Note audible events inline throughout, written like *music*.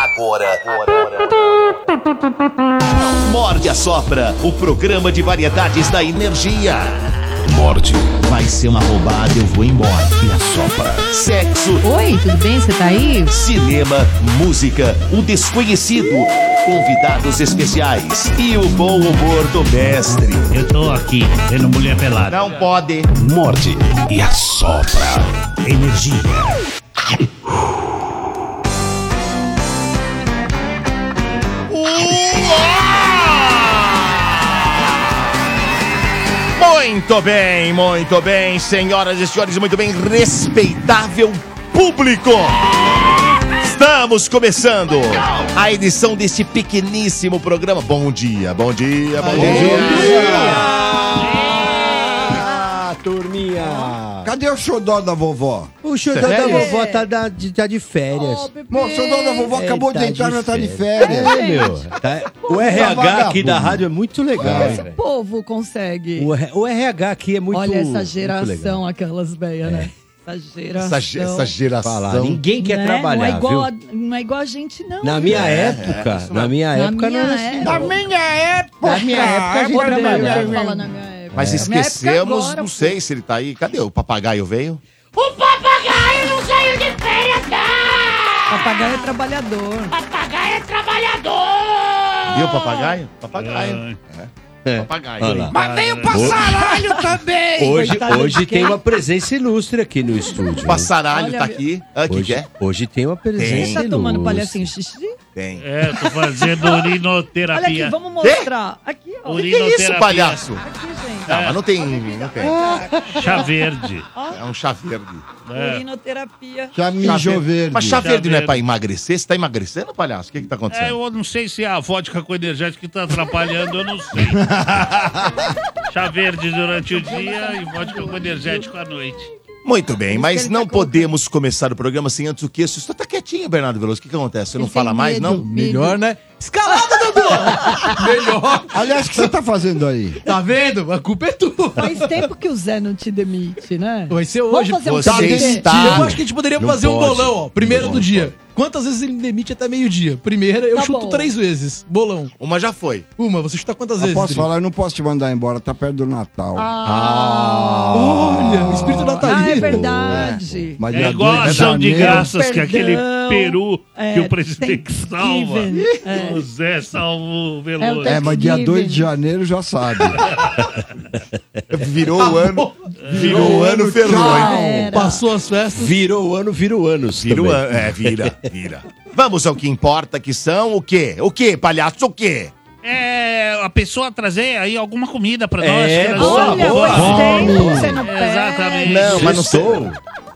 agora. Morde a Sopra, o programa de variedades da energia. Morde. Vai ser uma roubada, eu vou embora. E a Sopra. Sexo. Oi, tudo bem? Você tá aí? Cinema, música, o desconhecido, convidados especiais e o bom humor do mestre. Eu tô aqui, vendo mulher pelada. Não pode. Morde. E a Sopra. Energia. *laughs* Muito bem, muito bem, senhoras e senhores, muito bem, respeitável público. Estamos começando a edição deste pequeníssimo programa. Bom dia, bom dia, bom dia. Ah, turminha! Cadê o xodó da vovó? O xodó Sério? da vovó É, tá, da- de- tá de férias. Mô, o xodó da vovó Ele acabou de tá entrar, de já tá de férias. férias. É, meu. tá- o RH aqui da rádio é muito legal, hein, O velho. povo consegue. O R- O RH aqui é muito Olha essa muito legal. É. geração, aquelas beias, né? Essa geração. Essa, ge- essa Falar, geração. Ninguém quer Né? trabalhar, não é, igual viu? a, não é igual a gente, não. Na minha É, época, na minha Na época minha não era assim. época. não. Na minha época a gente Eu trabalhava. falo na minha época. Mas Na É. minha época esquecemos, agora, não pô. sei se ele tá aí. Cadê o papagaio veio? O papagaio não saiu de férias, não! Papagaio é trabalhador. Papagaio é trabalhador! Viu o papagaio? Papagaio. É. Papagaio. Olha lá. Mas veio passaralho também! Hoje, Coitado hoje de tem quem? uma presença ilustre aqui no estúdio. O hein? Passaralho Olha, tá meu- aqui. Ah, que que Hoje, é? hoje tem uma presença Você tá ilustre. tomando palhacinho xixi? Tem. É, tô *laughs* fazendo Olha aqui, urinoterapia. vamos mostrar. Aqui, ó. O que é isso, Urinoterapia. palhaço? Aqui, gente. Tá, Não, mas não tem, não tem. Chá verde. É um chá verde. É. Urinoterapia. Já Chá mijou verde. Mas chá Chá verde não é verde. pra emagrecer? Você tá emagrecendo, palhaço? O que que tá É, acontecendo? eu não sei se é a vodka com energético que tá atrapalhando, eu não sei. *laughs* Chá verde durante o dia e vodka com energético à noite. Muito bem, mas tá não podemos começar o programa sem antes o que? Você tá quietinho, Bernardo Veloso. O que que acontece? Você não Ele fala tem mais, medo. não? Melhor, né? Escalada, *laughs* Dudu! Aliás, o que você tá fazendo aí? Tá vendo? A culpa é tua. Faz tempo que o Zé não te demite, né? Vai ser Vamos hoje. fazer um você TBT? está- Tá, Eu acho que a gente poderia Não fazer um pode. bolão, ó. Primeiro Não do pode. dia. Quantas vezes ele me demite até meio-dia? Primeira, eu Tá chuto bom. três vezes. Bolão. Uma já foi. Uma, você chuta quantas Eu vezes? posso Dri? falar, eu não posso te mandar embora, tá perto do Natal. Olha, o espírito natalino. Ah, é verdade. Mas É dia igual a dois de ação de janeiro- graças que é Perdão. aquele peru que É, o presidente salva. *laughs* Thanksgiving. É. O Zé salva o É o Veloso. Thanksgiving. É, mas dia 2 de janeiro já sabe. Virou o ano. Virou o Tá ano, ferrou, Já Ah, hein? era. Passou as festas. Virou o ano, vira o anos. Vira o também. ano. É, vira, vira. Vamos ao que importa, que são o quê? O quê, palhaço? O quê? É, a pessoa trazer aí alguma comida pra nós. É, que era boa, só Olha, boa. faz tempo que você não É, pede. exatamente. Não, mas não Sextou. sou.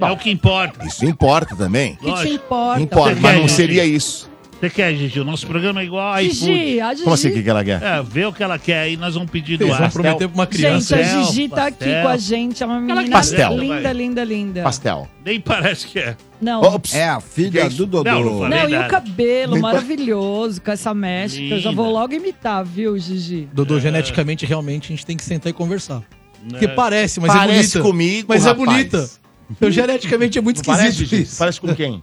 É o que importa. Isso importa também. O que te Lógico. importa? Importa, Você mas quer, não Gigi? seria isso. Você quer, Gigi? O nosso programa é igual a iFood. Gigi, a Gigi. Como assim, o que que ela quer? É, vê o que ela quer aí, nós vamos pedir do Vocês vão ar. prometer pra uma Gente, criança. a Pastel, Gigi tá aqui pastel. com a gente. É uma menina pastel. linda, linda, linda. Pastel. Nem parece que é. Não. Ops. É a Que filha isso? do Dodô. Não, não falei. Não, e Verdade. o cabelo maravilhoso com essa mecha. que Eu já vou Linda. logo imitar, viu, Gigi? Dodô, geneticamente, realmente, a gente tem que sentar e conversar. Porque É. parece, mas é Parece bonita. comigo, Mas rapaz. é bonita. Eu geneticamente é muito Não esquisito Gigi? isso. Parece com quem?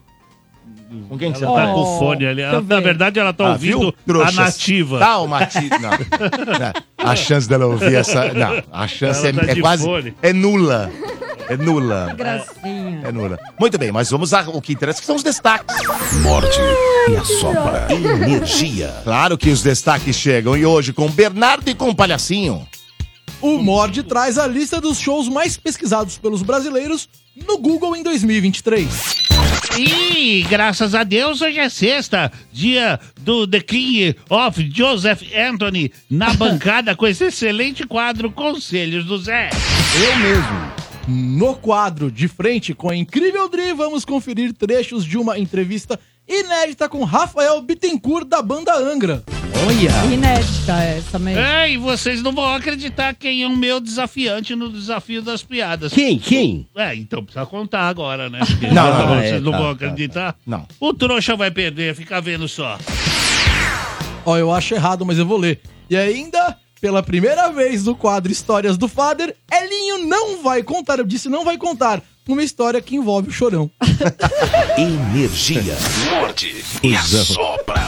Com quem que você Ela tá Oh, com o fone ali. deixa eu Ela- na ver. verdade, ela tá Ah, ouvindo viu, trouxas? a nativa. Tá, uma ti- *laughs* não. Não. A chance dela ouvir essa. Não, a chance é, Ela tá é de quase. fone. É nula. É nula. Gracinha. É nula. Muito bem, mas vamos ao que interessa, é que são os destaques. Morde. E a *laughs* Sopra. Energia. Claro que os destaques chegam e hoje com Bernardo e com Palhacinho. O Mord traz a lista dos shows mais pesquisados pelos brasileiros no Google em 2023. E graças a Deus, hoje é sexta, dia do The King of Joseph Anthony, *laughs* na bancada com esse excelente quadro Conselhos do Zé. Eu mesmo. No quadro de frente com a incrível Dri, vamos conferir trechos de uma entrevista inédita com Rafael Bittencourt da banda Angra. Olha! Inédita essa mesmo. É, e vocês não vão acreditar quem é o meu desafiante no desafio das piadas. Quem? Quem? É, então precisa contar agora, *laughs* né? Porque Não, senão não, vocês é, não tá, vão tá, acreditar. Não. O trouxa vai perder, fica vendo só. Ó, eu acho errado, mas eu vou ler. E ainda, pela primeira vez no quadro Histórias do Father, Elinho não vai contar, eu disse não vai contar, uma história que envolve o chorão. Energia. Morde e assopra.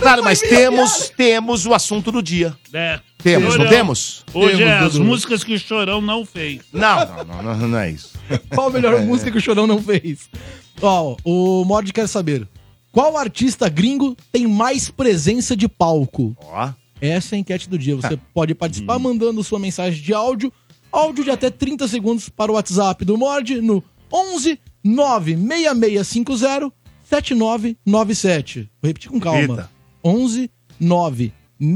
Claro, mas temos, temos o assunto do dia. É. Temos, não Chorão. temos? Hoje é Temos, as Dudu. músicas que o Chorão não fez. Não, não, não, não, não é isso. *laughs* Qual a melhor música que o Chorão não fez? Ó, o Mord quer saber. Qual artista gringo tem mais presença de palco? Ó, Essa é a enquete do dia. Você pode participar mandando sua mensagem de áudio, áudio de até 30 segundos para o WhatsApp do Mord no 11 96650 7997. Vou repetir com calma. Repita. 11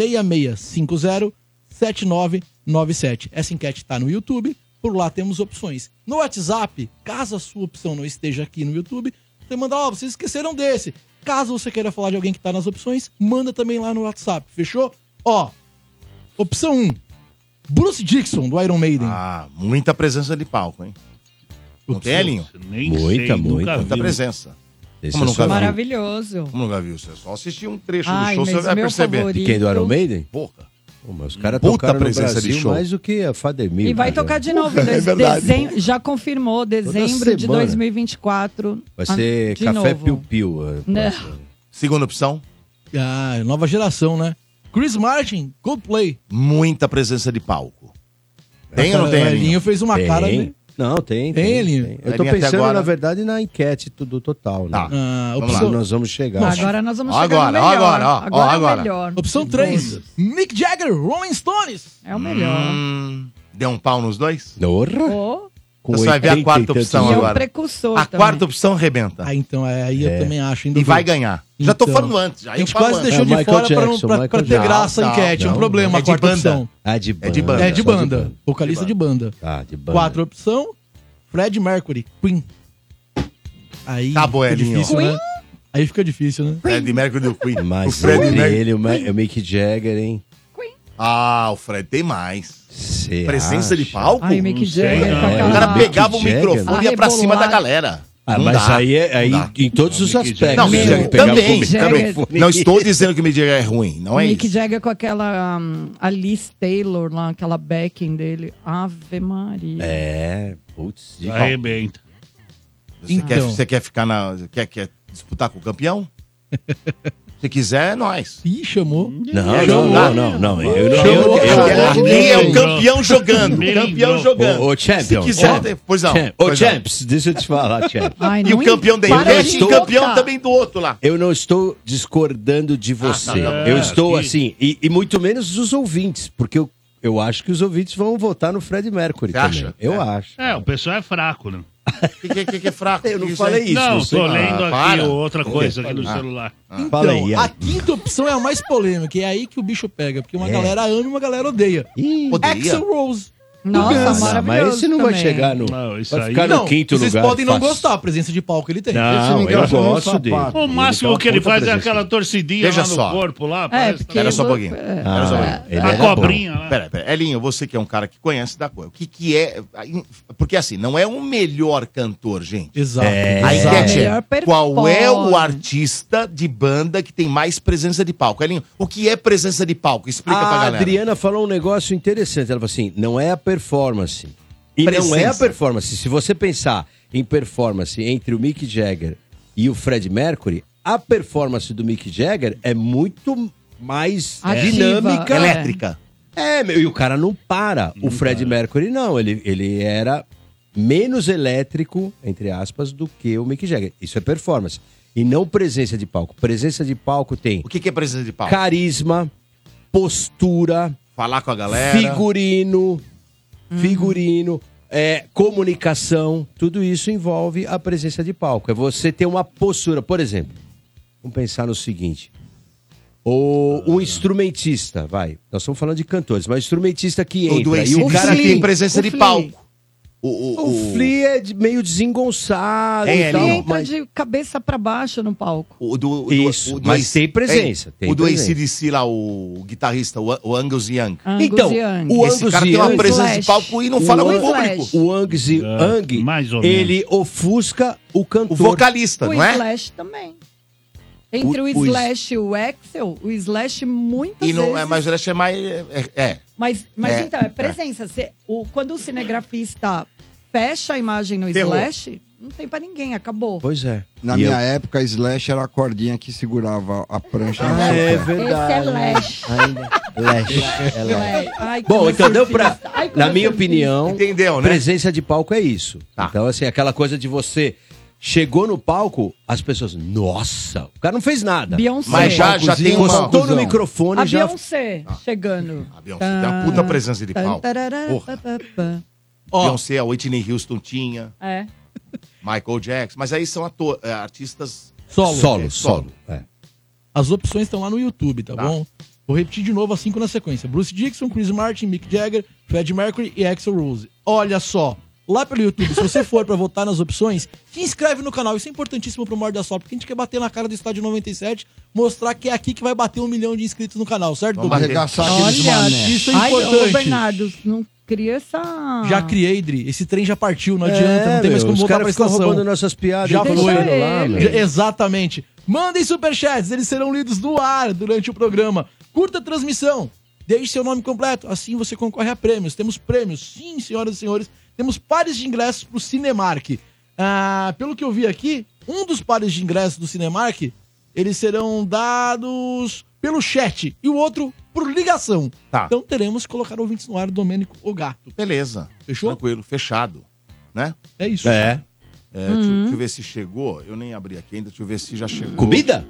96650 7997. Essa enquete está no YouTube, por lá temos opções. No WhatsApp, caso a sua opção não esteja aqui no YouTube, você manda, ó, vocês esqueceram desse. Caso você queira falar de alguém que tá nas opções, manda também lá no WhatsApp, fechou? Ó, opção 1, Bruce Dixon, do Iron Maiden. ah, muita presença de palco, hein? Não tem, Elinho? Nem Muita, sei, muita. nunca vi. Muita presença. Esse Como é nunca só vi. Maravilhoso. Como nunca viu, você só assistir um trecho Ai, do show, mas você o vai meu perceber. favorito. de quem do Iron Maiden? Porra. Pô, mas os caras Puta tocaram no presença de Brasil show. mais do que É, a Fademir. E vai cara. tocar de novo. em dois- verdade. dezem- já confirmou, dezembro de É semana. 2024. Vai ser Ah, de Café novo. Piu-Piu. eh, Né? Segunda opção, Ah, nova geração, né? Chris Martin, Coldplay. muita presença de palco. Tem ou não tem, O Elinho? Elinho fez uma cara... né? Tem. Não, tem. Tem, Elinho? Eu tô Elinho, até pensando, agora- na verdade, na enquete do, do total. Né? Tá. Ah, Vamos lá. opção, Onde nós vamos chegar. Agora nós vamos Ó, chegar agora, no ó, melhor. agora, ó, ó, é o agora. melhor. Opção 3, Mick Jagger, Rolling Stones. É o melhor. Hum, deu um pau nos dois? Orra, O- com Você vai ver a 80 e quarta tantos opção E é anos. o agora. precursor A também. quarta opção arrebenta. Ah, então, é, aí eu também acho. ainda E vai vou- ganhar. Já tô Então, falando antes. Já A eu gente falo quase antes. deixou É, de Michael fora pra, não, Jackson, pra- Michael pra ter Jackson. graça a Não, enquete. não, um problema, é a de quarta banda. opção. Ah, de banda. É de banda. É Ah, É de só banda. Vocalista de banda. Tá, de banda. Quatro opção, Fred Mercury, Queen. Aí Acabou, fica Elinho. difícil, né? Aí fica difícil, né? Fred Mercury do Queen. Mas o Fred entre Mercury. ele, o, Ma é o Mick Jagger, hein? Ah, o Fred tem mais. Cê Presença de acha? palco? Ai, Mick Não Jagger sei, com não. aquela- O cara Ah, pegava o Mick Jagger. microfone e ia pra Arrebolar. cima da galera. Ah, Não mas dá. aí, é- aí dá. em todos os Mick aspectos. Jagger. Não, Mick né? Jagger Pegar o também, Mick Jagger. também. Não estou dizendo que o Mick Jagger é ruim, não é Mick isso. Jagger com aquela hum, Alice Taylor lá, aquela backing dele. Ave Maria. É, putz. de- Arrebenta. Você, quer, Então. você quer ficar na. Quer, quer disputar com o campeão? Se quiser, é nós. Ih, chamou. Não, não, não, não, não. Eu não. Eu, Chamou, eu, cara. eu, Aqui é o eu- campeão jogando. Me Campeão lembrou. jogando. Ô, ô, champion, Se quiser, ô, depois não. Champ- Ô, pois não. Champs, deixa eu te *laughs* falar, Champs. Ai, E não o campeão da para Inglaterra de e o campeão tocar. também do outro lá. Eu não estou discordando de tá, você. tá bom. eu estou É, assim, e, e muito menos os ouvintes, porque eu, eu acho que os ouvintes vão votar no Fred Mercury Você também. acha? Eu É. acho. É, o pessoal é fraco, né? O que, que- que é fraco? Eu não Isso falei aí. Ah, isso. não, não sei. tô lendo aqui para. outra Por coisa quê? aqui no Ah. celular. Então, Fala aí, a Alan. quinta opção é a mais polêmica. E é aí que o bicho pega, porque uma É. galera ama e uma galera odeia. Ih, Poderia. Axel Rose. Nossa, não, maravilhoso. mas esse não vai também. chegar no. Não, isso vai aí- ficar no quinto vocês lugar. podem não fácil. gostar, a presença de palco ele tem. Não, Esse eu negócio é um gosto sapato. dele. O máximo que ele faz é aquela torcidinha Veja lá no só. corpo lá. É, parece, porque. Espera só um vo- pouquinho. é. Espera só um pouquinho. ele a era cobrinha né? lá. Pera, pera. Elinho, você que é um cara que conhece da coisa. O que que é... Porque assim, não é o melhor cantor, gente. Exato. É. A Exato. enquete Melhor é qual é o performance. artista de banda que tem mais presença de palco? Elinho, o que é presença de palco? Explica pra A galera. Adriana falou um negócio interessante. Ela falou assim: não é a performance. E não é a Presença. performance. Se você pensar em performance entre o Mick Jagger e o Fred Mercury, a performance do Mick Jagger é muito mais Ativa. dinâmica. Ela é- Elétrica. É, meu, e o cara não para. o Fred Mercury não. Ele, ele era menos elétrico, entre aspas, do que o Mick Jagger. Isso é performance. E não presença de palco. Presença de palco tem O que que é presença de palco? carisma, postura, Falar com a galera. figurino, Uhum. figurino, é, comunicação, tudo isso envolve a presença de palco. É você ter uma postura, por exemplo. Vamos pensar no seguinte. O, Ah. um instrumentista, vai. Nós estamos falando de cantores, mas um instrumentista que entra Todo e o esse cara cara tem que presença o de Flea. palco. O, o, o Flea é de- meio desengonçado É, e ele tal, Ele entra mas de cabeça pra baixo no palco. o do, o- Isso, o do mas AC/DC, tem presença, hein? tem o do presença. ACDC lá, o guitarrista, o, o Angus Young. Angus Então, Young. o Esse Angus cara tem uma Young- presença de Slash. palco e não fala com o Slash. público. É. o Angus Young, mais ou ele ofusca o cantor. O vocalista, O não é? Slash também. Entre O- o, o is- Slash e o Axel, o Slash muitas E não, vezes... é, mas o Slash é mais. É, é. Mas, mas É, então, é é. presença. Você- o, quando o cinegrafista fecha a imagem no Ferrou. Slash, não tem pra ninguém, acabou. Pois é. Na E minha eu- época, Slash era a cordinha que segurava a prancha. no Ah, seu é pé. verdade. Esse é Lash. Ainda. Lash. É Lash. Ué, ai, como Bom, eu então sou deu pra. triste. Ai, como Na eu minha sou triste. opinião, Entendeu, né? Tá. presença de palco é isso. Então, assim, aquela coisa de você chegou no palco, as pessoas, nossa, o cara não fez nada. Beyoncé. Mas já, já tem uma. Encostou no Cusão. microfone A e já. Beyoncé chegando. Ah. A Beyoncé tem uma puta presença de palco. Tarará, Porra. pá, pá, Ó. Beyoncé, a Whitney Houston tinha, pá. É. Michael Jackson, mas aí são ato- eh, artistas. Solo. é, Solo, É, solo. solo. É. As opções estão lá no YouTube, tá, Tá. bom? Vou repetir de novo as cinco na sequência. Bruce Dixon, Chris Martin, Mick Jagger, Fred Mercury e Axel Rose. Olha só. Lá pelo YouTube, se você for pra votar nas opções, se inscreve no canal. Isso é importantíssimo pro Morda Sol, porque a gente quer bater na cara do Estádio 97, mostrar que é aqui que vai bater um milhão de inscritos no canal, certo, Vamos Douglas? bater. Arregaçar aqueles Olha, mané. Isso é ai, ô importante. Bernardo, não cria essa... Já criei, Dri. Esse trem já partiu, não adianta, não tem mais como É, os voltar caras pra ficam estação. roubando nossas piadas. Já e tá foi. saindo lá, Ele. meu. Já- Exatamente. Mandem superchats, eles serão lidos no ar durante o programa. Curta a transmissão, deixe seu nome completo, assim você concorre a prêmios. Temos prêmios, sim, senhoras e senhores. Temos pares de ingressos pro Cinemark. Ah, pelo que eu vi aqui, um dos pares de ingressos do Cinemark, eles serão dados pelo chat e o outro por ligação. Tá. Então teremos que colocar ouvintes no ar, Domênico o Gato. Beleza. Fechou? Tranquilo, fechado. Né? É isso. É. É, deixa, Uhum. eu- deixa eu ver se chegou. Eu nem abri aqui ainda, deixa eu ver se já chegou. Comida?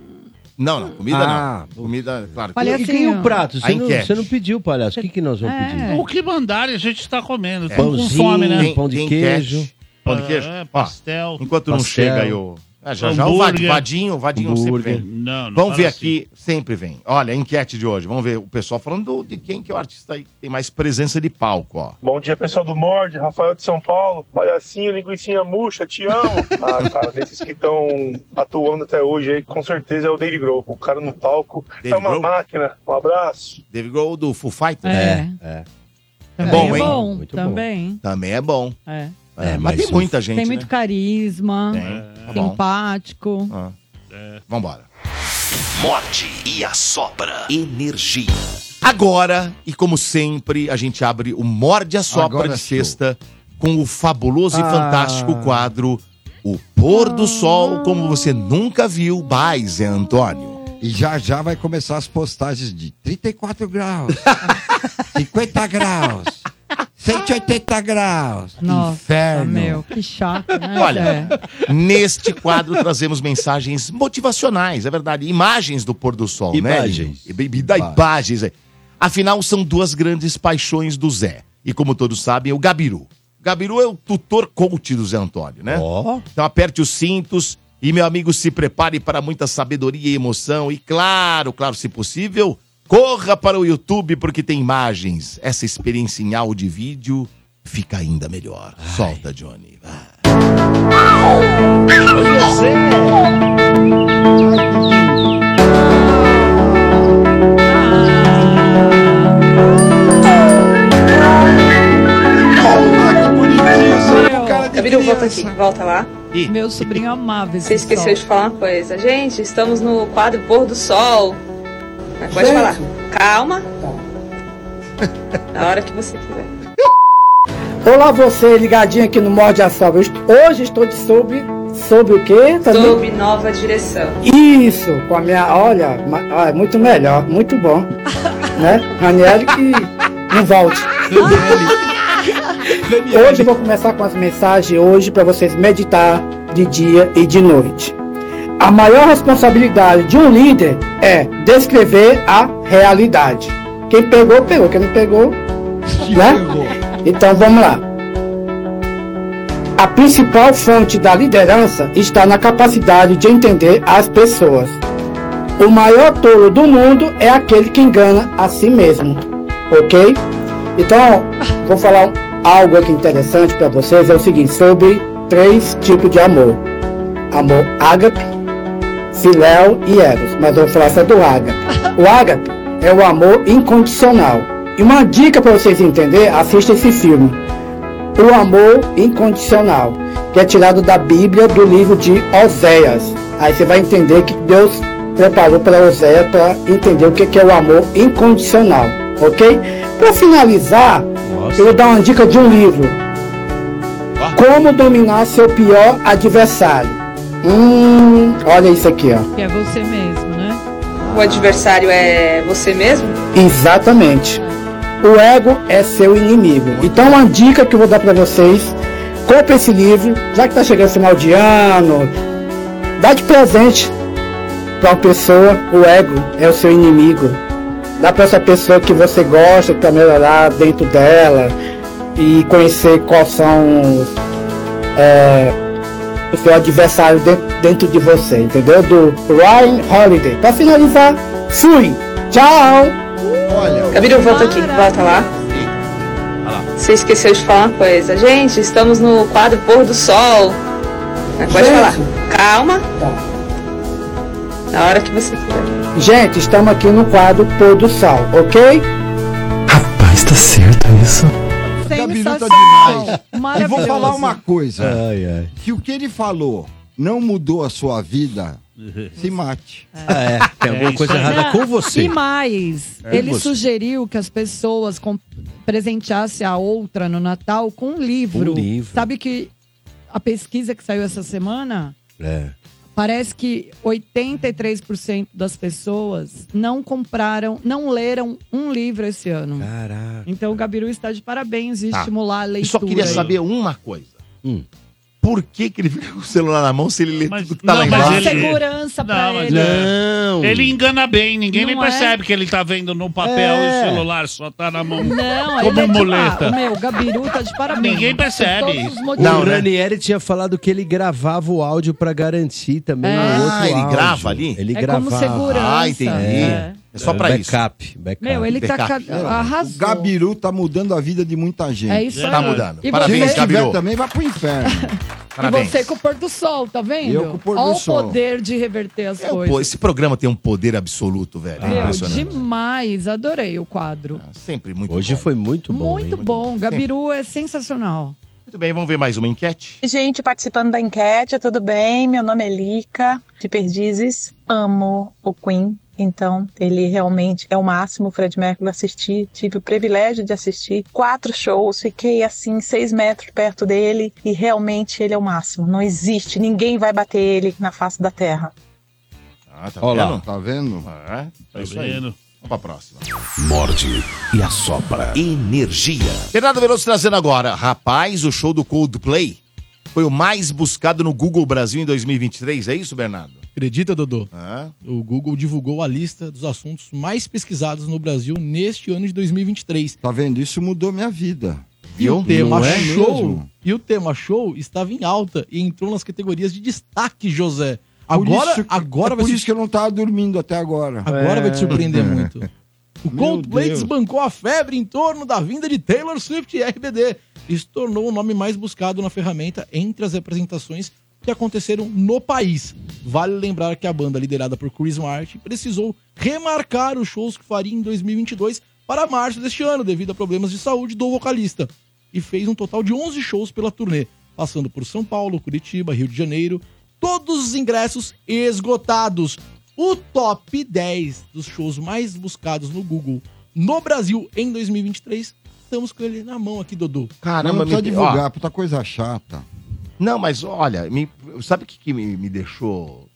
Não, não, comida Ah, não. Comida, claro. que- Olha e assim, quem ó. o prato? Você A não, enquete. você não pediu, palhaço. O que, que nós vamos É. pedir? O que mandarem a gente tá comendo. É. Tô com Pãozinho. fome, né? Tem pão de enquete. queijo. Pão de queijo? É, Ó, pastel. enquanto não Pastel. chega aí o. Ah, já já o Hambúrguer. Vad- Vadinho, o Vadinho sempre Hambúrguer. vem. Não, não Vamos fala ver assim. aqui, sempre vem. Olha, a enquete de hoje. Vamos ver o pessoal falando do- de quem que é o artista aí que tem mais presença de palco, ó. Bom dia, pessoal do Mord, Rafael de São Paulo, palhacinho, linguicinha murcha, te amo. Ah, cara, desses que estão atuando até hoje aí, com certeza é o Dave Grohl. O cara no palco Dave é uma Grohl? máquina. Um abraço. David Grohl do Foo Fighters. É. É. Também Bom, é hein? bom, Muito bom. também. Também é bom. É. É, É, mas, mas tem muita gente, Tem muito né? carisma, Tem. Tá bom. simpático. Ah. Vambora. Morde e assopra. Energia. Agora, e como sempre, a gente abre o Morde a Sopra Agora de show. sexta com o fabuloso e Ah. fantástico quadro O Pôr do Sol Como Você Nunca Viu, by Zé Antônio. E já já vai começar as postagens de *laughs* 34 graus, 50 graus, 180 graus. Nossa, Inferno. Ah, meu, que chato, né? É, *laughs* Olha, Zé? neste quadro trazemos mensagens motivacionais, é verdade, imagens do pôr do sol, Imagens. né? Imagens. Da imagens. é. Afinal, são duas grandes paixões do Zé. E como todos sabem, é o Gabiru. Gabiru é o tutor coach do Zé Antônio, né? Ó. Então aperte os cintos e, meu amigo, se prepare para muita sabedoria e emoção. E claro, claro, se possível, corra para o YouTube porque tem imagens. Essa experiência em áudio e vídeo fica ainda melhor. Solta, Johnny. Vai. Meu, cara de criança. volta lá. Meu sobrinho amava esse Você esqueceu de sol. falar uma coisa. Gente, estamos no quadro Pôr do Sol. Mas pode falar. *laughs* Calma. Na hora que você quiser. Olá, você ligadinho aqui no Morde a Sobra. Hoje estou sobre, sobre o quê? Tá Sob nova direção. Isso, com a minha. Olha, ma- ah, muito melhor, muito bom. né? Ranieri que não volte. *laughs* Hoje eu vou começar com as mensagens hoje para vocês meditar de dia e de noite. A maior responsabilidade de um líder é descrever a realidade. Quem pegou, pegou. Quem não pegou, né? Então vamos lá. A principal fonte da liderança está na capacidade de entender as pessoas. O maior tolo do mundo é aquele que engana a si mesmo, ok? Então, vou falar algo aqui interessante para vocês: é o seguinte, sobre três tipos de amor: amor ágape, filéu e eros. Mas eu vou falar só do ágape. O ágape é o amor incondicional. E uma dica para vocês entenderem: assista esse filme o amor incondicional, que é tirado da Bíblia, do livro de Oséias. Aí você vai entender que Deus preparou para Oséias para entender o que que é o amor incondicional, ok? Para finalizar, eu vou dar uma dica de um livro. Como dominar seu pior adversário. Hum, olha isso aqui, ó. Que é você mesmo, né? O adversário é você mesmo? Exatamente. O ego é seu inimigo. Então, uma dica que eu vou dar para vocês: compre esse livro, já que tá chegando final de ano, dá de presente para uma pessoa. O ego é o seu inimigo. Dá para essa pessoa que você gosta, para melhorar dentro dela e conhecer quais são é, o seu adversário dentro, dentro de você, entendeu? Do Ryan Holiday. Para finalizar, fui! Tchau! Gabriel, volta aqui, volta lá. Você esqueceu de falar uma coisa. Gente, estamos no quadro Pôr do Sol. Mas Pode Gente. falar. Calma. Na hora que você quiser. Gente, estamos aqui no quadro Pôr do Sol, ok? Rapaz, tá certo isso? Gabiru tá demais. E vou Maravilhoso. falar um uma coisa. Ai, ai. Se o que ele falou não mudou a sua vida, se mate. Ah, é. Tem alguma coisa errada com você. Ah, E mais, É ele você. sugeriu que as pessoas com- presenteassem a outra no Natal com um livro. Um livro. Sabe que a pesquisa que saiu essa semana É. parece que 83% das pessoas não compraram, não leram um livro esse ano. Caraca. Então o Gabiru está de parabéns de Tá. estimular a Eu leitura. só queria saber um uma coisa. Hum. Por que, que ele fica com o celular na mão se ele lê tudo que tá lá não, embaixo? mas ele- é Segurança pra mas é. ele. Não. Ele engana bem, ninguém nem Não é? percebe que ele tá vendo no papel É. e o celular só tá na mão. Não, como ele é de- muleta. Ah, meu, o Gabiru tá de parabéns. Ninguém percebe. Por todos os O motivos. né? não, Ranieri tinha falado que ele gravava o áudio pra garantir também É. o outro Ah, ele áudio. grava ali? Ele É como gravava. segurança, Ah, entendi. é. É só pra isso. Backup, backup. Meu, ele tá Backup. ca- arrasou. O Gabiru tá mudando a vida de muita gente. É isso Tá aí. mudando. E Parabéns, Quem não tiver Gabiru. também vai pro inferno. E você com o pôr do sol, tá vendo? Eu com o pôr do Olha sol. o poder de reverter as coisas. Pô, esse programa tem um poder absoluto, velho. É Meu, impressionante. Ah, demais, adorei o quadro. Sempre muito Hoje foi muito bom. Muito bom, Gabiru é sensacional. Muito bem, vamos ver mais uma enquete? Gente, participando da enquete, tudo bem? Meu nome é Lica, de Perdizes. Amo o Queen, então ele realmente é o máximo. O Fred Mercury assisti, tive o privilégio de assistir quatro shows, fiquei assim, seis metros perto dele e realmente ele é o máximo. Não existe, ninguém vai bater ele na face da terra. Ah, tá Olha lá, vendo? tá vendo? É, é isso aí. vendo? Vamos pra próxima. Morde e assopra. Energia. Bernardo Veloso trazendo agora. Rapaz, o show do Coldplay foi o mais buscado no Google Brasil em 2023. É isso, Bernardo? Acredita, Dodô? É. O Google divulgou a lista dos assuntos mais pesquisados no Brasil neste ano de 2023. Tá vendo? Isso mudou minha vida. E Eu? o tema Não é show. mesmo? E o tema show estava em alta e entrou nas categorias de destaque, José. Agora, isso que- agora é vai por se- isso que eu não tava dormindo até agora. É. Agora vai te surpreender muito. O Meu Coldplay Deus. desbancou a febre em torno da vinda de Taylor Swift e RBD. Isso tornou o nome mais buscado na ferramenta entre as apresentações que aconteceram no país. Vale lembrar que a banda liderada por Chris Martin precisou remarcar os shows que faria em 2022 para março deste ano, devido a problemas de saúde do vocalista. E fez um total de 11 shows pela turnê, passando por São Paulo, Curitiba, Rio de Janeiro. Todos os ingressos esgotados. O top 10 dos shows mais buscados no Google no Brasil em 2023. Estamos com ele na mão aqui, Dodô. Não, Caramba, não precisa me- divulgar, ó. puta coisa chata. Não, mas olha, me- sabe o que, que me, me deixou.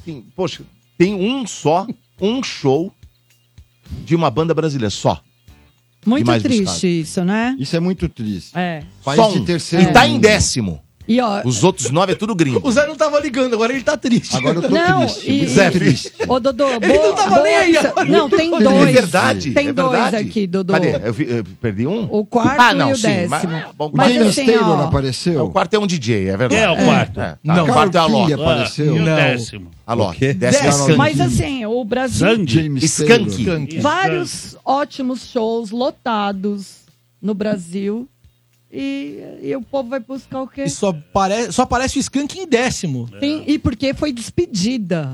Assim, poxa, tem um só, um show de uma banda brasileira só. Muito mais triste buscado. isso, né? Isso é muito triste. É. País só de um. terceiro E tá em mundo. décimo. E ó, Os outros nove é tudo gringo. O Zé não tava ligando, agora ele tá triste. Agora eu tô não, triste. e, Zé, Ô, Dodô, boa, Ele não tava boa nem aí, essa- agora Tá Não, ele tem tá dois. É verdade. Tem é dois verdade. aqui, Dodô. Cadê? Eu, vi- eu perdi um? O quarto ah, não, e o sim, décimo. mas- bom, Mas mas- assim, ó, É, o apareceu? quarto é um DJ, é verdade. É, o quarto. Ah, É, tá. Não. o quarto é a Loki. Carol King apareceu? E o Não. décimo. A Loki. quê? Décimo é a Loki. Um mas assim, o Brasil Sandy. James Skank. Taylor. Skank. vários ótimos shows lotados no Brasil. E, e o povo vai buscar o quê? E só, pare... só aparece o Skank em décimo. Sim, e porque foi despedida.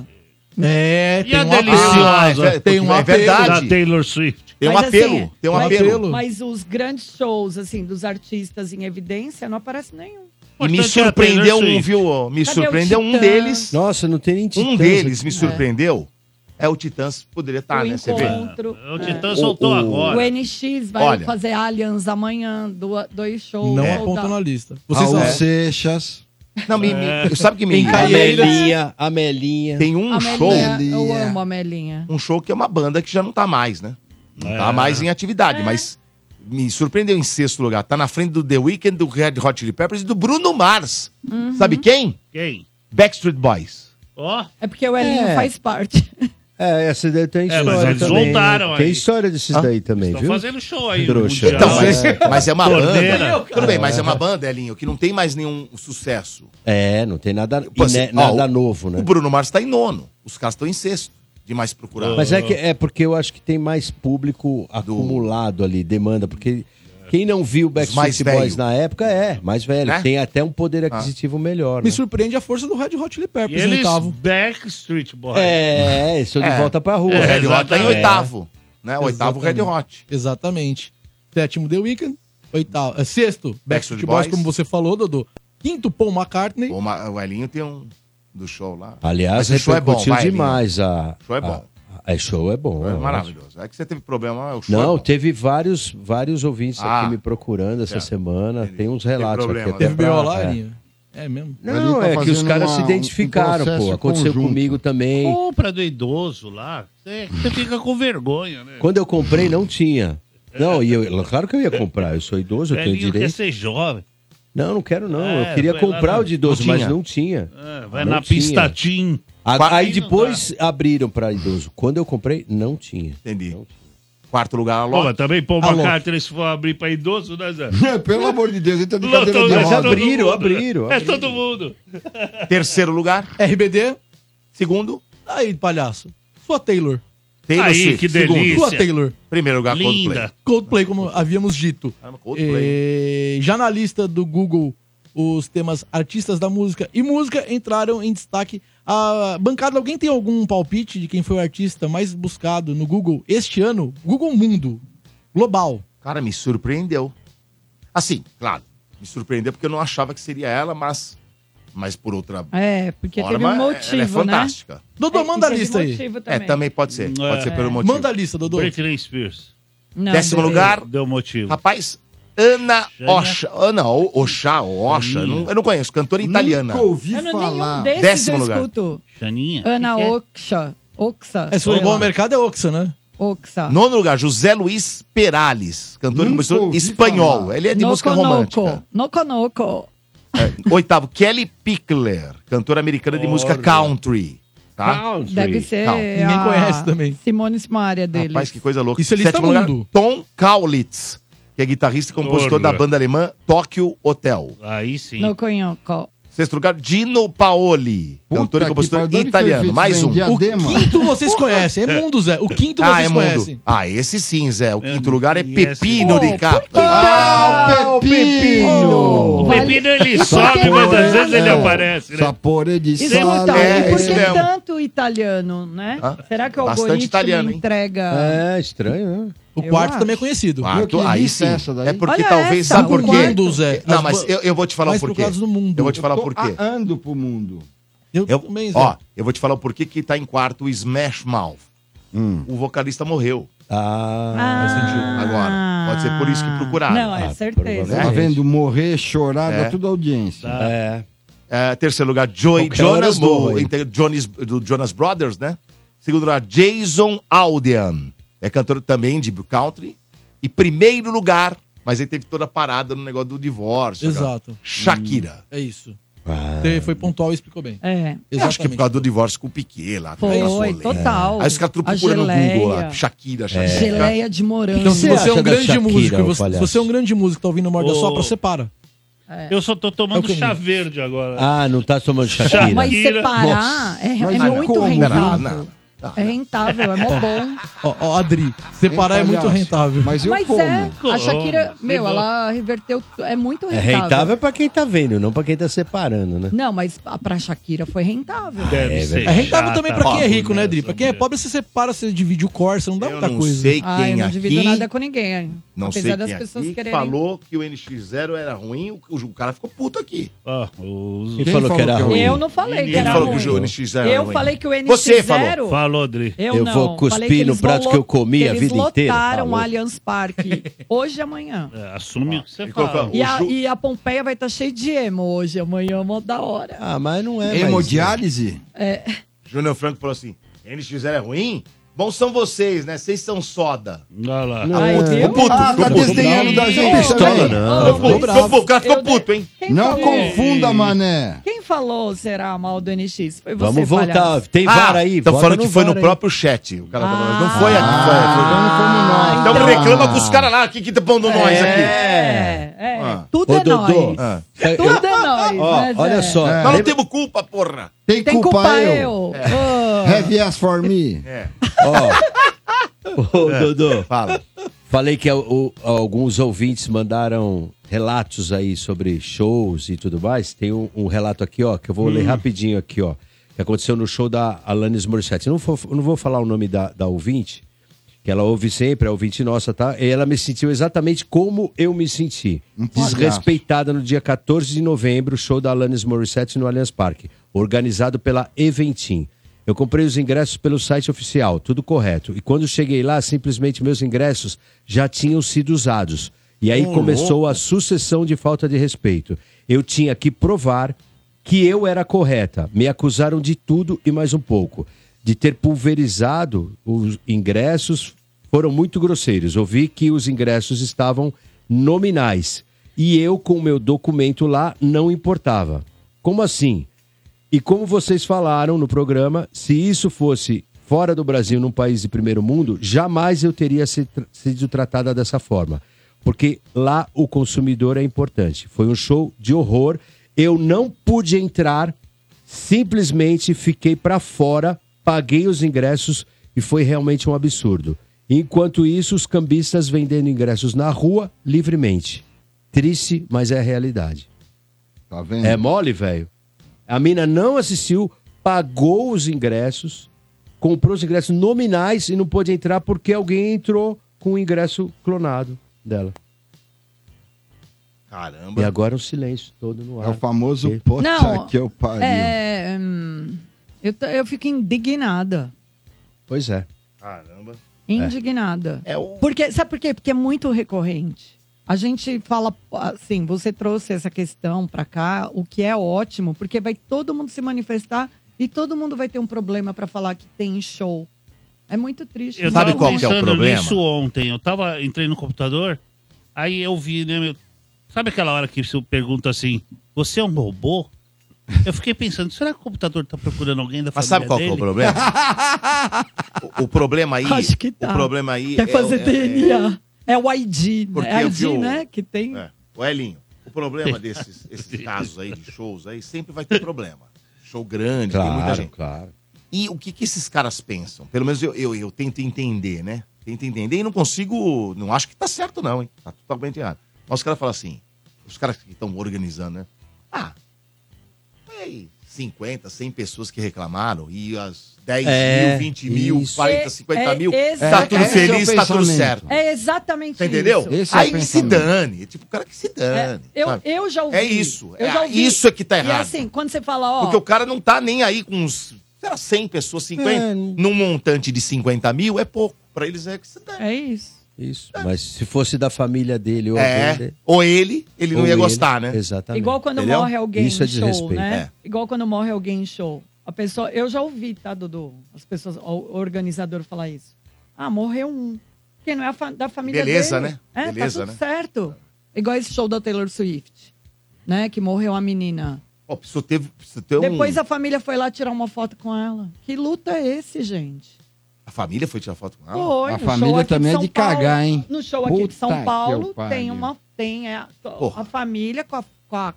É, E a Ah, é deliciosa ver- tem um é apelo verdade. da Taylor Swift. Tem um Mas, apelo. assim, tem um mas- apelo. Mas os grandes shows, assim, dos artistas em evidência, não aparece nenhum. E me Importante é a surpreendeu Taylor um, Swift. viu? Me Cadê o surpreendeu um Titãs? deles. Nossa, não tem nem Um Titãs deles aqui. me surpreendeu. É, o Titãs poderia estar, O né? Você vê. É. encontro. O Titã soltou agora. O NX vai Olha. fazer Allianz amanhã, do- dois shows. Não Ou aponta da- na lista. Vocês são- Seixas. Não, me, É. me, *laughs* sabe que me Em irrita? Amelinha, Amelinha. Tem um Amelinha, show. Eu amo a Melinha. Um show que é uma banda que já não tá mais, né? Não tá É. mais em atividade, mas me surpreendeu em sexto lugar. Tá na frente do The Weeknd, do Red Hot Chili Peppers e do Bruno Mars. Sabe quem? Quem? Backstreet Boys. É porque o Elinho É. faz parte. É, essa daí tem É, história mas eles também, né? voltaram Tem aí. história desses Hã? daí também, Estão viu? fazendo show aí, Trouxa. mundial. Ah. né? Então, mas, É. mas é uma Torneira. banda. Tudo bem, mas é uma banda, Elinho, que não tem mais nenhum sucesso. É, não tem nada, Pô, ine- assim, ó, nada o- novo, né? O Bruno Mars tá em nono. Os caras estão em sexto. De mais procurado. Mas é, que, é porque eu acho que tem mais público acumulado ali, demanda, porque quem não viu mais Backstreet velho. Boys na época é mais velho, Né? tem até um poder aquisitivo melhor. Me né? surpreende a força do Red Hot Chili E Peppers em eles oitavo. Backstreet Boys. É, isso de É. volta pra rua. É, Red Hot tá em exatamente. oitavo. Né? Oitavo Red Hot. Exatamente. Sétimo, The Weeknd. Oitavo, é, sexto, Backstreet Backstreet Boys, Boys. como você falou, Dodô. Quinto, Paul McCartney. O, Ma- o Elinho tem um do show lá. Aliás, Mas o show é bom, repercutiu vai, Elinho. demais a. Show é a- bom. a- é show é bom. É eu acho. maravilhoso. É que você teve problema, o show é Não, bom. teve vários, vários ouvintes Ah, aqui me procurando essa certo. semana. Tem uns relatos problema, aqui. né? até Teve pra- BO lá, é. Elinho? É mesmo? Não, Ele tá é que os fazendo caras uma- se um identificaram, pô. processo Aconteceu conjunto. comigo também. Compra do idoso lá. Você você fica com vergonha, né? Quando eu comprei, não tinha. Não, e eu, claro que eu ia comprar. Eu sou idoso, eu tenho Velhinho quer direito. ser jovem. Não, não quero não. É, eu queria vai lá comprar no- o de idoso, não mas tinha. não tinha. É, vai Não na tinha. pista Tim. A- Quarto- aí depois abriram pra idoso. Quando eu comprei, não tinha. Entendi. Quarto lugar, Pô, mas também pô uma Alô. carta eles for abrir pra idoso, né, Zé? Pelo amor de Deus, ele tá de Lotou, cadeira mas de é roda. todo mundo, né? É abriram. todo mundo. Terceiro lugar. RBD. Segundo. Aí, palhaço. Sua Taylor. Taylor Aí, Swift, que segundo. delícia. Sua Taylor. Primeiro lugar, Ah, Linda. Coldplay, como havíamos dito. Eh, já na lista do Google, os temas artistas da música e música entraram em destaque. A bancada, alguém tem algum palpite de quem foi o artista mais buscado no Google este ano? Google Mundo. Global. Cara, me surpreendeu. Assim, claro, me surpreendeu porque eu não achava que seria ela, mas, mas por outra É, porque teve forma, um ela é motivo, né? fantástica. Dodô, É, manda a e teve lista aí. motivo É, também pode ser. Pode ser pelo motivo. Manda a lista, Dodô. Britney Spears. Não, Décimo deu- lugar. Deu motivo. Rapaz, Ana Ocha. Ana O- Ocha, ou Ocha. não- eu não conheço, cantora italiana. Eu não- nenhum desses Décimo eu lugar. escuto. Xaninha? Ana Que que é? Oxa. Oxa. É, se for sei igual lá. ao mercado- Cadê Oxa, né? Oxa. Nono lugar, José Luiz Perales, cantor e Nunca compositor ouvi espanhol. Ele é de Noco, música noco. romântica. Noco, noco. É, Oitavo, Kelly Pickler, cantora americana de música country. Tá? Country. Deve ser. Country. a Simone é Simaria dele. Rapaz, que coisa louca. Isso é lista Sétimo lugar, mundo. Tom Kaulitz, que é guitarrista e compositor Orla. da banda alemã Tokyo Hotel. Aí sim. Noco, noco. Sexto lugar, Dino Paoli, cantor e compositor barbaridade, italiano. perfeito, Mais um. vem, diadema. O Quinto vocês conhecem. É Mundo, Zé. O quinto ah, vocês é mundo. conhecem. Ah, esse sim, Zé. O quinto lugar é Pepino Pô, de Capa. Ah, o Pepino! O Pepino ele sobe, mas às vezes ele aparece, né? Sapore de E é por, sal. tal, e por que esse mesmo. tanto italiano, né? Hã? Será que o Bastante algoritmo italiano, hein? entrega... É, estranho, né? O Eu quarto acho. também é conhecido. Ah, tu- Meu, que aí lista sim. é essa daí? É porque Olha talvez, essa, sabe por o quê? mundo, Zé. Não, As mas ba- eu, eu vou te falar o mais porquê. procuradas no mundo. Eu vou te falar Tô o porquê. Ando pro mundo. Eu, também, Zé. Ó, eu vou te falar o porquê que tá em quarto o Smash Mouth. Hum. O vocalista morreu. Ah, faz sentido. Agora, pode ser por isso que procuraram. Ah, Não, é certeza. Tá vendo? Morrer, chorar, É. dá tudo audiência. É. É, terceiro lugar, Joey Qualquer hora eu Jonas, estou, do, hein? inte- Jones- do Jonas Brothers, né? Segundo lugar, Jason Aldean. É cantor também de country. E primeiro lugar, mas ele teve toda a parada no negócio do divórcio. Exato. aquela- Shakira. É isso. Ah. Você Foi pontual e explicou bem. É. Eu acho que por causa do divórcio com o Piquet lá. Foi, aquela solene. total. Aí os caras tudo A procurando no geleia. Google lá. É. Shakira, Shakira. Geleia de morango. Então, se Você você é acha um da grande Shakira, músico, ô e você, se palhaço? você é um grande músico, tá ouvindo o Morda Ô. Sopra, você para. Eu só tô É o que tomando eu- chá verde agora. Ah, não tá tomando Shakira. Mas separar Nossa. é, é Mas muito como? rentável. Não, não, Tá. É rentável, é mó bom. Ó, ó, Adri, separar é Hein, muito palhaço? rentável. Mas Mas é, a Shakira, meu, ela reverteu, é muito É rentável. rentável pra quem tá vendo, não pra quem tá separando, né? Não, mas a- pra Shakira foi rentável. Deve É ser. É rentável também pra quem é Pobre, rico, né, Adri? Pra quem é pobre, você separa, você divide o corte, você não dá muita não coisa. sei Ah, eu não divido nada com ninguém. Não Apesar sei das quem pessoas aqui quererem- falou que o NX0 era ruim, o, o cara ficou puto aqui. Quem falou que era ruim? Eu não falei que Quem era falou ruim. que o NX0 era Eu ruim? falei que o NX0... Você falou. é Falou, Dri. Eu, Eu não. vou cuspir Falei que no eles prato vão que eu lo- comi a eles vida inteira, lotaram falou. o Allianz *laughs* Parque hoje e amanhã. É, Assume o que você colocou- fala. E a, e a Pompeia vai estar cheia de emo hoje, amanhã, mó da hora. Ah, mas não é Hemodiálise? É. Júnior Franco falou assim: NX0 é ruim? Bom são vocês, né? Vocês são soda. Olha lá. Ai, o puto, Ah, ficou puto. tá desdenhando da gente Ficou também. pistola, Ah, Não, ficou- ficou ficou bravo. puto, O cara ficou puto, hein? Não falou? confunda, mané. Quem falou, será, mal do NX? Foi você, palhaço. Vamos voltar, tem Ah, VAR aí, tão volta falando no que foi VAR no aí. próprio chat. O cara falou, mas Ah. não foi aqui, foi aqui. Então reclama com os caras lá que que estão dando nós aqui. É, é. Ah. Tudo é nóis. Ah. Tudo é nóis. Ó, mas olha é. só. Nós não temos culpa, porra. Tem, Tem culpa, eu. Ah. É. Have yes for me. É. Ô, Dodô. Fala. É. Falei que é o- o- alguns ouvintes mandaram relatos aí sobre shows e tudo mais. Tem um, um relato aqui, ó, que eu vou ler Hum. rapidinho aqui, ó. Que aconteceu no show da Alanis Morissette. Eu não vou, eu não vou falar o nome da, da ouvinte, que ela ouve sempre, é ouvinte nossa, tá? E ela me sentiu exatamente como eu me senti. palhaço. Desrespeitada no dia 14 de novembro, show da Alanis Morissette no Allianz Parque, organizado pela Eventim. Eu comprei os ingressos pelo site oficial, tudo correto. E quando cheguei lá, simplesmente meus ingressos já tinham sido usados. E aí Ô, começou a sucessão de falta de respeito. Eu tinha que provar que eu era correta. Me acusaram de tudo e mais um pouco. De ter pulverizado os ingressos, foram muito grosseiros. Ouvi que os ingressos estavam nominais. E eu, com o meu documento lá, não importava. Como assim? E como vocês falaram no programa, se isso fosse fora do Brasil, num país de primeiro mundo, jamais eu teria se- sido tratada dessa forma. Porque lá o consumidor é importante. Foi um show de horror. Eu não pude entrar, simplesmente fiquei para fora, paguei os ingressos e foi realmente um absurdo. Enquanto isso, os cambistas vendendo ingressos na rua livremente. Triste, mas é a realidade. Tá vendo? É mole, velho. A mina não assistiu, pagou os ingressos, comprou os ingressos nominais e não pôde entrar porque alguém entrou com o ingresso clonado dela. Caramba. E agora um silêncio todo no ar. É o famoso puta Não, que eu pariu. É, hum, eu, tô- eu fico indignada. Pois é. Caramba. Indignada. É o- Porque, sabe por quê? Porque é muito recorrente. A gente fala assim, você trouxe essa questão pra cá, o que é ótimo, porque vai todo mundo se manifestar e todo mundo vai ter um problema pra falar que tem show. É muito triste. Eu né? tava é pensando nisso ontem. Eu tava, entrei no computador, aí eu vi, né, meu... Sabe aquela hora que você pergunta assim, você é um robô? Eu fiquei pensando, será que o computador tá procurando alguém da Mas sabe família qual que é o dele? problema? *laughs* o, o problema aí. Acho que tá. O problema aí. Quer fazer é- é- DNA. É, o ID, né? Porque É eu ID, vi o- né? Que tem. É. O Elinho, o problema desses esses casos aí de shows aí sempre vai ter problema. Show grande, tem muita gente. claro. E o que, que esses caras pensam? Pelo menos eu, eu, eu tento entender, né? Tento entender e não consigo. Não acho que tá certo, não, hein? Tá totalmente errado. Mas os caras falam assim, os caras que estão organizando, né? Ah, põe aí 50, 100 pessoas que reclamaram e as 10 É, mil, 20 mil, isso. 40, 50 É, mil, é tá tudo exatamente- feliz, tá tudo certo. É exatamente Você entendeu? isso. Aí que se dane. Tipo, o cara que se É, dane. eu, sabe? eu já ouvi. É isso. Eu É, já ouvi. Isso é que tá errado. E assim, quando você fala, ó. Porque o cara não tá nem aí com uns sei lá, 100 pessoas, 50. É, Num montante de 50 mil é pouco. Pra eles é que se dane. É isso. Isso. Mas se fosse da família dele ou É, alguém dele- ou ele, ele não Ou ia ele, gostar, né? Exatamente. Igual quando Entendeu? morre alguém Isso é em show, desrespeito. né? É. Igual quando morre alguém em show. A pessoa, eu já ouvi, tá, Dudu? As pessoas, o organizador falar isso. Ah, morreu um. Porque não é a fa- da família Beleza, dele. né? É, Beleza, tá tudo né? certo. Igual esse show da Taylor Swift, né? Que morreu a menina. Ó, precisou ter, precisou ter um- Depois a família foi lá tirar uma foto com ela. Que luta é esse, gente? A família foi tirar foto com ela? Foi, no show aqui é é São Paulo- No show aqui de São Paulo, tem uma. Tem a, Porra. a família com a, com a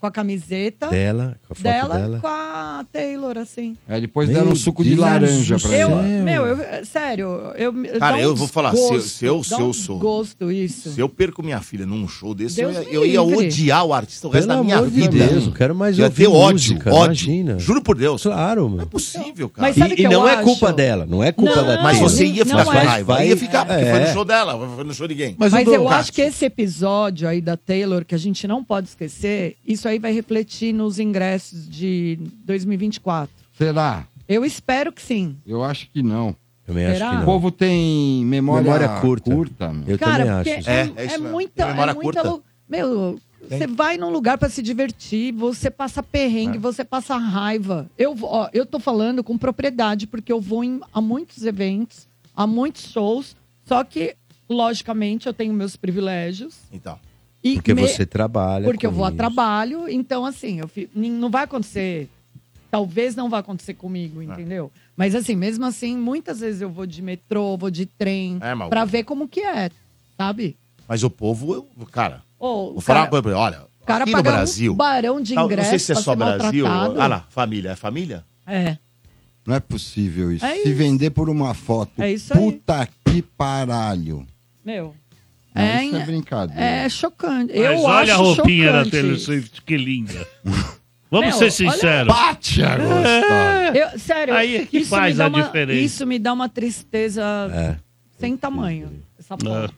com a camiseta Dela, com a foto dela. com a Taylor, assim. Aí depois deram um suco de laranja pra eu, ele. Meu, eu, é, sério, eu me- É. Cara, dá um eu vou falar, se eu- se eu- desgosto, se eu dá um sou- Gosto isso. Se eu perco minha filha num show desse, Deus eu, ia- me eu ia livre. odiar o artista o resto Pelo da minha amor de vida. Deus, não quero mais eu ia ouvir ter ódio, música, ódio. imagina. Juro por Deus. Claro, mano. Não é possível, cara. Mas sabe E- que e eu não é acho? culpa dela, não é culpa da Mas Taylor. você ia Não ficar com é. raiva, ia ficar, porque foi no É. show dela, foi no show de ninguém. Mas, eu um acho que esse episódio aí da Taylor, que a gente não pode esquecer, isso aí vai refletir nos ingressos de 2024. Será? Eu espero que sim. Eu acho que não. Também acho Será? que não. O povo tem memória, Memória curta. meu. Eu Cara, também porque acho. é, é, muita. É muita lou- Meu, você vai num lugar pra se divertir, você passa perrengue, É. você passa raiva. Eu, vou- ó, eu tô falando com propriedade, porque eu vou em, a muitos eventos, a muitos shows, só que, logicamente, eu tenho meus privilégios. Então. E Porque me- você trabalha. Porque eu com vou a isso. trabalho, então assim, eu fi- nin- não vai acontecer. Talvez não vá acontecer comigo, entendeu? Mas assim, mesmo assim, muitas vezes eu vou de metrô, vou de trem, É, mas- pra ver como que é, sabe? Mas o povo, eu- cara, Ô, vou o falar cara, uma coisa pra você, olha, o cara aqui no pagar um Brasil... barão de tal- Não sei ingresso se é pra só ser Brasil, maltratado. ah lá, família, é família? É. Não é possível isso. É Se isso. vender por uma foto. É isso aí. Puta que paralho. Meu. Não, É, isso é brincadeira. É chocante. Mas eu olha a acho roupinha chocante. da Taylor Swift, *laughs* que linda. Vamos Meu, ser sinceros. olha- Bate Eu- sério, Aí é que isso faz me dá a uma- diferença. Isso me dá uma tristeza É. sem tamanho. Essa porra.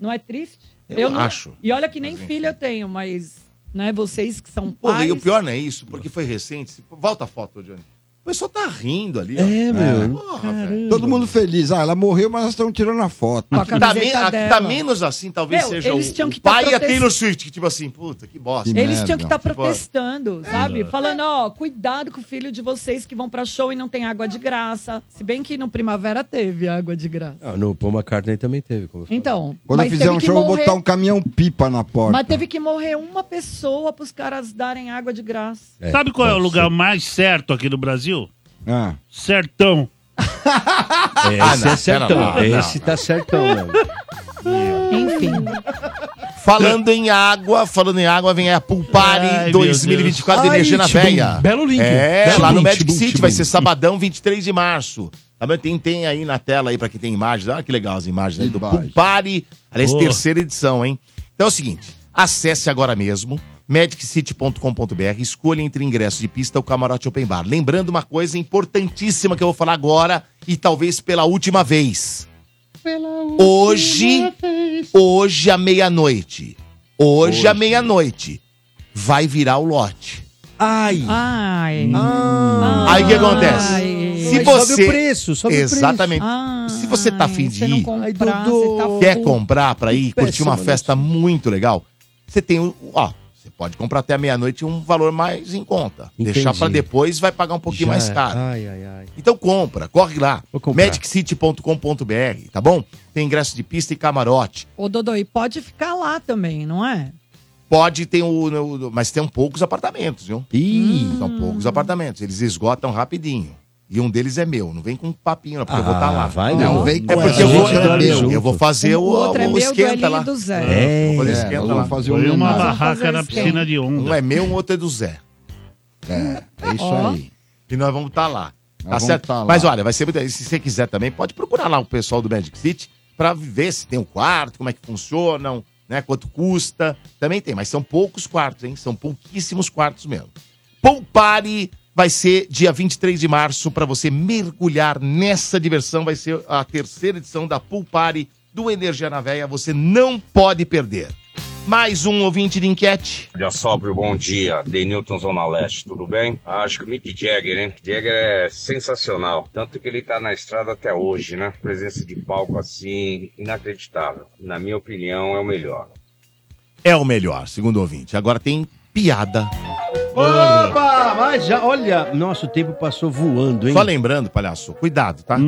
Não é triste? Eu não- acho. E olha que nem Mas, enfim. filho eu tenho, mas né, vocês que são Porra, pais. e o pior não é isso, porque foi recente. Volta a foto, Johnny. O pessoal tá rindo ali. ó. É, meu. Porra, velho. Todo mundo feliz. Ah, ela morreu, mas nós estamos tirando a foto. Tá, men- a- tá menos assim, talvez Meu, seja o, eles tinham o que tá pai e a protest- Taylor Swift, que tipo assim, puta, que bosta. Eles tinham que tá estar Tipo, protestando, sabe? É. Falando, ó, cuidado com o filho de vocês que vão pra show e não tem água de graça. Se bem que no Primavera teve água de graça. Ah, no Paul McCartney também teve. Como eu falei. Então, Quando eu mas fizer teve um que show, eu vou morrer- botar um caminhão pipa na porta. Mas teve que morrer uma pessoa pros caras darem água de graça. Sabe qual é o lugar mais certo aqui no Brasil? Ah. Sertão. Esse é certão. pera lá, não, Esse tá certão, mano. Enfim. Falando em água, falando em água, vem a Pulpari Ai, meu 2024 de Deus. Energia na Ai, tibum, Veia. belo link. É, Belo lá no link, Magic tibum, City tibum. vai ser sabadão, 23 de março. Também tem, tem aí na tela aí pra quem tem imagens. Olha que legal as imagens aí do Pulpari. Aliás, Oh. Boa. terceira edição, hein? Então é o seguinte, acesse agora mesmo magiccity.com.br, escolha entre ingresso de pista ou camarote open bar. Lembrando uma coisa importantíssima que eu vou falar agora e talvez pela última vez. Hoje, hoje à meia-noite. Hoje, à meia-noite. Vai virar o lote. Ai. Ai. Hum. Aí o que acontece? Se Mas você... sobe o preço, sobe o preço. Ah, Exatamente. Se você tá afim de ir, Comprar, você tá quer full. comprar pra ir curtir péssima uma festa muito legal, você tem o... Ó, você pode comprar até a meia-noite um valor mais em conta. Entendi. Deixar pra depois vai pagar um pouquinho Já mais é. caro. Ai, ai, ai. Então compra, corre lá. Mediccity.com.br, tá bom? Tem ingresso de pista e camarote. Ô, Dodô, e pode ficar lá também, não é? Pode ter o, o- o- Mas tem poucos apartamentos, viu? Ih. São poucos apartamentos. Eles esgotam rapidinho. E um deles é meu. Não vem com papinho, não, porque eu vou estar Ah, lá. vai não. Não vem com é a porque eu vou, gente, é é meu. junto. Eu vou fazer o, O outro é o meu, do esquenta Elinho lá. do Zé. É. vou fazer É, esquenta nós lá. vamos fazer um Põe uma homenagem. barraca na piscina de onda. Um é meu, um outro é do Zé. É, é isso Ó. aí. E nós vamos estar lá. Tá vamos certo? tá lá. Mas olha, vai ser muito. Se você quiser também, pode procurar lá o pessoal do Magic City pra ver se tem um quarto, como é que funcionam, né? Quanto custa. Também tem, mas são poucos quartos, hein? São pouquíssimos quartos mesmo. Poupare vai ser dia 23 de março pra você mergulhar nessa diversão. Vai ser a terceira edição da Poupare do Energia na Véia. Você não pode perder. Mais um ouvinte de enquete. Olha só, bom dia. Denilton Zona Leste, tudo bem? Acho que o Mick Jagger, hein? Jagger é sensacional. Tanto que ele tá na estrada até hoje, né? Presença de palco assim, inacreditável. Na minha opinião, é o melhor. É o melhor, segundo o ouvinte. Agora tem piada. Opa, mas já, olha. Nossa, o tempo passou voando, hein? Hum. Só lembrando, palhaço, cuidado, tá?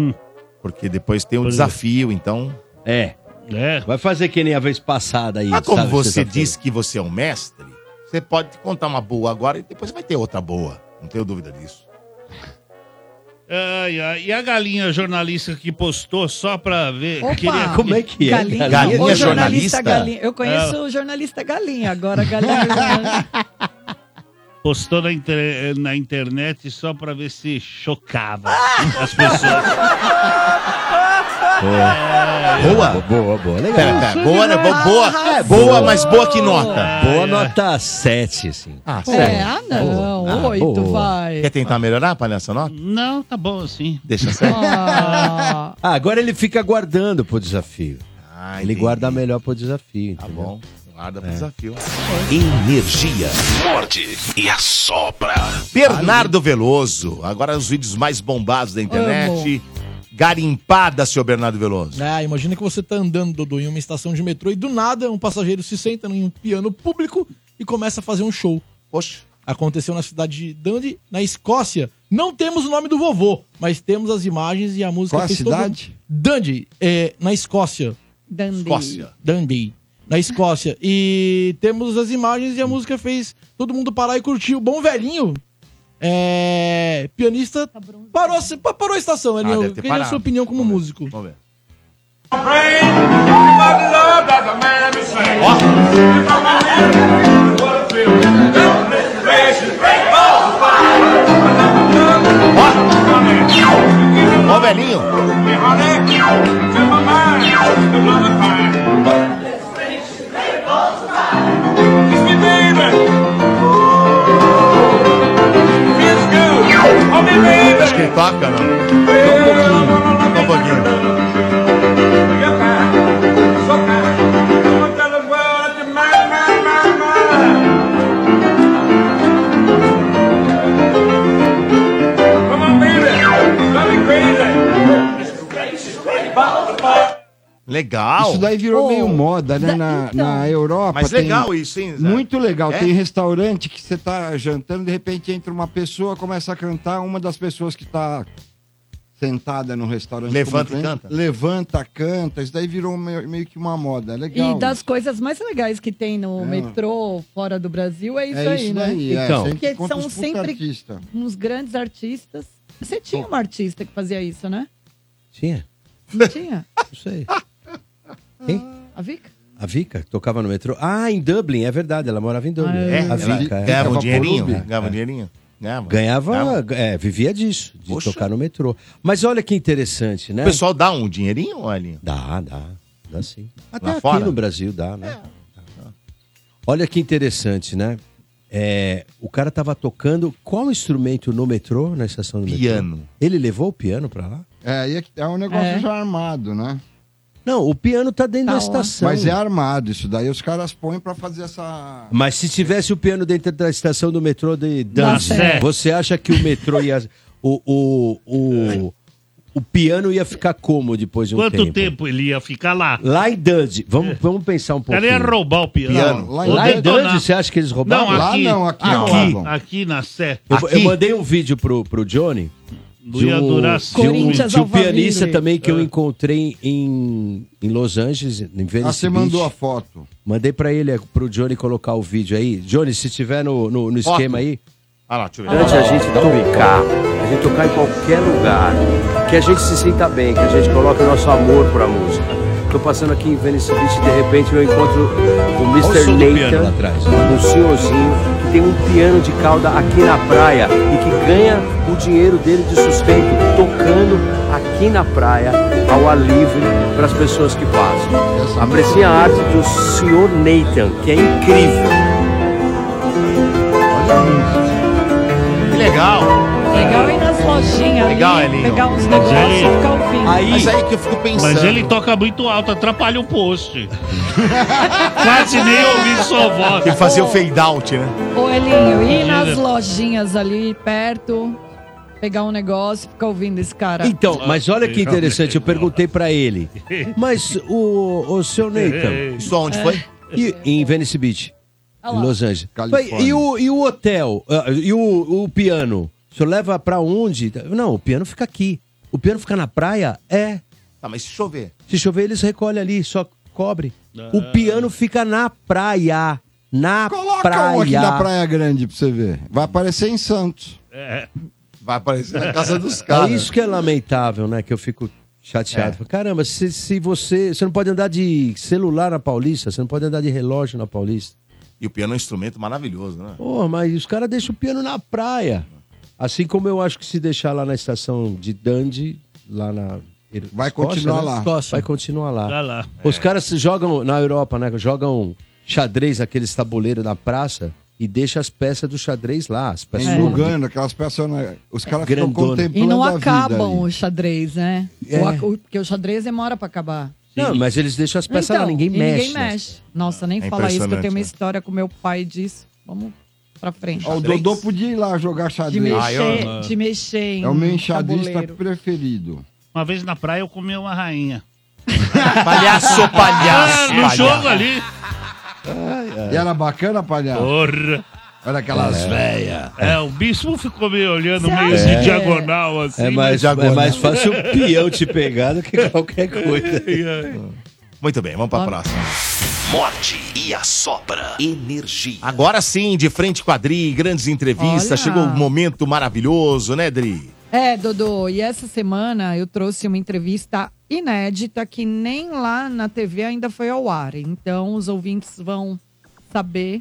Porque depois tem um desafio, então. É. É. Vai fazer que nem a vez passada aí. Mas Ah, como sabe, você sexta-feira. disse que você é um mestre, você pode contar uma boa agora e depois vai ter outra boa. Não tenho dúvida disso. Ai, ai. E a galinha jornalista que postou só pra ver. Opa! Como é que é? Galinha, Galinha Ô, jornalista? Ah. *laughs* galinha. Eu conheço o jornalista galinha, agora galinha. postou na, inter- na internet só pra ver se chocava as pessoas. *laughs* É, Boa? Boa, boa. Legal. Pera, pera, boa, né? Bo- boa, Arrasou. boa, mas boa que nota. Boa nota 7, assim. Ah, É, ah não, Ah, oito, boa. vai. Quer tentar melhorar para essa nota? Não, tá bom assim. Deixa certo. Ah, agora ele fica guardando pro desafio. Ah, ele guarda melhor pro desafio. Tá bom. Guarda pro desafio. Energia. Morde e assopra. Bernardo Veloso, agora os vídeos mais bombados da internet. Garimpada, seu Bernardo Veloso. Ah, imagina que você tá andando, Dodô, em uma estação de metrô e do nada um passageiro se senta em um piano público e começa a fazer um show. Poxa. Aconteceu na cidade de Dundee, na Escócia. Não temos o nome do vovô, mas temos as imagens e a música. Qual a fez todo- cidade? Dundee, é, na Escócia. Dundee. Escócia. Dundee. Na Escócia. E temos as imagens e a música fez todo mundo parar e curtir. O bom velhinho. É, pianista parou, pa- parou a estação. Ele, Ah, deve eu ter queria a parado. sua opinião como músico. Vamos ver. Ó, velhinho. Acho que ele toca, não. Só um pouquinho. Só um pouquinho. Legal. Isso daí virou meio moda, né? Na, então. na Europa. Mas tem- legal isso, hein, Zé? Muito legal. É? Tem restaurante que você tá jantando, de repente entra uma pessoa, começa a cantar, uma das pessoas que tá sentada no restaurante. Levanta como e cliente, canta. Levanta, canta. Isso daí virou meio, meio que uma moda. É Legal. E das coisas mais legais que tem no É. metrô, fora do Brasil, é isso É aí, isso né? daí, é. Então. Sempre Porque conta são os puta sempre artista. uns grandes artistas. Você tinha uma artista que fazia isso, né? Tinha? Não tinha? Não sei. Quem? A Vika? A Vika tocava no metrô. Ah, em Dublin, é verdade. Ela morava em Dublin. Ah, É, A ela Vika. é. ganhava um Tocava dinheirinho. Columbia. Ganhava um dinheirinho. Ganhava. Ganhava, é, vivia disso, de tocar no metrô. Mas olha que interessante, né? O pessoal dá um dinheirinho, olha. Dá, dá. Dá sim. Até Lá aqui fora? É. no Brasil dá, né? Dá. Olha que interessante, né? É, o cara tava tocando qual instrumento no metrô, na estação do metrô? Piano. Ele levou o piano pra lá? É, aí é, que- é um negócio É. já armado, né? Não, o piano tá dentro da estação. Mas é armado isso daí. Os caras põem pra fazer essa. Mas se tivesse o piano dentro da estação do metrô de Dança, Tá certo. você acha que o metrô ia. O, o, o, o piano ia ficar como depois de um Quanto tempo? tempo. ele ia ficar lá? Lá em Dundee, vamos, vamos pensar um O cara pouquinho. ia roubar o piano. Piano. Lá, Ou em detonar. Dundee, você acha que eles roubaram? Não, é aqui. aqui. Aqui, aqui na Sé. Eu, eu mandei um vídeo pro, pro Johnny. Não ia durar de um, Corinthians de um Alphaville. pianista também que eu É. encontrei em, em Los Angeles, em Venice Ah, você Beach. mandou a foto. Mandei pra ele, é, pro Johnny colocar o vídeo aí. Johnny, se tiver no, no, no esquema aí. Ah lá, deixa eu Importante a gente tocar, a gente tocar em qualquer lugar, que a gente se sinta bem, que a gente coloque o nosso amor pra música. Tô passando aqui em Venice Beach e de repente eu encontro o Olha o som Mr. do piano lá Nathan, atrás. um senhorzinho que tem um piano de cauda aqui na praia e que ganha o dinheiro dele de sustento tocando aqui na praia, ao ar livre, para as pessoas que passam. Apreciem a é arte do senhor Nathan, que é incrível. Que legal. Legal ir nas lojinhas Legal, ali, Elinho. pegar uns negócios e ficar ouvindo. Mas aí que eu fico pensando. Mas ele toca muito alto, atrapalha o poste. Quase nem ouvi sua voz. Tem que fazer o fade out, né? Ô, Elinho, ir Imagina. nas lojinhas ali perto, pegar um negócio e ficar ouvindo esse cara. Então, mas olha que interessante, eu perguntei pra ele. Mas o, o seu Nathan. Isso aonde foi? E, em Venice Beach, em Los Angeles. É. Califórnia. Mas E o, e o hotel? Ah, E o, o piano? O senhor leva pra onde? Não, o piano fica aqui. O piano fica na praia? É. Tá, mas se chover. Se chover, eles recolhem ali, só cobre. Ah. O piano fica na praia. Na Coloca um aqui praia. da Praia Grande pra você ver. Vai aparecer em Santos. Vai aparecer na casa dos *laughs* É caras. É. isso que é lamentável, né? Que eu fico chateado. Caramba, se, se você. Você não pode andar de celular na Paulista, você não pode andar de relógio na Paulista. E o piano é um instrumento maravilhoso, né? Pô, mas os caras deixam o piano na praia. Assim como eu acho que se deixar lá na estação de Dundee, lá na. Vai continuar lá. Vai continuar lá. Vai lá. É. Os caras se jogam na Europa, né? Jogam xadrez, aqueles tabuleiros na praça, e deixa as peças do xadrez lá. As peças Em do- Lugano, aquelas peças. né, Os caras ficam Grandona. contemplando. E não a vida acabam ali. o xadrez, né? É. O ac- o- porque o xadrez demora pra acabar. Não, mas eles deixam as peças lá, Então, ninguém e mexe. Ninguém né? mexe. Nossa, nem É fala isso, que eu impressionante, tenho uma né? história com meu pai disso. Vamos pra frente. Ó, o Dodô podia ir lá jogar De xadrez. mexer, Ah, de mexer em É o meu enxadrista tabuleiro. preferido. Uma vez na praia eu comi uma rainha. *laughs* Palhaço, palhaço, Ah, no palhaço. jogo ali. E era bacana, palhaço? Porra. Olha aquelas É. velhas. É, o bispo ficou meio olhando, meio acha de que é? diagonal, assim. É mais, é Diagonal. mais fácil o peão te pegar do que qualquer coisa. *laughs* É. Muito bem, vamos pra próxima. Morte e a sopra. Energia. Agora sim, de frente com a Dri, grandes entrevistas. Olha. Chegou o momento maravilhoso, né, Dri? É, Dodô, e essa semana eu trouxe uma entrevista inédita que nem lá na TV ainda foi ao ar. Então os ouvintes vão saber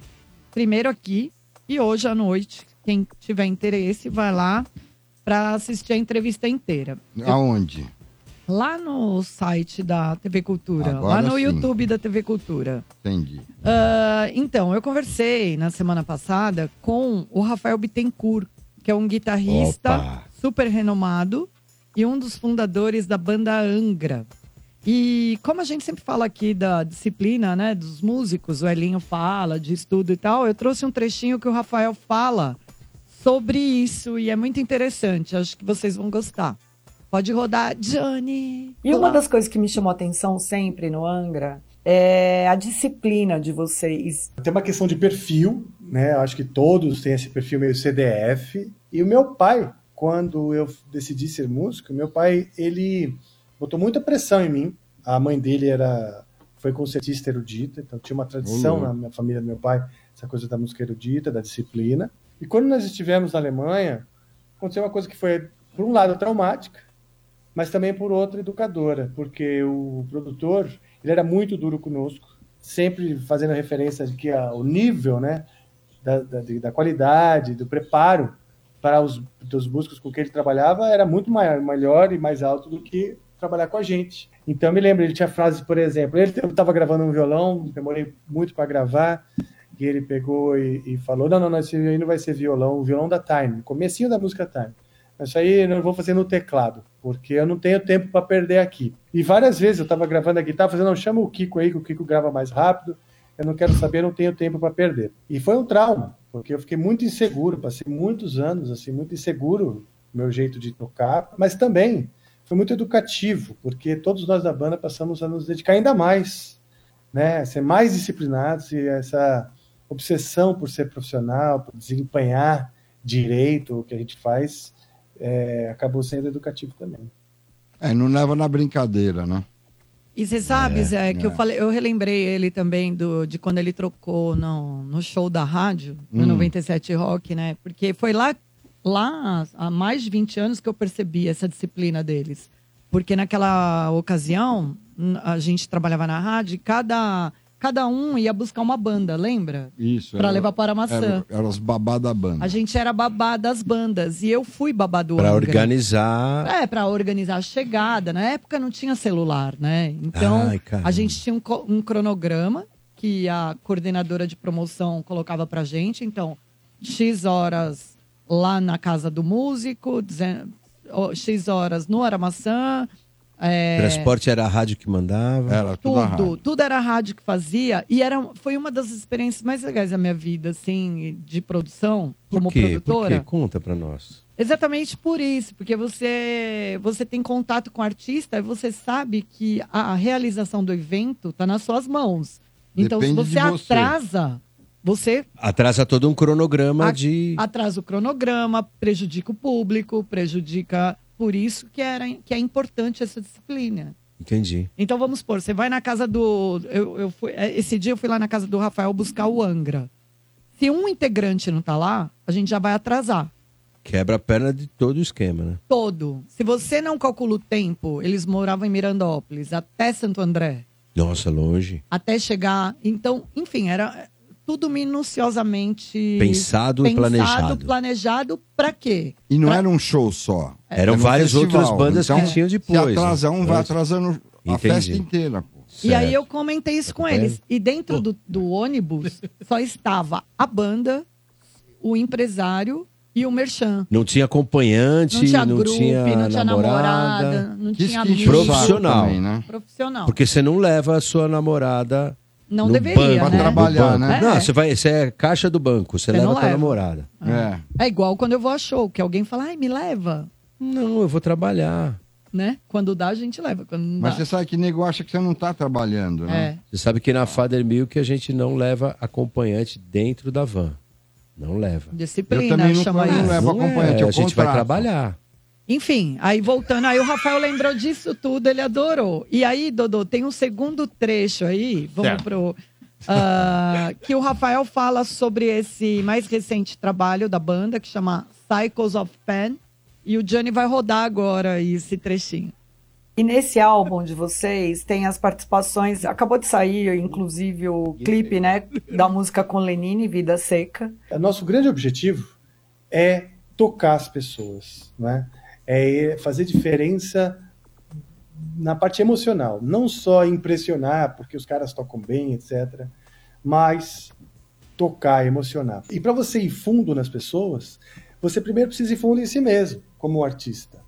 primeiro aqui e hoje à noite. Quem tiver interesse, vai lá para assistir a entrevista inteira. Aonde? Lá no site da TV Cultura, Agora lá no sim. É. YouTube da TV Cultura. Entendi. Ah, então, eu conversei na semana passada com o Rafael Bittencourt, que é um guitarrista super renomado e um dos fundadores da banda Angra. E como a gente sempre fala aqui da disciplina, né, dos músicos, o Elinho fala de estudo e tal, eu trouxe um trechinho que o Rafael fala sobre isso e é muito interessante, acho que vocês vão gostar. Pode rodar, Johnny. E uma das coisas que me chamou a atenção sempre no Angra é a disciplina de vocês. Tem uma questão de perfil, né? Eu Acho que todos têm esse perfil meio CDF. E o meu pai, quando eu decidi ser músico, meu pai ele botou muita pressão em mim. A mãe dele era foi concertista erudita, então tinha uma tradição Ô, louco. na minha família do meu pai, essa coisa da música erudita, da disciplina. E quando nós estivemos na Alemanha, aconteceu uma coisa que foi por um lado traumática, mas também por outra educadora, porque o produtor ele era muito duro conosco, sempre fazendo referência de que a, o nível, né, da, da, de- da qualidade, do preparo para os dos músicos com quem ele trabalhava era muito maior, melhor e mais alto do que trabalhar com a gente. Então eu me lembro, ele tinha frases, por exemplo, ele estava gravando um violão, demorei muito para gravar, e ele pegou e, e falou: não, não, não, esse aí não vai ser violão, o violão da Time, comecinho da música Time. Isso aí eu vou fazer no teclado, porque eu não tenho tempo para perder aqui. E várias vezes eu estava gravando a guitarra, fazendo, não, chama o Kiko aí, que o Kiko grava mais rápido, eu não quero saber, eu não tenho tempo para perder. E foi um trauma, porque eu fiquei muito inseguro, passei muitos anos assim, muito inseguro no meu jeito de tocar, mas também foi muito educativo, porque todos nós da banda passamos a nos dedicar ainda mais né, ser mais disciplinados e essa obsessão por ser profissional, por desempenhar direito o que a gente faz, é, acabou sendo educativo também. É, não leva na brincadeira, né? E você sabe, É, Zé, que eu é. falei, eu relembrei ele também do, de quando ele trocou no, no show da rádio, no Hum. 97 Rock, né? Porque foi lá, lá há mais de 20 anos que eu percebi essa disciplina deles. Porque naquela ocasião, n- a gente trabalhava na rádio e cada, cada um ia buscar uma banda, lembra? Isso. Pra era- levar para a maçã. Era, era os babá da banda. A gente era babá das bandas e eu fui babá do Pra Angra. organizar. É, para organizar a chegada. Na época não tinha celular, né? Então, Ai, caramba. a gente tinha um, co- um cronograma que a coordenadora de promoção colocava pra gente. Então, X horas lá na casa do músico, dezen- ó, X horas no Aramaçã. É, Transporte era a rádio que mandava. Era tudo, tudo era a rádio que fazia e era, foi uma das experiências mais legais da minha vida, assim, de produção, como Por quê? Por produtora. quê? Conta pra nós. Exatamente por isso, porque você você tem contato com o artista e você sabe que a a realização do evento está nas suas mãos. Então, Depende se de você você. atrasa, você Atrasa todo um cronograma a- de. atrasa o cronograma, prejudica o público, prejudica. Por isso que, era, que é importante essa disciplina. Entendi. Então vamos supor, você vai na casa do. Eu, eu fui, eh, esse dia eu fui lá na casa do Rafael buscar o Angra. Se um integrante não tá lá, a gente já vai atrasar. Quebra a perna de todo o esquema, né? todo. Se você não calcula o tempo, eles moravam em Mirandópolis, até Santo André, Nossa, longe. até chegar. Então, enfim, era tudo minuciosamente Pensado e planejado. planejado para quê? E não era um show só. Eram várias outras bandas que tinham depois, um então, Se atrasar um, né? vai atrasando a Entendi. festa inteira. pô. E aí eu comentei isso com Tá eles. vendo? E dentro do, do ônibus só estava a banda, o empresário e o merchan. Não tinha acompanhante, Não tinha não grupo, tinha não tinha namorada. namorada, não Que tinha esquisito. amigo. Profissional. Também, né? Profissional. Porque você não leva a sua namorada. Não no deveria, banco, né? no trabalhar, banco. né? Não, É. você, vai, você é caixa do banco, você, Você leva não a tua leva. namorada. É. É igual quando eu vou a show, que alguém fala, ai, me leva. Não, eu vou trabalhar. Né? Quando dá, a gente leva. Quando não Mas dá. você sabe que nego acha que você não tá trabalhando, né? É. Você sabe que na Father Milk a gente não leva acompanhante dentro da van. Não leva. Disciplina, Eu também não- chama não isso. levo acompanhante, é, eu a gente vai contrato. trabalhar. Enfim, aí voltando, aí o Rafael lembrou disso tudo, ele adorou. E aí, Dodô, tem um segundo trecho aí, vamos Certo. pro. ah, que o Rafael fala sobre esse mais recente trabalho da banda, que chama Cycles of Pen. E o Johnny vai rodar agora esse trechinho. E nesse álbum de vocês tem as participações. Acabou de sair, inclusive, o clipe, né? Da música com Lenine, Vida Seca. O É, nosso grande objetivo é tocar as pessoas, né? É fazer diferença na parte emocional, não só impressionar porque os caras tocam bem, etc, mas tocar, emocionar. E para você ir fundo nas pessoas, você primeiro precisa ir fundo em si mesmo, como artista,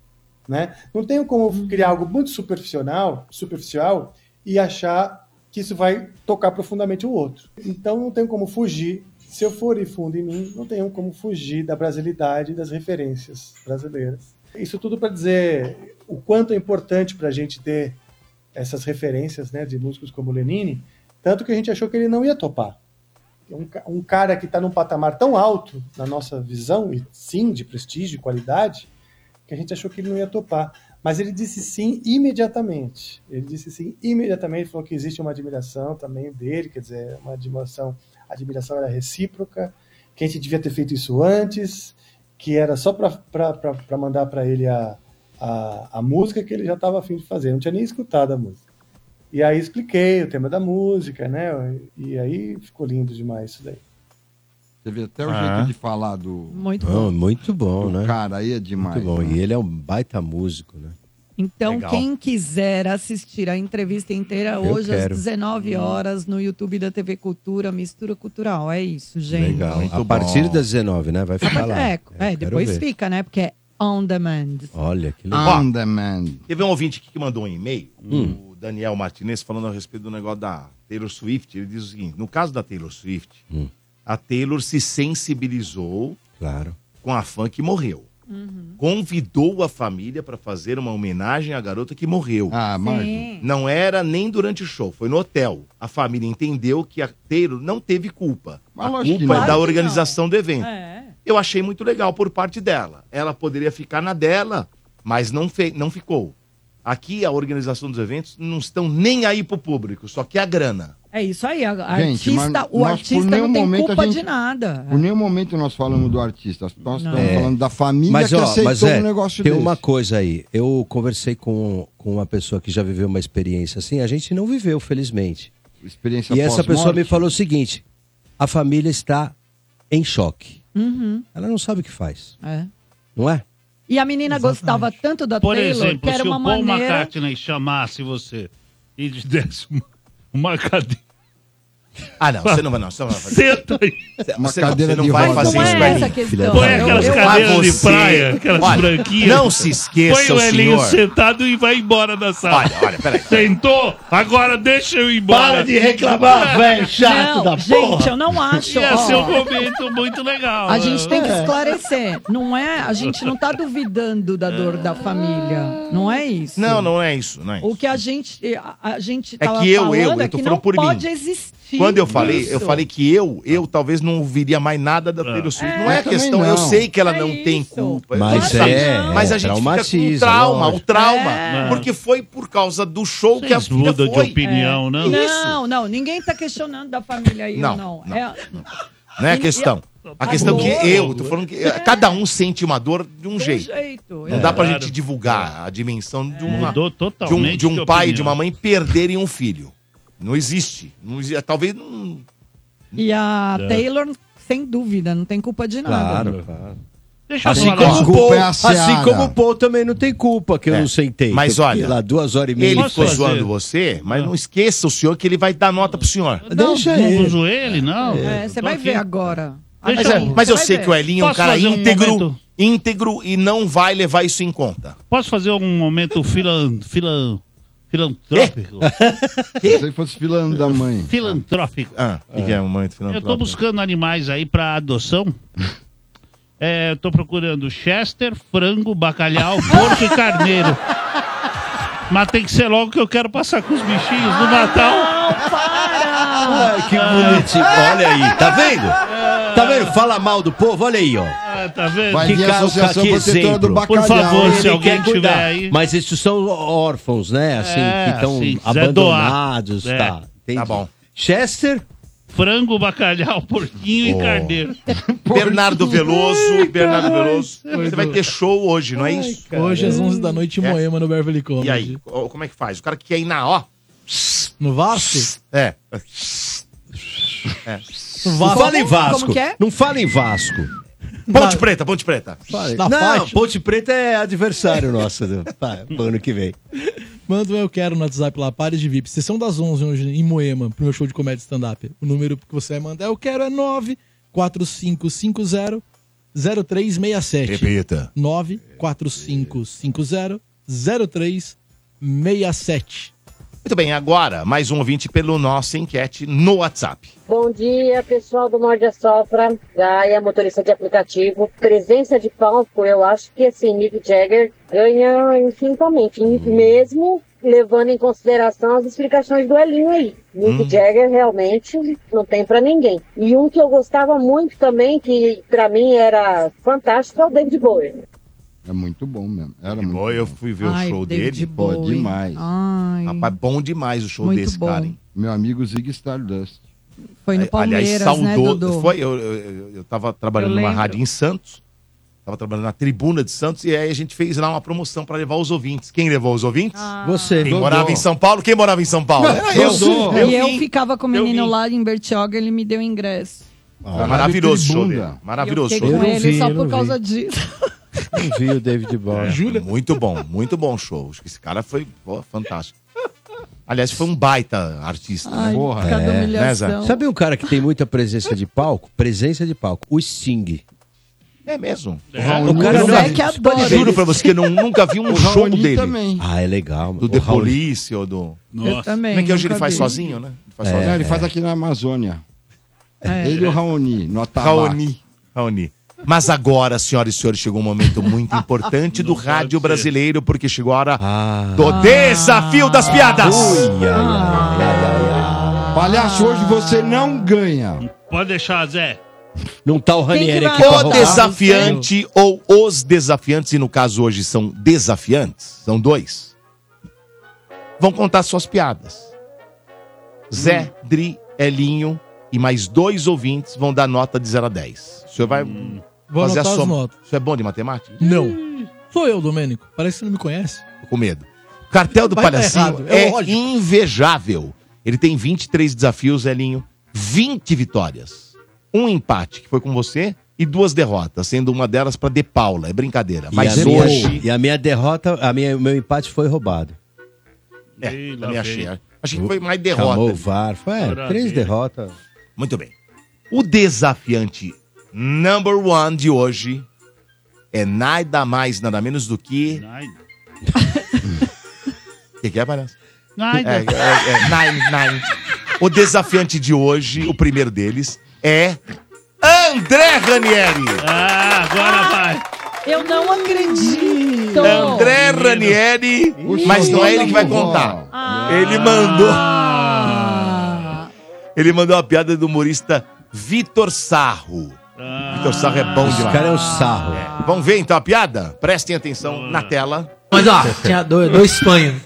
né? Não tem como criar algo muito superficial, superficial e achar que isso vai tocar profundamente o outro. Então não tem como fugir. Se eu for ir fundo em mim, não tenho como fugir da brasilidade e das referências brasileiras. Isso tudo para dizer o quanto é importante para a gente ter essas referências né, de músicos como Lenine, tanto que a gente achou que ele não ia topar. Um, ca- um cara que está num patamar tão alto na nossa visão, e sim, de prestígio e qualidade, que a gente achou que ele não ia topar. Mas ele disse sim imediatamente. Ele disse sim imediatamente, falou que existe uma admiração também dele, quer dizer, uma admiração, a admiração era recíproca, que a gente devia ter feito isso antes, que era só para mandar para ele a, a, a música que ele já estava afim de fazer, não tinha nem escutado a música. E aí expliquei o tema da música, né? E aí ficou lindo demais isso daí. Você vê até o Ah. jeito de falar do. Muito Não, muito bom, né? Cara, aí é demais. Muito bom. E ele é um baita músico, né? Então, Legal. quem quiser assistir a entrevista inteira Eu hoje quero. às 19 horas no YouTube da TV Cultura, Mistura Cultural. É isso, gente. Legal. a partir das 19, né? Vai ficar lá. É, é, quero depois ver. fica, né? Porque é on demand. Olha, que Ó, legal. Teve um ouvinte aqui que mandou um e-mail, Hum. o Daniel Martinez, falando a respeito do negócio da Taylor Swift. Ele diz o seguinte: no caso da Taylor Swift, Hum. a Taylor se sensibilizou Claro. com a fã que morreu. Convidou a família para fazer uma homenagem à garota que morreu. Ah, Margem. Não era nem durante o show, foi no hotel. A família entendeu que a Taylor não teve culpa. Mas a culpa lógico que é não. É. da Claro que organização do evento. Eu achei muito legal por parte dela. Ela poderia ficar na dela, mas não, fe- não ficou. Aqui, a organização dos eventos não estão nem aí pro público, só que a grana. É isso aí. a- a Gente, mas artista, o nós, por artista nenhum não tem momento, a culpa gente- de nada. Por nenhum momento nós falamos do artista. Nós estamos É. falando da família mas, que ó, aceitou mas é, um negócio tem desse. uma coisa aí. Eu conversei com, com uma pessoa que já viveu uma experiência assim. A gente não viveu, felizmente. Experiência E essa pós-morte. pessoa me falou o seguinte: a família está em choque. Uhum, Ela não sabe o que faz, é. não é? E a menina gostava tanto da Por Taylor que exemplo, era se o uma Paul maneira. McCartney chamasse você e te desse uma, uma cadeira... Ah, não, você não vai, não, você não vai fazer. Senta aí. Uma você, cadeira você não de vai rodas. fazer Mas não isso é pra essa a mim, questão. filha da Põe mãe. aquelas Eu- cadeiras Ah, de você- praia, aquelas Olha, branquinhas. Não se esqueça, Põe o Elinho senhor. sentado e vai embora da sala. Olha, olha, peraí. Sentou, agora deixa eu ir embora. Para de *laughs* reclamar, velho chato Não, da porra. gente, eu não acho, Ia ó. ser um momento muito legal. A gente tem que É. esclarecer. Não é? A gente não tá duvidando da dor da família. Não é isso. Não, não é isso, não é O que a gente. A, a gente É tava que eu, falando eu, eu é tô que falando não por mim. pode existir. Quando eu falei, eu isso. falei que eu, eu talvez não ouviria mais nada da Ah. Taylor Swift. não é Eu também questão, não. eu sei que ela não tem culpa. eu Mas sei, é, é, mas a gente fica com traumatiza, o trauma, lógico. o trauma, É. porque foi por causa do show que a filha muda de foi. É. opinião, né? não? Não, não, ninguém tá questionando da família aí, Não, não. não. É- Não é a questão. A questão que Agora- eu, tô falando que eh, cada um sente uma dor de um De um jeito. jeito, Não é. dá pra Claro. gente divulgar a dimensão de, uma, É. Mudou de um, totalmente de um de pai e opinião. de uma mãe perderem um filho. Não existe. Não exi- talvez não, E a É. Taylor, sem dúvida, não tem culpa de nada. Claro, claro. Deixa eu assim falar. um como, o Desculpa, Paul, é a assim Seara. como o Paul também não tem culpa que eu É. não sentei. Mas Eu fiquei olha, lá duas horas e meia. Ele Posso ficou fazer? Ah. zoando você, mas não esqueça o senhor que ele vai dar nota pro senhor. Não, não uso ele, não. É, você Tô vai aqui. ver agora. Mas, Deixa é- eu- mas eu Vai sei ver. que o Elinho é um Posso cara fazer um íntegro, momento? íntegro e não vai levar isso em conta. Posso fazer um momento filan, filan, filantrópico? Se ele fosse filando da mãe. Filantrópico. Ah, o que que é um momento Eu tô buscando animais aí pra adoção. É, eu tô procurando Chester, frango, *laughs* bacalhau, porco e carneiro. Mas tem que ser logo que eu quero passar com os bichinhos Ah, no Natal. Ai, que bonitinho. Olha aí, tá vendo? Tá vendo? Fala mal do povo, olha aí, ó. Ah, *laughs* tá vendo? que ca- que exemplo. Por favor, se Ele alguém quer cuidar. tiver aí. Mas esses são órfãos, né? Assim, É, que estão assim, quiser abandonados. doar. É. Tá, Tá bom. Chester? Frango, bacalhau, porquinho Oh. e carneiro. Bernardo Veloso, Bernardo caralho. Veloso. Você vai ter show hoje, não é isso? Hoje às 11 da noite em É. Moema, no Beverly Comedy. E aí, ó, como é que faz? O cara que quer ir na ó. No Vasco? É. é. Não Vasco. fala em Como- Vasco. como que é? Não fala em Vasco. Ponte Preta, Ponte Preta. Não, Ponte Preta é adversário nosso do, pá, pro ano que vem. Manda um eu quero no WhatsApp lá, pares de VIP. Sessão das 11 hoje em Moema, pro meu show de comédia stand-up. O número que você vai mandar eu quero é 94550-0367. Repita. 94550-0367. Muito bem, agora mais um ouvinte pelo nosso enquete no WhatsApp. Bom dia, pessoal do Morde a Sopra, Gaia, motorista de aplicativo. Presença de palco, eu acho que esse Mick Jagger ganha infinitamente, mesmo levando em consideração as explicações do Elinho aí. Mick Hum. Jagger realmente não tem pra ninguém. E um que eu gostava muito também, que pra mim era fantástico, é o David Bowie. É muito bom mesmo. Era muito bom. Eu fui ver o show dele. Pô, demais. Rapaz, bom demais o show Muito desse bom. cara, hein? Meu amigo Zig Stardust. Foi no Palmeiras, Aliás, saudou. né, Dudu? Foi, eu, eu, eu tava trabalhando Eu numa lembro. rádio em Santos. Tava trabalhando na tribuna de Santos e aí a gente fez lá uma promoção pra levar os ouvintes. Quem levou os ouvintes? Ah. Você. Quem morava em São Paulo? Quem morava em São Paulo? Era eu. e eu vim. ficava com o menino lá em Bertioga, ele me deu ingresso. Ah, maravilhoso o show dele. Maravilhoso eu o show fiquei com dele. ele só por causa disso. Não vi o *laughs* David É, Muito bom, muito bom show. Acho que Esse cara foi pô, fantástico. Aliás, foi um baita artista. né? É. Né, Zé? Sabe um cara que tem muita presença de palco? Presença de palco. O Sting. É mesmo. O cara não- é Pode- é Juro pra você que eu não- nunca *laughs* vi um O show Raoni dele. também. Ah, é legal. Do The Police ou do... Eu Nossa. também, Como é que hoje ele nunca faz vi. sozinho, né? Ele faz É, sozinho. Não, ele faz aqui na Amazônia. É. Ele e o Raoni, no Atabaque. Raoni. Raoni. Mas agora, senhoras e senhores, chegou um momento muito importante do rádio brasileiro, porque chegou a hora do Ah. desafio Ah. das piadas. Palhaço, hoje você não ganha. Pode deixar, É, Zé. Não tá o Ranieri aqui pra O roubar. desafiante ou os desafiantes, e no caso hoje são desafiantes, são dois, vão contar suas piadas. Zé, Dri, Elinho e mais dois ouvintes vão dar nota de 0 a 10. O senhor vai Vou fazer a anotar as soma. notas. O senhor é bom de matemática? Não. Sou eu, Domênico. Parece que você não me conhece. Tô com medo. O cartel do Vai dar Palhacinho errado, é é invejável. Ele tem 23 desafios, Elinho, 20 vitórias. Um empate, que foi com você, e duas derrotas, sendo uma delas pra De Paula. É brincadeira. Mas e a minha- hoje. e a minha derrota, a minha, o meu empate foi roubado. É, também achei. Achei que foi mais derrota. Chamou o VAR. Foi, é, Maravilha. três derrotas. Muito bem. O desafiante number one de hoje é nada mais, nada menos do que. O *laughs* que, que é, palhaço? Naida. É, é, é, nine, nine. O desafiante de hoje, o primeiro deles, é André Ranieri. Ah, agora vai. *laughs* Eu não acredito. André Ranieri, mas não é ele que um vai contar. Ah. Ele mandou. Ele mandou a piada do humorista Vitor Sarro. Vitor Sarro é bom demais. Ah. cara é o sarro. Ah. Vamos ver então a piada? Prestem atenção na tela. Mas ó, *laughs* tinha dois, dois espanhos.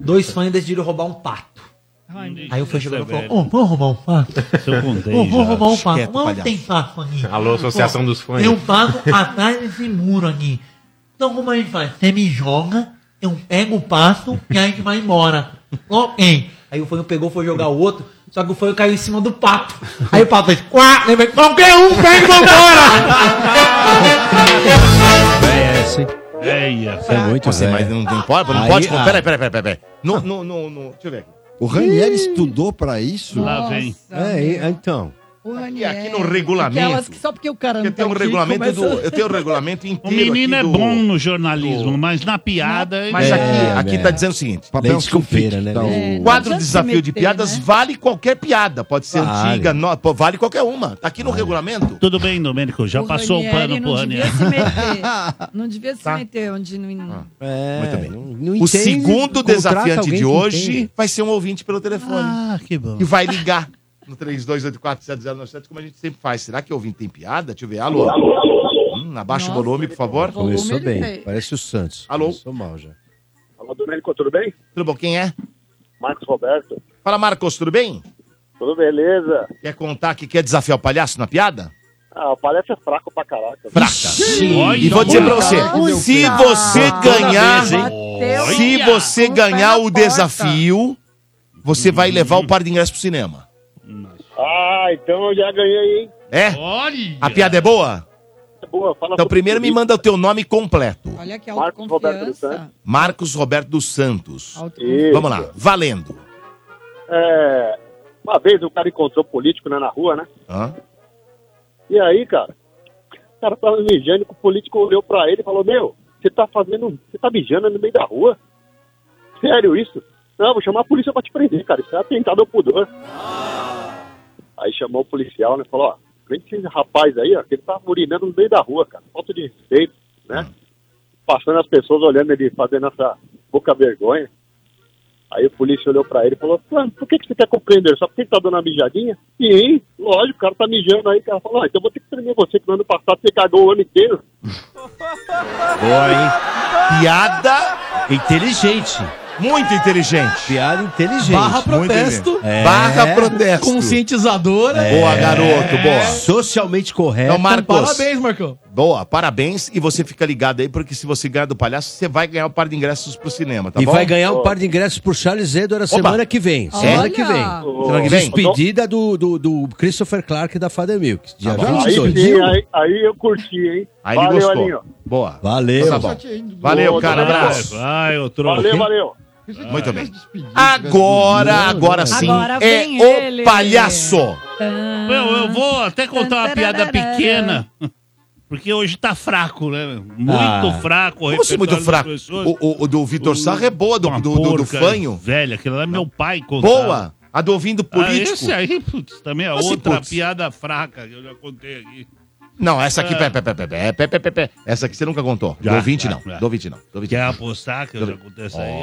Dois espanhos decidiram roubar um pato. Aí o Francho é, chegou e falou: Ô, vamos roubar um pato. eu contei Ô, vamos já. roubar um pato. Quieto, Não palhaço. tem pato aqui. Alô, Associação Ó, dos Fãs. Tem um pato atrás desse muro aqui. Então como a gente faz? Você me joga, eu pego o pato e a gente vai embora. Ok. Aí o Francho pegou, foi jogar o outro. Só que o fanho caiu em cima do *laughs* pato. Aí o pato fez. Quá! Lembra? Qualquer um pega e vambora! É essa, hein? É isso. "Ah, É muito Você, mas não, não pode, não Aí, pode. Não, ah. peraí, peraí, peraí, peraí. peraí. No, no, no, no- deixa eu ver aqui. O Raniel estudou pra isso? Lá vem. É, então. Aqui, aqui no regulamento. Aquelas que só porque o cara não Eu tenho um tá aqui, regulamento do, começa- eu tenho um regulamento O inteiro. menino aqui é do- bom no jornalismo, mas na piada. Mas ele- aqui, aqui É, tá dizendo o seguinte: Papel Leite com sulfeira, fita. né? É, Então, o não quadro adianta se desafio de meter, piadas vale qualquer piada. Pode ser Vale. é antiga, no, pô, vale qualquer uma. Tá aqui no regulamento. Tudo bem, Domênico, já O passou o Ranieri pano pro não Raniel. devia se *laughs* meter. Não devia se Tá. Ah. meter onde não. É, Muito bem. não o entende, segundo contrata desafiante alguém de que hoje entende. vai ser um ouvinte pelo telefone. Ah, que bom. E vai ligar no 32847097, como a gente sempre faz. Será que o ouvinte tem piada? Deixa eu ver. Alô? Hum, abaixa o volume, é por favor. Começou bem. Parece o Santos. Alô? Começou mal já. Alô, Domênico, tudo bem? Tudo bom? Quem é? Marcos Roberto. Fala, Marcos, tudo bem? Tudo beleza? Quer contar que quer desafiar o palhaço na piada? Ah, o palhaço é fraco pra caraca. Fraca. e vou dizer pra você, se você ganhar, se você ganhar o desafio, você vai levar o par de ingressos pro cinema. Ah, então eu já ganhei, hein? É? Olha! A piada é boa? Boa, fala Então pro- primeiro me manda o teu nome completo. Olha que Marcos Roberto dos Santos. Marcos Roberto dos Santos. Autoconfiança. Vamos lá, valendo. É, uma vez um cara encontrou político né, na rua, né? Hã? E aí, cara, o cara tava mijando, o político olhou pra ele e falou, meu, você tá fazendo. Você tá mijando no meio da rua? Sério isso? Não, vou chamar a polícia pra te prender, cara. Isso é atentado ao pudor. Aí chamou o policial, né? Falou, ó, prende esse rapaz aí, ó, que ele tá urinando no meio da rua, cara. Falta de respeito, né? Passando as pessoas olhando ele fazendo essa pouca vergonha. Aí o polícia olhou pra ele e falou, "Mano, por que, que você quer compreender? Só porque ele tá dando uma mijadinha? Sim, lógico, o cara tá mijando aí. O cara falou, ah, então eu vou ter que prender você, que no ano passado você cagou o ano inteiro. Boa, hein? Piada inteligente. Muito inteligente. Piada inteligente. Barra protesto. É. Barra protesto. Conscientizadora. É. Boa, garoto, É. boa. Socialmente correto. Então, Marcos. Parabéns, Marcão. Boa, parabéns. E você fica ligado aí, porque se você ganhar do palhaço, você vai ganhar o par de ingressos pro cinema, tá e bom? vai ganhar um par de ingressos pro Charles Edward Opa. semana que vem. Olha. Semana que vem. Semana que vem? Despedida do, do, do Christopher Clark da Fada Milk. Dia Tá bom. Aí, 22. sim, aí, aí eu curti, hein? Aí ele gostou. Boa. Valeu. Tá bom. Valeu, Boa, cara. Domênico. Abraço. Ai, eu trouxe. Valeu, valeu. Muito bem. Agora, agora sim, Agora é vem o ele. palhaço. Eu, eu vou até contar uma piada pequena. Porque hoje tá fraco, né? Muito Ah. fraco. o Como assim muito fraco? repertório das pessoas. Uh, O, o- o do Vitor Sarra é boa, do, Uma do, do, do porca Fanho. Velha, aquela lá é meu pai contava. Boa. A do ouvindo político. Ah, esse aí, putz, também é Mas, outra putz. piada fraca que eu já contei aqui. Não, essa aqui, Ah. pé, pé, pé, pé, pé, pé, pé, pé, pé. Essa aqui você nunca contou. Já, do ouvinte já, não. já. Do ouvinte não. Do ouvinte Quer apostar que é eu já contei essa aí?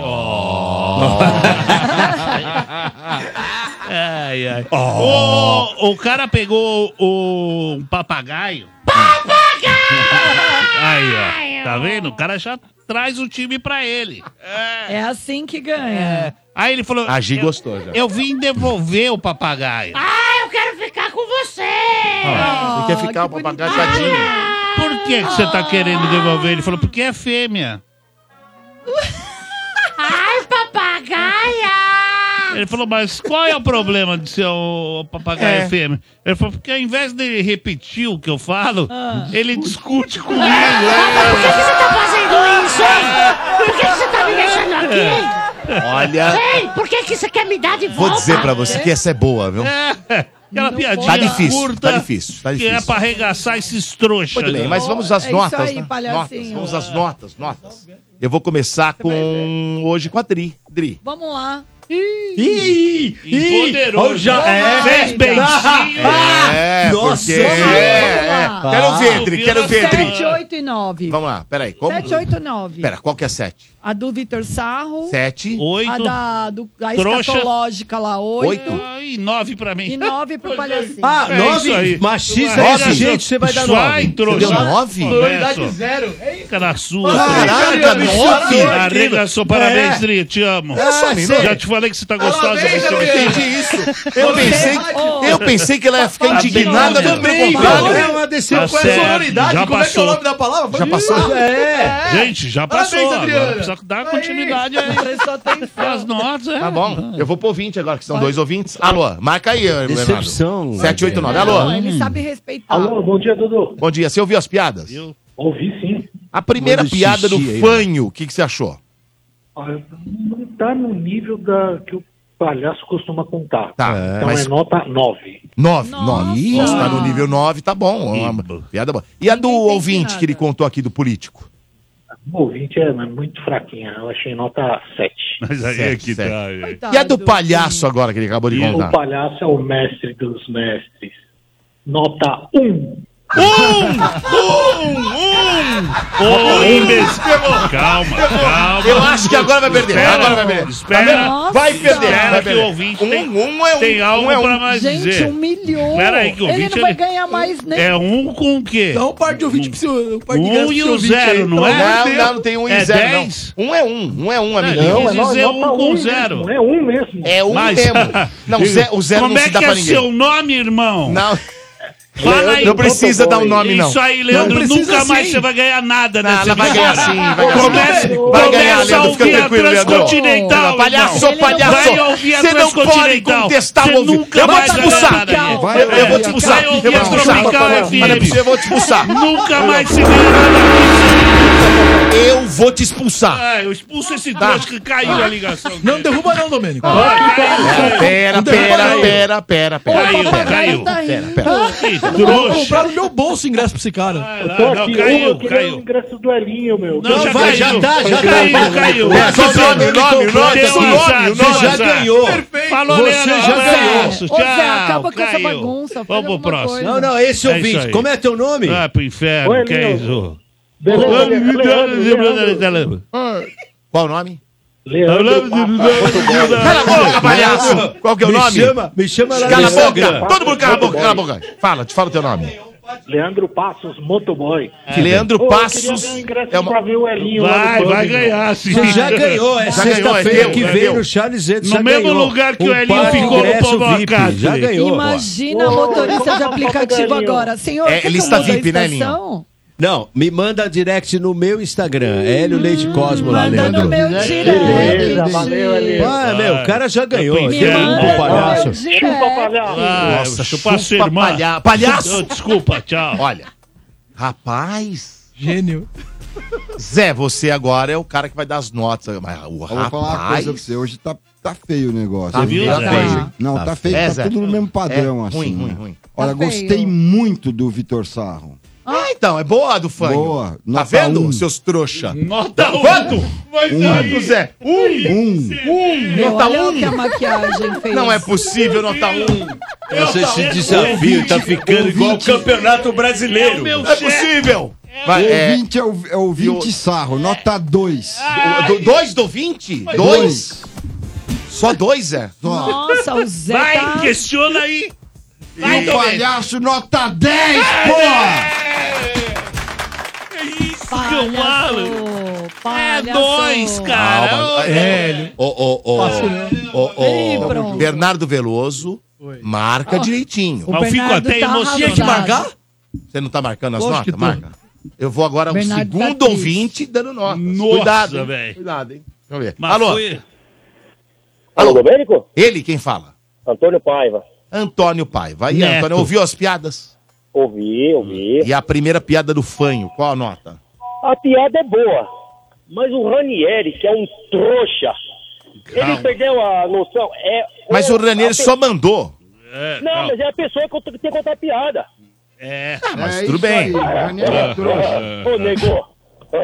*laughs* Oh. ai, ai. O, o cara pegou o, um papagaio. Papagaio! Aí, ó. Tá vendo? O cara já traz o time pra ele. É, assim que ganha. Aí ele falou... A Gi eu- gostou já. Eu vim devolver o papagaio. Ah, eu quero ficar com você! Ah, ele quer ficar o papagaio tadinho. Por que que você tá querendo devolver? Ele falou, porque é fêmea. *laughs* Ai, papagaia! Ele falou, mas qual é o problema de ser o papagaio É. fêmea? Ele falou, porque ao invés dele repetir o que eu falo, ele discute comigo. Por que, que você tá fazendo isso, hein? Por que, que você tá me deixando É. aqui? Olha, Ei, por que, que você quer me dar de volta? vou dizer pra você que essa é boa, viu? É, aquela piadinha Tá difícil, curta, tá difícil, tá que é difícil. pra arregaçar esses trouxas. Muito bem, né? mas vamos É às notas, né? Notas, vamos às notas, notas. Eu vou começar com hoje com a Dri. Dri. Vamos lá. Ih, Empoderou, já é. Fez beicinho. É, Nossa. porque... é, é. Quero ver, Dri, quero ver, Sete, Dri. oito e nove. Vamos lá, peraí. Como... Sete, oito e nove. Pera, qual que é sete? A do Vitor Sarro. Sete. A da do, a Trouxa. escatológica lá, oito. Oito. Ah, E nove pra mim. E nove pro palhacinho. Ah, É nove? isso aí. Machista é Nove. desse jeito, você vai dar Isso nove. aí, Você trouxa. deu Nove? Prioridade Começo. zero. É isso. Fica na sua. Caraca, trouxa. nove? Arregaçou. Parabéns, É. Dri. Te amo. É, Já um sério. te falei que você tá gostosa. Parabéns, você eu meteu. entendi isso. Eu pensei, eu pensei que ela ia ficar é Tá bem, indignada olha. no meu Falou, é uma decepção. descer Tá Qual é a certo, sonoridade? já Como é que é o passou. nome da palavra? Já passou? É. Gente, já Parabéns, passou. Adriana. agora precisa dar continuidade aí. Prestou atenção. As notas, é. Tá bom. Eu vou pro ouvinte agora, que são dois ouvintes. Alô, marca aí, Leonardo. Decepção. 789. Alô. Não, ele sabe respeitar. Alô, bom dia, Dudu. Bom dia. Você ouviu as piadas? Ouvi sim. A primeira Manda o piada do xixi aí, né? fanho, o que, que você achou? Olha, não tá no nível da que o palhaço costuma contar. Tá, Então mas- é nota 9. 9, 9. Nossa, tá no nível 9, tá bom. Ó, uma piada boa. E a do ouvinte que ele contou aqui do político? O ouvinte é muito fraquinha. Eu achei nota 7. *laughs* Mas aí é que tá. E a do palhaço agora que ele acabou de E o contar? palhaço é o mestre dos mestres. Nota 1. Um. Um! Um! Ô, imbecil! Calma, calma. Eu acho que agora vai perder. Espera, agora vai perder. Espera. Tá vai perder. Espera vai que perder. o ouvinte um, tem- um é um. tem algo um é um. pra mais Gente, dizer. humilhou. Pera aí que o ele ouvinte, não vai ele- ganhar mais né? nem. É um com o quê? Dá um par de ouvinte pro seu. Um, par de ganso um e pro o ouvinte aí, tá zero, não pelo é? amor de Deus. Não, não tem um e É zero, dez? não. Um é um. Um é um, amigo. ele quis dizer um com zero. mesmo, É um né? mesmo. É um Mas- mesmo. Não, ze- o zero Como não é se dá que pra é ninguém. seu nome, irmão? Não. Fala aí, Não precisa dar um nome, não. Isso aí, Leandro. Não precisa nunca mais sim. você vai ganhar nada Não, nessa ela vai ganhar vitória. sim, vai ganhar sim. Comece, Vai ganhar, começa a Leandro, fica ouvir a tranquilo, Leandro. Transcontinental. Palhaço, irmão. palhaço. então. Vai ouvir a Você não pode Transcontinental. contestar o Você ouvinte. nunca Eu vou vai te ganhar expulsar. nada, irmão. Vai, eu- eu vou te expulsar. Vai ouvir Eu vou a te expulsar. Tropical Olha pra FM. você, eu vou te expulsar. Nunca mais se ganha nada. Eu vou te expulsar. Ah, eu expulso esse Tá. trouxa que caiu a ligação. Não derruba não, Domênico. Pera, pera, pera, pera, pera. Caiu, caiu. Pera, pera. Vou comprar no meu bolso o ingresso pra esse cara. Tô aqui, ô, eu queria o ingresso do Elinho, meu. Não, já vai, já tá, já caiu, tá. caiu. É, só Você o nome, perdeu, o nome, então, o nome, perdeu o nome, azar, o nome. você já azar. ganhou. Perfeito. Falou, Você Leandro, já abraço, ganhou. Tchau. Ô, Zé, acaba com essa caiu. bagunça, faz Vamos pro alguma próximo. coisa. Não, não, esse É ouvinte. isso aí. Como é teu nome? Ah, pro inferno, Oi, que é Leandro. isso? Beleza, Ô, Leandro, Leandro, Leandro. Qual o nome? Cala a boca, palhaço. Qual que é o Me nome? chama- me chama lá Cala no a boca. Instagram. Todo mundo cala a boca, cala a boca. Fala, te fala o teu nome. Leandro Passos, motoboy. É. Que Leandro Ô, eu queria Passos um ver o ingresso é uma- pra ver o Elinho lá Vai, no pub, vai meu. ganhar, sim. Você já Já ganhou, é ganhou, é sexta-feira meu, que é vem meu. no Charles Edo, No já mesmo ganhou. lugar que o Elinho par de ficou no ingresso Povo VIP, Acate. Já ganhou. Imagina Boa. motorista de aplicativo agora. Senhor, É, quer que eu lista mude a VIP, né, estação? Não, me manda direct no meu Instagram, Hélio Leite Cosmo lá, Hum, manda Leandro. no meu Beleza, valeu, Elinho. Ah, meu, o cara já ganhou. Tô Você é inferno. um bom palhaço. Chupa, palhaço. Ah, Nossa, chupa a sua chupa irmã. palha- palhaço. Ô, Desculpa, tchau. Olha, rapaz. Gênio. Zé, você agora é o cara que vai dar as notas. Mas o Eu vou falar uma rapaz. coisa pra você. Hoje tá, tá feio o negócio. Tá viu, Tá Zé? feio. Não, tá, Tá feio. feio. É, tá Zé. tudo no mesmo padrão, É, assim. ruim, né? ruim, ruim. Olha, Tá feio. gostei muito do Vitor Sarro. Ah, então, é boa a do fã. Boa. Tá Nota vendo, um. seus trouxa? Nota um. Tá Quanto? Mas Um. aí- Quanto, Zé? Um. Um. Meu, Nota olha o que a um. maquiagem fez. Não é possível, nota um. Nossa, é esse desafio tá ficando igual o Campeonato Brasileiro. meu É possível. Vai, é, ouvinte é o, é o ouvinte Sarro, nota 2. o- do- dois do 20? Dois? Só dois, é? Zé? Nossa, o Zé Vai, tá... questiona aí. Vai, E o Domênico. palhaço nota 10, porra! É dois, Calma. cara. É, ô, ô, ô, Fácil, né? ô, Ih, ô, pronto. Bernardo Veloso marca Ah, direitinho. o Mas eu fico Bernardo até tá emocionado. Tinha que marcar? Você não tá marcando as Lógico notas? que tô. Marca. Eu vou agora ao Bernardo tá segundo triste. ouvinte dando notas. Nossa, Cuidado, hein? velho. Cuidado, hein? Deixa eu ver. Mas Alô? foi- Alô, Domênico? Ele quem fala? Antônio Paiva. Antônio Paiva. Aí, Neto. Antônio, ouviu as piadas? Ouvi, ouvi. E a primeira piada do fanho, qual a nota? A piada é boa, mas o Ranieri, que é um trouxa, ele perdeu a noção. É, Mas é- o Ranieri a pe- só mandou. Não, mas é a pessoa que tem que contar a piada. É. Ah, mas tudo bem. é trouxa. Ô, nego.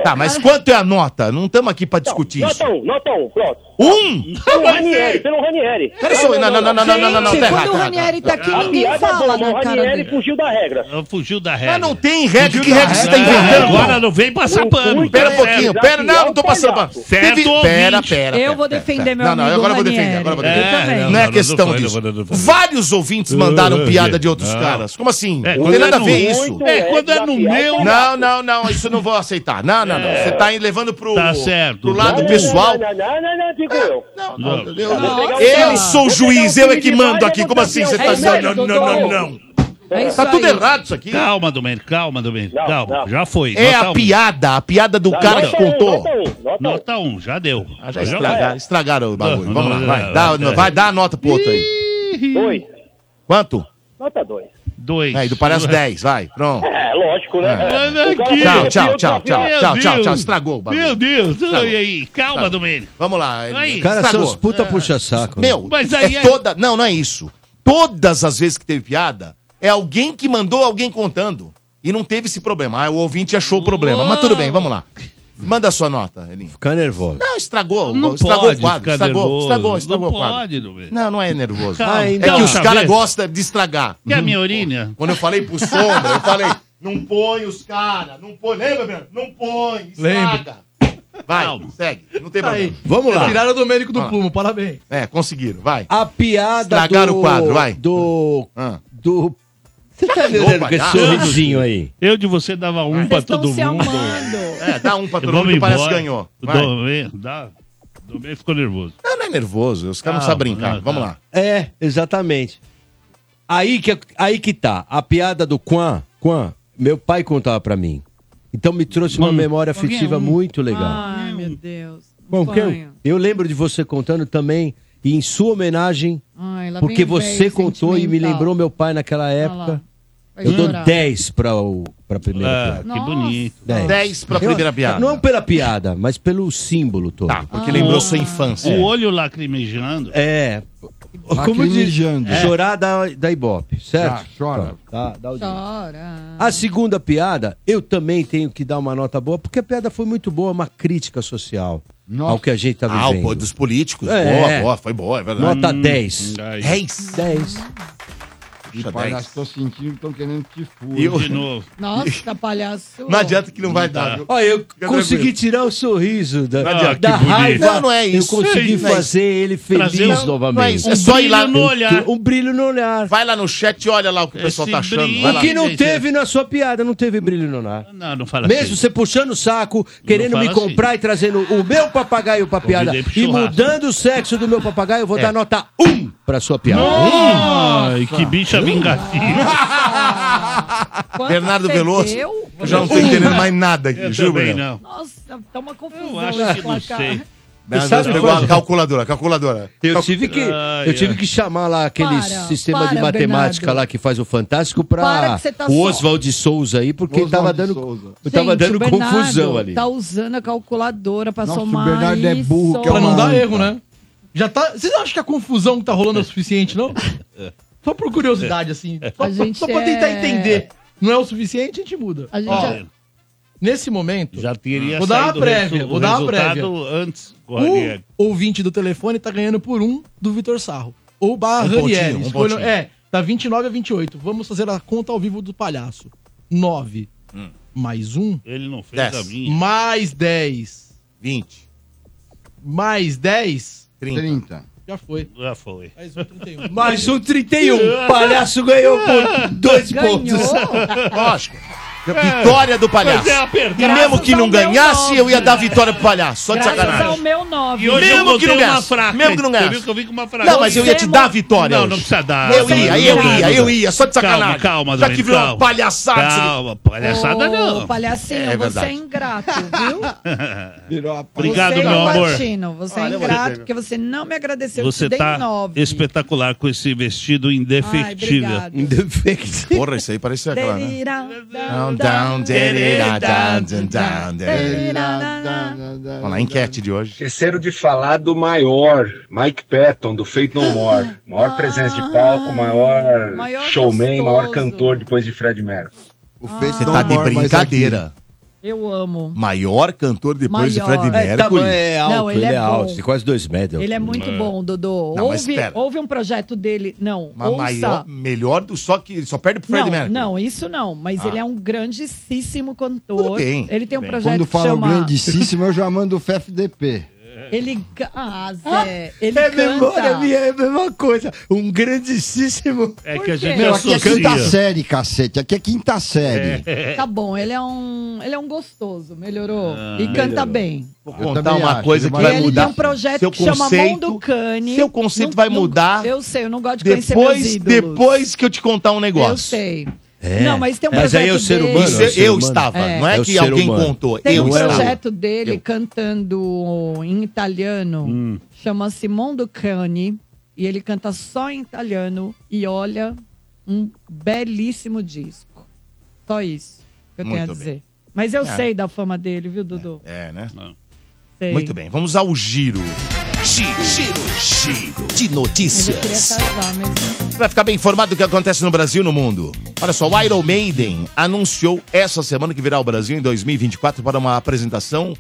Tá, mas quanto é a nota? Não estamos aqui pra discutir isso. Nota um, nota um, pronto. Um? Pelo Ranieri, pelo Ranieri. Pera só, não, não, não, não, não, não, não, não, Gente, tá quando errado, o tá Ranieri tá errado. aqui, A ninguém piada é fala boa, mas na o cara Ranieri dele. fugiu da regra. Ah, Fugiu da regra. Mas não tem regra. Que regra que você tá Ah, inventando? Agora não vem passar pano. Pera um pouquinho, pera, não, não tô passando pano. Certo, Teve- ouvinte. Pera, pera. Eu vou pera, defender pera. meu Não, não, amigo agora eu vou defender, Ranieri. agora eu vou Eu defender. também. Não, Não, é não questão foi, não disso. foi, não foi. Vários ouvintes mandaram Ah, piada gente, de outros não. caras. Como assim? É, Não quando tem nada é a ver no- isso. É, quando é no meu. Não, não, não, isso eu não vou aceitar. Não, Não, não, não. É. Você tá aí levando pro, Tá certo. pro lado Não, não, pessoal. não, Não, não, não, digo eu. Não, não, Eu, eu sou o juiz, eu é que mando aqui. Como assim? Você É tá assim? Não, não, não, não. Tá tudo errado isso aqui. Calma, Domênico, calma, Domênico. Calma, já foi. É Nota a um. piada, a piada do Não, cara nota que um, contou. Nota 1, um, já deu. Já estragaram, estragaram o bagulho. Vamos lá, vai. Dá, vai dar a nota pro outro aí. Dois. Quanto? Nota dois. Dois. Aí, do Palhaço 10, vai. Pronto. É, lógico, né? É. É. Manda O cara aqui. vai Tchau, tchau, repetir outra tchau, vez. tchau. Tchau, tchau, tchau. Estragou o bagulho. Meu Deus, Estragou. e aí? Calma, Estragou. Domênico. Vamos lá. Aí. É. Cara, Cara, Estragou. seus puta puxa-saco. né? É Meu, Mas aí- é toda. Não, não é isso. Todas as vezes que teve piada, é alguém que mandou alguém contando. E não teve esse problema. Ah, o ouvinte achou o problema. Mas tudo bem, vamos lá. Manda a sua nota, Elinho. Ficar nervoso. Não, estragou. Não estragou pode o quadro. ficar Estragou, nervoso. estragou, estragou Não o quadro. pode, Domênico. Não, não é nervoso. Calma, é então, que os talvez. caras gostam de estragar. Quer a minha orelha? Quando eu falei pro Sombra, eu falei, não põe os caras, não põe, lembra, Breno? Não põe, estraga. Vai, segue, não Tá tem problema. Vamos lá. Tiraram o Domênico do plumo, parabéns. É, conseguiram, vai. A piada Estragaram do... o quadro, vai. Do... Ah. Do... Você tá me olhando com esse sorrisinho aí? Eu de você dava um pra todo se mundo. amando. É, dá um pra todo Eu vou mundo, me parece que embora. ganhou. O Vai. Domênico, dá. O Domênico ficou nervoso. Ah, tá. Não, não é nervoso, os caras não sabem brincar. Vamos lá. É, exatamente. Aí que, aí que tá. A piada do Quan, Quan, meu pai contava pra mim. Então me trouxe uma memória um. afetiva Ah, muito legal. Ai, meu Hum. Deus. Bom, que eu, Ponho. eu lembro de você contando também, e em sua homenagem, Ai, lá porque vem o você véio contou e me sentimental. lembrou meu pai naquela época. Vai Eu dou chorar. 10 pra, o, pra primeira Ah, piada. que bonito. 10 pra Eu- primeira piada. Não pela piada, mas pelo símbolo todo. Tá, Ah. porque lembrou sua infância. O olho lacrimejando. É. Como diz, Tá Lacrimejando. É. chorar da, da Ibope, certo? Ah, chora. Tá, dá o dinheiro. Chora. A segunda piada, eu também tenho que dar uma nota boa, porque a piada foi muito boa, uma crítica social ao que a gente tá Ah, o vivendo. boi dos políticos. É. Boa, boa, foi boa, é verdade. Nota 10. 10. 10. Puxa, Pai, 10. estou sentindo que estão querendo te furar. Eu- *laughs* De novo. Nossa, palhaço. Não adianta que não vai dar. viu? Olha, eu Fica consegui tirar o sorriso da, Não adianta, que da bonito. raiva. Não, não é isso. Ah, Eu consegui Não é isso. fazer ele Trazer um- feliz não, novamente. não é isso, é Um só ir lá- brilho no Eu- olhar. Um brilho no olhar. Vai lá no chat e olha lá o que o pessoal tá achando. Vai lá. O que não teve na sua piada, não teve brilho no olhar. Não, não fala Mesmo assim. você puxando o saco, querendo fala me comprar e trazendo o meu papagaio pra piada Convidei pro e churrasco. mudando o sexo do meu papagaio, eu vou É. dar nota 1 pra sua piada. Ai, que bicha vingativa. Bernardo Veloso. Eu Eu já não tô entendendo mais nada aqui, Eu juro, também Breno. não. Nossa, tá uma confusão. Eu acho esse que não placar. sei. Bernardo sabe Veloso pegou uma a coisa? calculadora, calculadora. Eu tive que, Ai, eu tive ai. que chamar lá aquele Para, sistema de para, matemática Bernardo. lá que faz o Fantástico Para pra que você tá o só. Oswald de Souza aí, porque ele tava dando, eu tava Gente, dando o Bernardo confusão ali. Tá usando a calculadora pra Nossa, o somar. Bernardo é e burro, que é soma. Pra não dar erro, né? Já tá. Vocês acham que a confusão que tá rolando é o suficiente, *laughs* não? É. Só por curiosidade, assim. É. Só, A gente só pra tentar é- entender. Não é o suficiente, a gente muda. A gente Ó, já- Nesse momento. Já teria Vou dar uma saído o prévia, resu- vou o dar uma resultado prévia. antes. O ouvinte do telefone tá ganhando por um do Vitor Sarro. Ou barra Um pontinho, Ranieri. um Escolham- pontinho. é, tá 29 a 28. Vamos fazer a conta ao vivo do palhaço. 9 Hum. mais 1. Ele não fez a minha. Mais 10. 20. Mais 10. 30. Já foi. Já foi. Mais um 31. Mais um 31. Palhaço ganhou por dois pontos. Ah, *laughs* Lógico. Vitória do palhaço. Mas é a perda. E mesmo que Graças não ao meu ganhasse, nome. eu ia dar vitória pro palhaço. Só de Graças ao sacanagem. meu 9. E hoje eu Mesmo que não botei uma ganhasse. fraca. Mesmo que não Você ganhasse. viu que eu vim com uma fraca. Não, mas eu ia te dar a vitória. Não, hoje. não precisa dar. Eu ia, eu Não, ia, não. eu ia, só de sacanagem. Calma, calma, Já Domênico, que virou uma calma. palhaçada. isso Calma, aqui. palhaçada Ô, não. palhacinho, É você é verdade. ingrato, *laughs* viu? Virou a Obrigado, você, meu amor. Latino, você é Olha, ingrato você- porque você não me agradeceu. eu Você te dei tá nove. espetacular com esse vestido indefectível. Ai, obrigado. indefectível. Porra, isso aí parecia aquela, né? Delira, Down, down, delira, down, down, down, delira, down. Vamos lá, enquete de hoje. Esqueceram de falar do maior, Mike Patton, do Faith No More. Maior presença de palco, maior, showman, maior cantor depois de Fred Mercury. O Você tá de brincadeira. Eu amo. Maior cantor depois de Maior. Fred É, tá Mercury. bom, é alto, Não, ele ele é é alto, bom. tem quase dois metros. Ele é muito bom, Dodô. Não, mas houve, espera. houve um projeto dele. Não, Mas ouça. maior, melhor do só que ele só perde pro Fred não, Mercury. não, isso não. Mas Ah. ele é um grandíssimo cantor. Tudo bem, ele tem um tudo bem. projeto Quando que fala o chama... grandíssimo, eu já mando o FFDP. Ele. ca- Ah, Zé. ele é canta. memória minha, é a mesma coisa. Um grandíssimo. É que a gente Meu, aqui é associa. quinta série, cacete. Aqui é quinta série. Tá bom, ele é um, ele é um gostoso, melhorou. Ah, e canta melhorou. bem. Vou Eu contar também uma acho, coisa ele que vai vai mudar. mudar. Tem um projeto seu que chama conceito, Mundo Cane. Seu conceito Não- vai não- mudar. eu sei, eu não gosto de conhecer meus depois, ídolos. depois que eu te contar um negócio. Eu sei. É. Não, mas tem um Mas projeto aí é o ser dele- humano, Isso é o ser eu humano. estava, não é É o que ser alguém humano. contou, Tem eu um estava. projeto dele Eu. Hum. cantando em italiano, chama-se Mondo Cane, e ele canta só em italiano, e olha, um belíssimo disco. Só isso que eu tenho Muito a bem. dizer. Mas eu Ah. sei da fama dele, viu, Dudu? É, né? Sei. Muito bem, vamos ao giro. Giro, giro, giro Mas de eu queria notícias. casar, mas... Pra ficar bem informado do que acontece no Brasil e no mundo. Olha só, o Iron Maiden anunciou essa semana que virá ao Brasil em 2024 para uma apresentação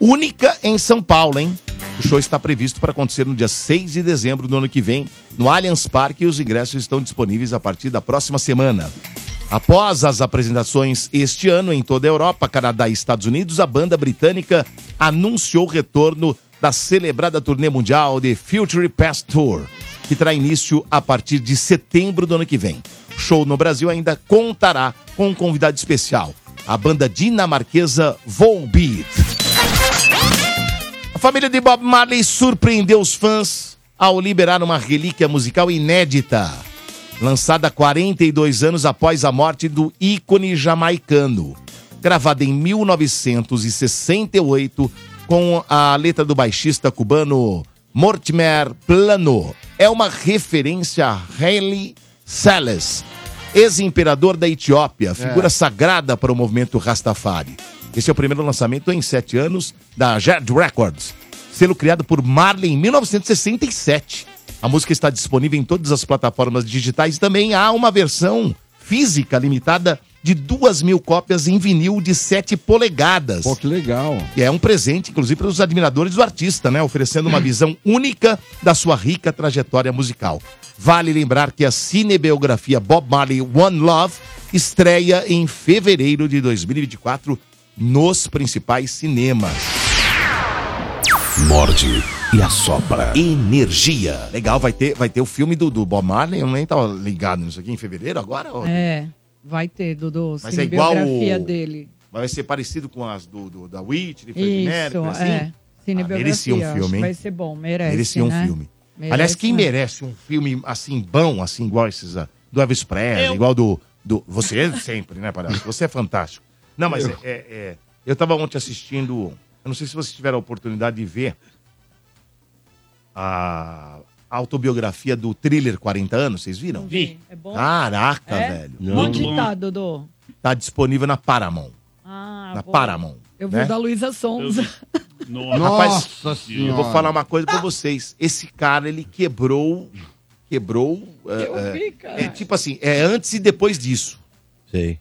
única em São Paulo, hein? O show está previsto para acontecer no dia 6 de dezembro do ano que vem, no Allianz Parque, e os ingressos estão disponíveis a partir da próxima semana. Após as apresentações este ano em toda a Europa, Canadá e Estados Unidos, a banda britânica anunciou o retorno da celebrada turnê mundial de Future Past Tour, que terá início a partir de setembro do ano que vem. O show no Brasil ainda contará com um convidado especial, a banda dinamarquesa Volbeat. A família de Bob Marley surpreendeu os fãs ao liberar uma relíquia musical inédita, lançada 42 anos após a morte do ícone jamaicano. Gravada em 1968 com a letra do baixista cubano Mortimer Plano. É uma referência a Haile Selassie, ex-imperador da Etiópia, figura sagrada para o movimento Rastafari. Esse é o primeiro lançamento em sete anos da Jet Records, selo criado por Marley em 1967. A música está disponível em todas as plataformas digitais e também há uma versão física limitada de duas mil cópias em vinil de 7 polegadas. Pô, que legal. E é um presente, inclusive, para os admiradores do artista, né? Oferecendo uma visão única da sua rica trajetória musical. Vale lembrar que a cinebiografia Bob Marley One Love estreia em fevereiro de 2024 nos principais cinemas. Morde e assopra. Energia. Legal, vai ter, vai ter o filme do, do Bob Marley. Eu nem tava ligado nisso aqui em fevereiro agora. ó. É, vai ter, Dudu. Mas é igual o- cinebiografia dele. Mas vai ser parecido com as do, do- da Witch, de Fred Isso, Mercury, assim. é. Cinebiografia. merecia um acho filme, que hein? Vai ser bom, merece. Merecia um né? filme. Aliás, quem né? merece um filme assim, bom, assim, igual esses ah, do Elvis Presley, igual do, do... Você sempre, né, palhaço? Você é fantástico. Não, mas é, Eu. é- é- Eu tava ontem assistindo... Eu não sei se vocês tiveram a oportunidade de ver a autobiografia do Thriller 40 anos. Vocês viram? Vi. É bom? Caraca, É? velho. Onde tá, Dudu? Tá disponível na Paramount. Ah, na bom. Paramount. Eu vi né? o da Luísa Sonza. Rapaz, Senhora. eu vou falar uma coisa pra vocês. Esse cara, ele quebrou. Quebrou. é, é, vi, é tipo assim, é antes e depois disso. Sei.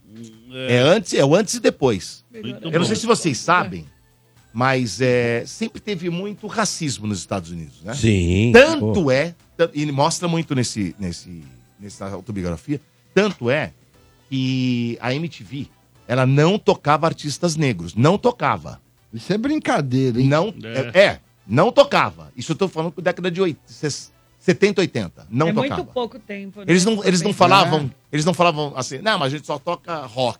É, antes, é o antes e depois. Muito eu bom. não sei se vocês sabem, mas é, sempre teve muito racismo nos Estados Unidos, né? Sim. Tanto Pô. é, tan- e ele mostra muito nesse, nesse, nessa autobiografia, tanto é que a MTV, ela não tocava artistas negros, não tocava. Isso é brincadeira, hein? Não, é, é, não tocava. Isso eu tô falando da década de oit- ses- 70, 80, não é tocava. muito pouco tempo. né? Eles não, eles não Também. falavam, eles não falavam assim, não, mas a gente só toca rock,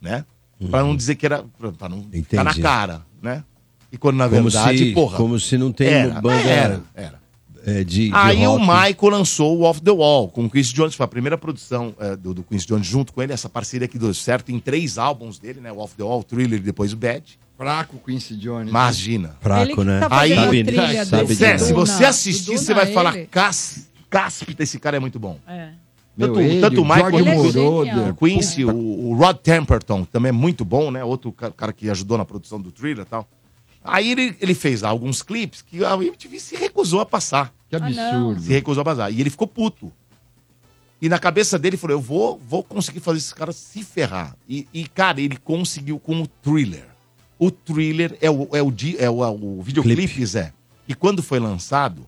né? Pra não dizer que era, pra- pra não ficar na Uhum. Entendi. cara, né? E quando na Como verdade, se- porra. como se não tem era, banda- Era, era. É, de, de Aí o rock. Michael lançou o Off the Wall com o Quincy Jones. Foi a primeira produção eh, do, do Quincy Jones junto com ele, essa parceria que deu certo em três álbuns dele, né? O Off the Wall, o Thriller e depois o Bad. Fraco Quincy Jones. Imagina. Uhum. Fraco, Ele que né? tá Aí, fazendo a Sabe- trilha sabe desse Zé, demais. se você Duna, assistir, Duna você vai ele. falar, "Cas- cáspita, esse cara é muito bom. É. Tanto, um, Meu, ele, tanto o o Michael George é quanto o Moroder. o Quincy, o, o Rod Temperton, que também é muito bom, né? Outro ca- cara que ajudou na produção do thriller e tal. Aí ele, ele fez lá alguns clipes que a MTV se recusou a passar. Que absurdo. Se recusou a passar. E ele ficou puto. E na cabeça dele ele falou: eu vou, vou conseguir fazer esse cara se ferrar. E, e, cara, ele conseguiu com o thriller. O thriller é o, é o, di- é o, é o videoclipe, Zé. E quando foi lançado,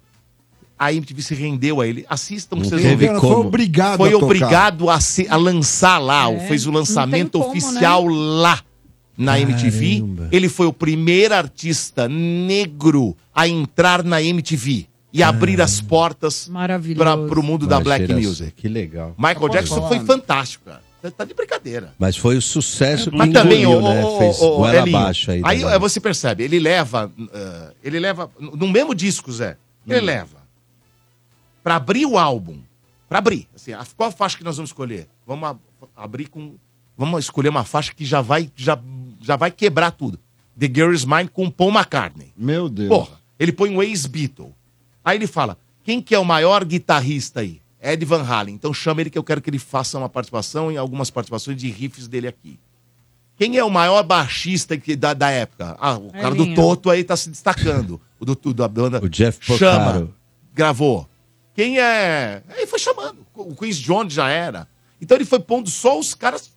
a MTV se rendeu a ele. Assistam, Não vocês teve vão ver. Ela foi como. obrigada Foi a tocar. obrigado a, se- a lançar lá. É, fez o não tem lançamento como, oficial lá. na MTV. Ele foi o primeiro artista negro a entrar na MTV e abrir as portas para o mundo da Black assim. Imagina, Music. Que legal. Michael Jackson falar, foi né? fantástico, cara. Você tá de brincadeira. Mas foi o sucesso que Mas também, engoliu, o, né? o- Fez o- o- goela Elinho, abaixo aí. aí né? é, você percebe, ele leva, eh, ele leva no mesmo disco, Zé. Uhum. Ele leva Pra abrir o álbum, Pra abrir, assim, a- qual faixa que nós vamos escolher? Vamos ab- abrir com, vamos escolher uma faixa que já vai, já, já vai quebrar tudo. The Girl Is Mine com Paul McCartney. Meu Deus. Porra, ele põe um ex-Beatle. Aí ele fala: quem que é o maior guitarrista aí? Ed Van Halen. Então chama ele que eu quero que ele faça uma participação em algumas participações de riffs dele aqui. Quem é o maior baixista que- da, da época? Ah, o cara do Elinho. Toto aí tá se destacando. o do, do- da banda. O Jeff Chama. Porcaro. Gravou. Quem é. Aí foi chamando. O Queen's John já era. Então ele foi pondo só os caras.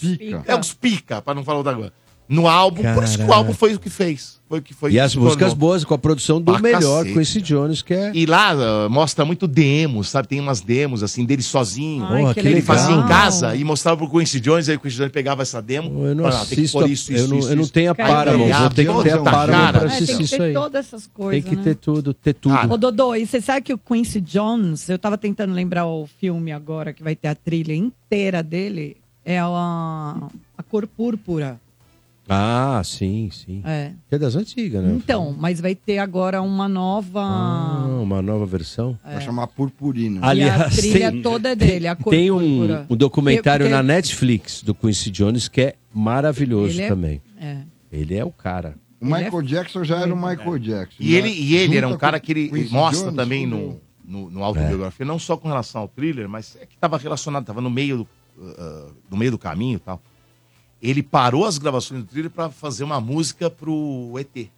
Pica. É, os pica, pra não falar outra coisa. No álbum. Por isso que o álbum foi o que fez. Foi o que foi. E as se músicas tornou. boas, com a produção do Pra melhor cacete, né? com esse Jones, que é. E lá ah, mostra muito demos, sabe? Tem umas demos, assim, dele sozinho. Ai, Porra, que ele legal. fazia em casa e mostrava pro Quincy Jones, aí o Quincy Jones pegava essa demo. Eu não falava, "Ah, tem que assisto pôr a- isso, eu isso, não- isso, eu não isso. tenho a Cara, Paramount, cara, vou ter que ter a cara, Paramount pra cara. É, tem que Isso ter aí. todas essas Tem coisas. que né? ter tudo, ter tudo. Ô, Dodô, e você sabe que o Quincy Jones, eu tava tentando lembrar o filme agora, que vai ter a trilha inteira dele, é a, a cor púrpura. Ah, sim, sim. É. Que é das antigas, né? Então, mas vai ter agora uma nova. Ah, uma nova versão. É. Vai chamar Purpurina. Aliás, e a trilha tem- toda é dele, a cor Ah. Tem púrpura. um, um documentário Eu- na porque- Netflix do Quincy Jones que é maravilhoso Ele é- também. É. Ele é o cara. O Michael Jackson já era o Michael Jackson. E né? ele, e ele Junta era um com cara que ele Quincy mostra Jones, também né? tudo. no, no, no autobiografia, não só com relação ao thriller, mas é que estava relacionado, estava no meio do, ah, no meio do caminho e tal. Ele parou as gravações do thriller para fazer uma música pro ET. que é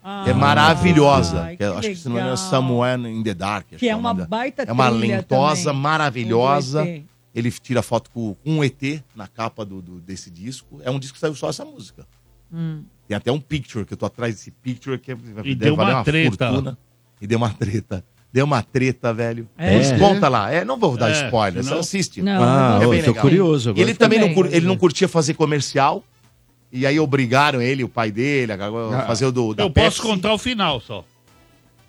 Ah. maravilhosa. ai, que eu que acho que se não me engano, é legal. Somewhere in the Dark. acho Que é o nome uma da- baita É uma trilha lentosa, também. maravilhosa. Do Um ET. Ele tira foto com com um ET na capa do, do- desse disco. É um disco que saiu só essa música. Hum. Tem até um picture, que eu tô atrás desse picture que vai E deu uma treta. E deu uma treta. Deu uma treta, velho. É? Mas Conta lá. É, não vou dar É, spoiler, senão- você assiste. é Não, Ah, não vou. bem eu tô legal. curioso agora. Ele também, não, Também. cur- ele não curtia fazer comercial. E aí obrigaram ele, o pai dele, a a fazer o do da Ah. Eu Pepsi. posso contar o final só.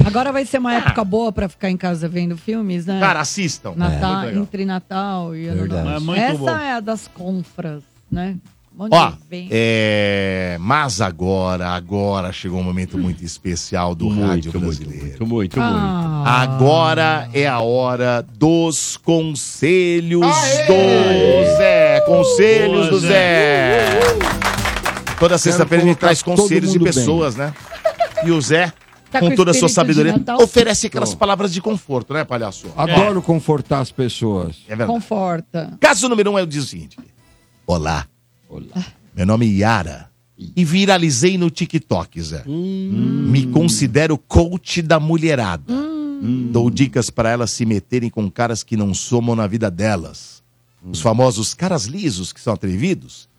Agora vai ser uma época boa pra ficar em casa vendo filmes, né? Ah. Cara, assistam. Natal, É. entre Natal e Ano Verdade. Novo. É muito Essa bom. é a das compras, né? Um monte Ó, de vem. é, mas agora, agora chegou um momento muito especial do rádio brasileiro. Muito, muito, Ah. muito. Agora é a hora dos conselhos do Zé. Conselhos Boa, É, do Zé. Zé. Toda sexta-feira a gente colocar traz todo conselhos de mundo bem. pessoas, né? E o Zé, Tá com com toda a espírito sua de sabedoria, Natal? oferece aquelas Tô. palavras de conforto, né, palhaço? Adoro confortar as pessoas. É verdade. Conforta. Caso número um, eu diz o seguinte: Olá. Meu nome é Yara. E viralizei no TikTok, Zé. Hum. Me considero coach da mulherada. Hum. Dou dicas pra elas se meterem com caras que não somam na vida delas. Hum. Os famosos caras lisos que são atrevidos.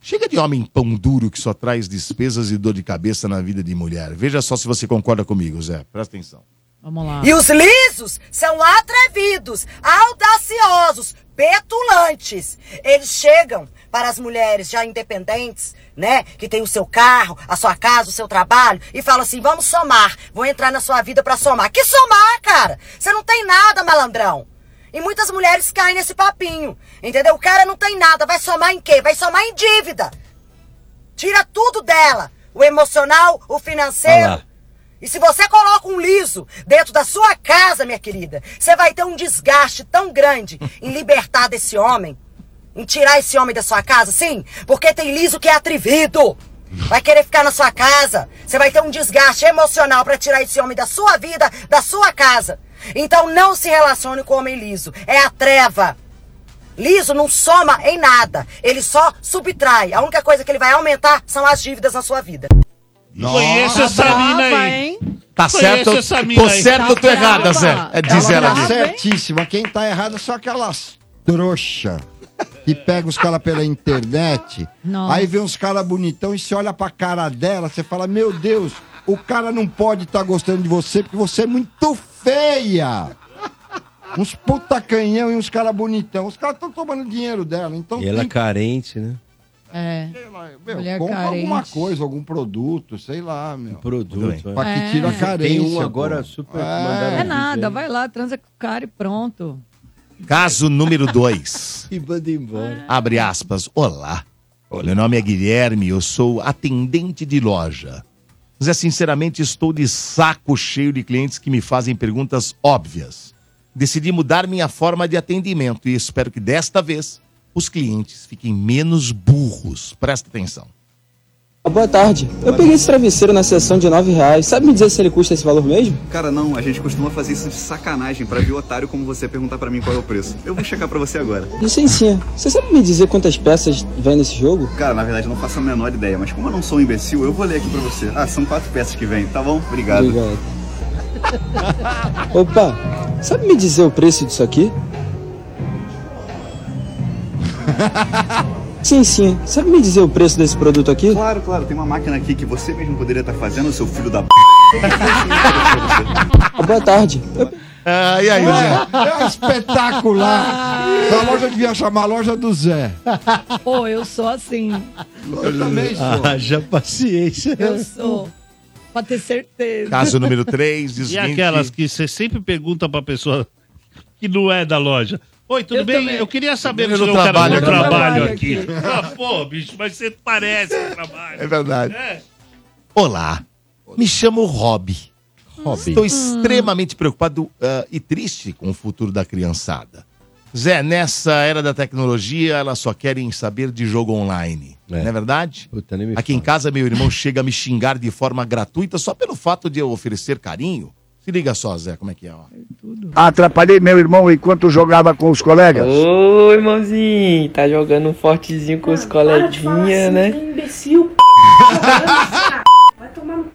Chega de homem pão duro que só traz despesas e dor de cabeça na vida de mulher. Veja só se você concorda comigo, Zé. Presta atenção. Vamos lá. E os lisos são atrevidos, audaciosos, petulantes. Eles chegam para as mulheres já independentes, né? Que tem o seu carro, a sua casa, o seu trabalho, e falam assim: vamos somar, vou entrar na sua vida para somar. Que somar, cara? Você não tem nada, malandrão. E muitas mulheres caem nesse papinho, entendeu? O cara não tem nada, vai somar em quê? Vai somar em dívida. Tira tudo dela: o emocional, o financeiro. E se você coloca um liso dentro da sua casa, minha querida, você vai ter um desgaste tão grande em libertar desse homem, em tirar esse homem da sua casa, sim, porque tem liso que é atrevido. Vai querer ficar na sua casa. Você vai ter um desgaste emocional para tirar esse homem da sua vida, da sua casa. Então não se relacione com o homem liso. É a treva. Liso não soma em nada. Ele só subtrai. A única coisa que ele vai aumentar são as dívidas na sua vida. Conheço essa mina aí. Tá Conheço certo? essa mina Tô aí. certo ou tô Tá errada, brava. Zé? É, diz ela. tá ali. certíssima. Quem tá errada são aquelas trouxa que pega os caras pela internet, Nossa. aí vê uns caras bonitão e você olha pra cara dela, você fala, meu Deus, o cara não pode estar gostando de você porque você é muito feia. Uns puta canhão e uns caras bonitão. Os caras estão tomando dinheiro dela, então E ela é tem carente, né? É. Meu, Mulher compra carente. alguma coisa, algum produto, sei lá, meu. produto. Pra é. que tira a É. carência. Tem um pô. Ah. agora super- É nada, vai lá, transa com o cara e pronto. Caso número *laughs* 2. E manda embora. Abre aspas. Olá. Meu nome é Guilherme, eu sou atendente de loja. Mas é sinceramente estou de saco cheio de clientes que me fazem perguntas óbvias. Decidi mudar minha forma de atendimento e espero que desta vez os clientes fiquem menos burros. Presta atenção. Ah, Boa tarde. Eu peguei esse travesseiro na sessão de 9 reais. Sabe me dizer se ele custa esse valor mesmo? Cara, não, a gente costuma fazer isso de sacanagem pra ver o otário como você perguntar pra mim qual é o preço. Eu vou checar pra você agora. Licencinha, você sabe me dizer quantas peças vem *laughs* nesse jogo? Cara, na verdade eu não faço a menor ideia, mas como eu não sou um imbecil, eu vou ler aqui pra você. Ah, são quatro peças que vem, tá bom? Obrigado. Obrigado. Opa, sabe me dizer o preço disso aqui? Sim, sim. Sabe me dizer o preço desse produto aqui? Claro, claro, tem uma máquina aqui que você mesmo poderia estar fazendo, seu filho da p. Boa tarde. Ah, e aí, É, um é *laughs* espetacular. A loja devia chamar a loja do Zé. Pô, eu sou assim. Eu também sou. Haja paciência. Eu sou. Pra ter certeza. Caso número 3, *laughs* diz E seguinte- aquelas que você sempre pergunta pra pessoa que não é da loja. Oi, tudo bem? Eu queria saber Eu se não o cara trabalho não aqui. trabalho Eu aqui. *laughs* trabalho Ah, pô, bicho, mas você parece que trabalha. É verdade. É. Olá, me chamo Rob. Estou extremamente preocupado ah, e triste com o futuro da criançada. Zé, nessa era da tecnologia, elas só querem saber de jogo online. Não é verdade? Aqui em casa, meu irmão chega a me xingar de forma gratuita só pelo fato de eu oferecer carinho. Se liga só, Zé, como é que é? Ó. Atrapalhei meu irmão enquanto jogava com os colegas. Ô, irmãozinho, tá jogando um fortezinho com os coleguinhas, né? é um imbecil, p. Vai tomar no p.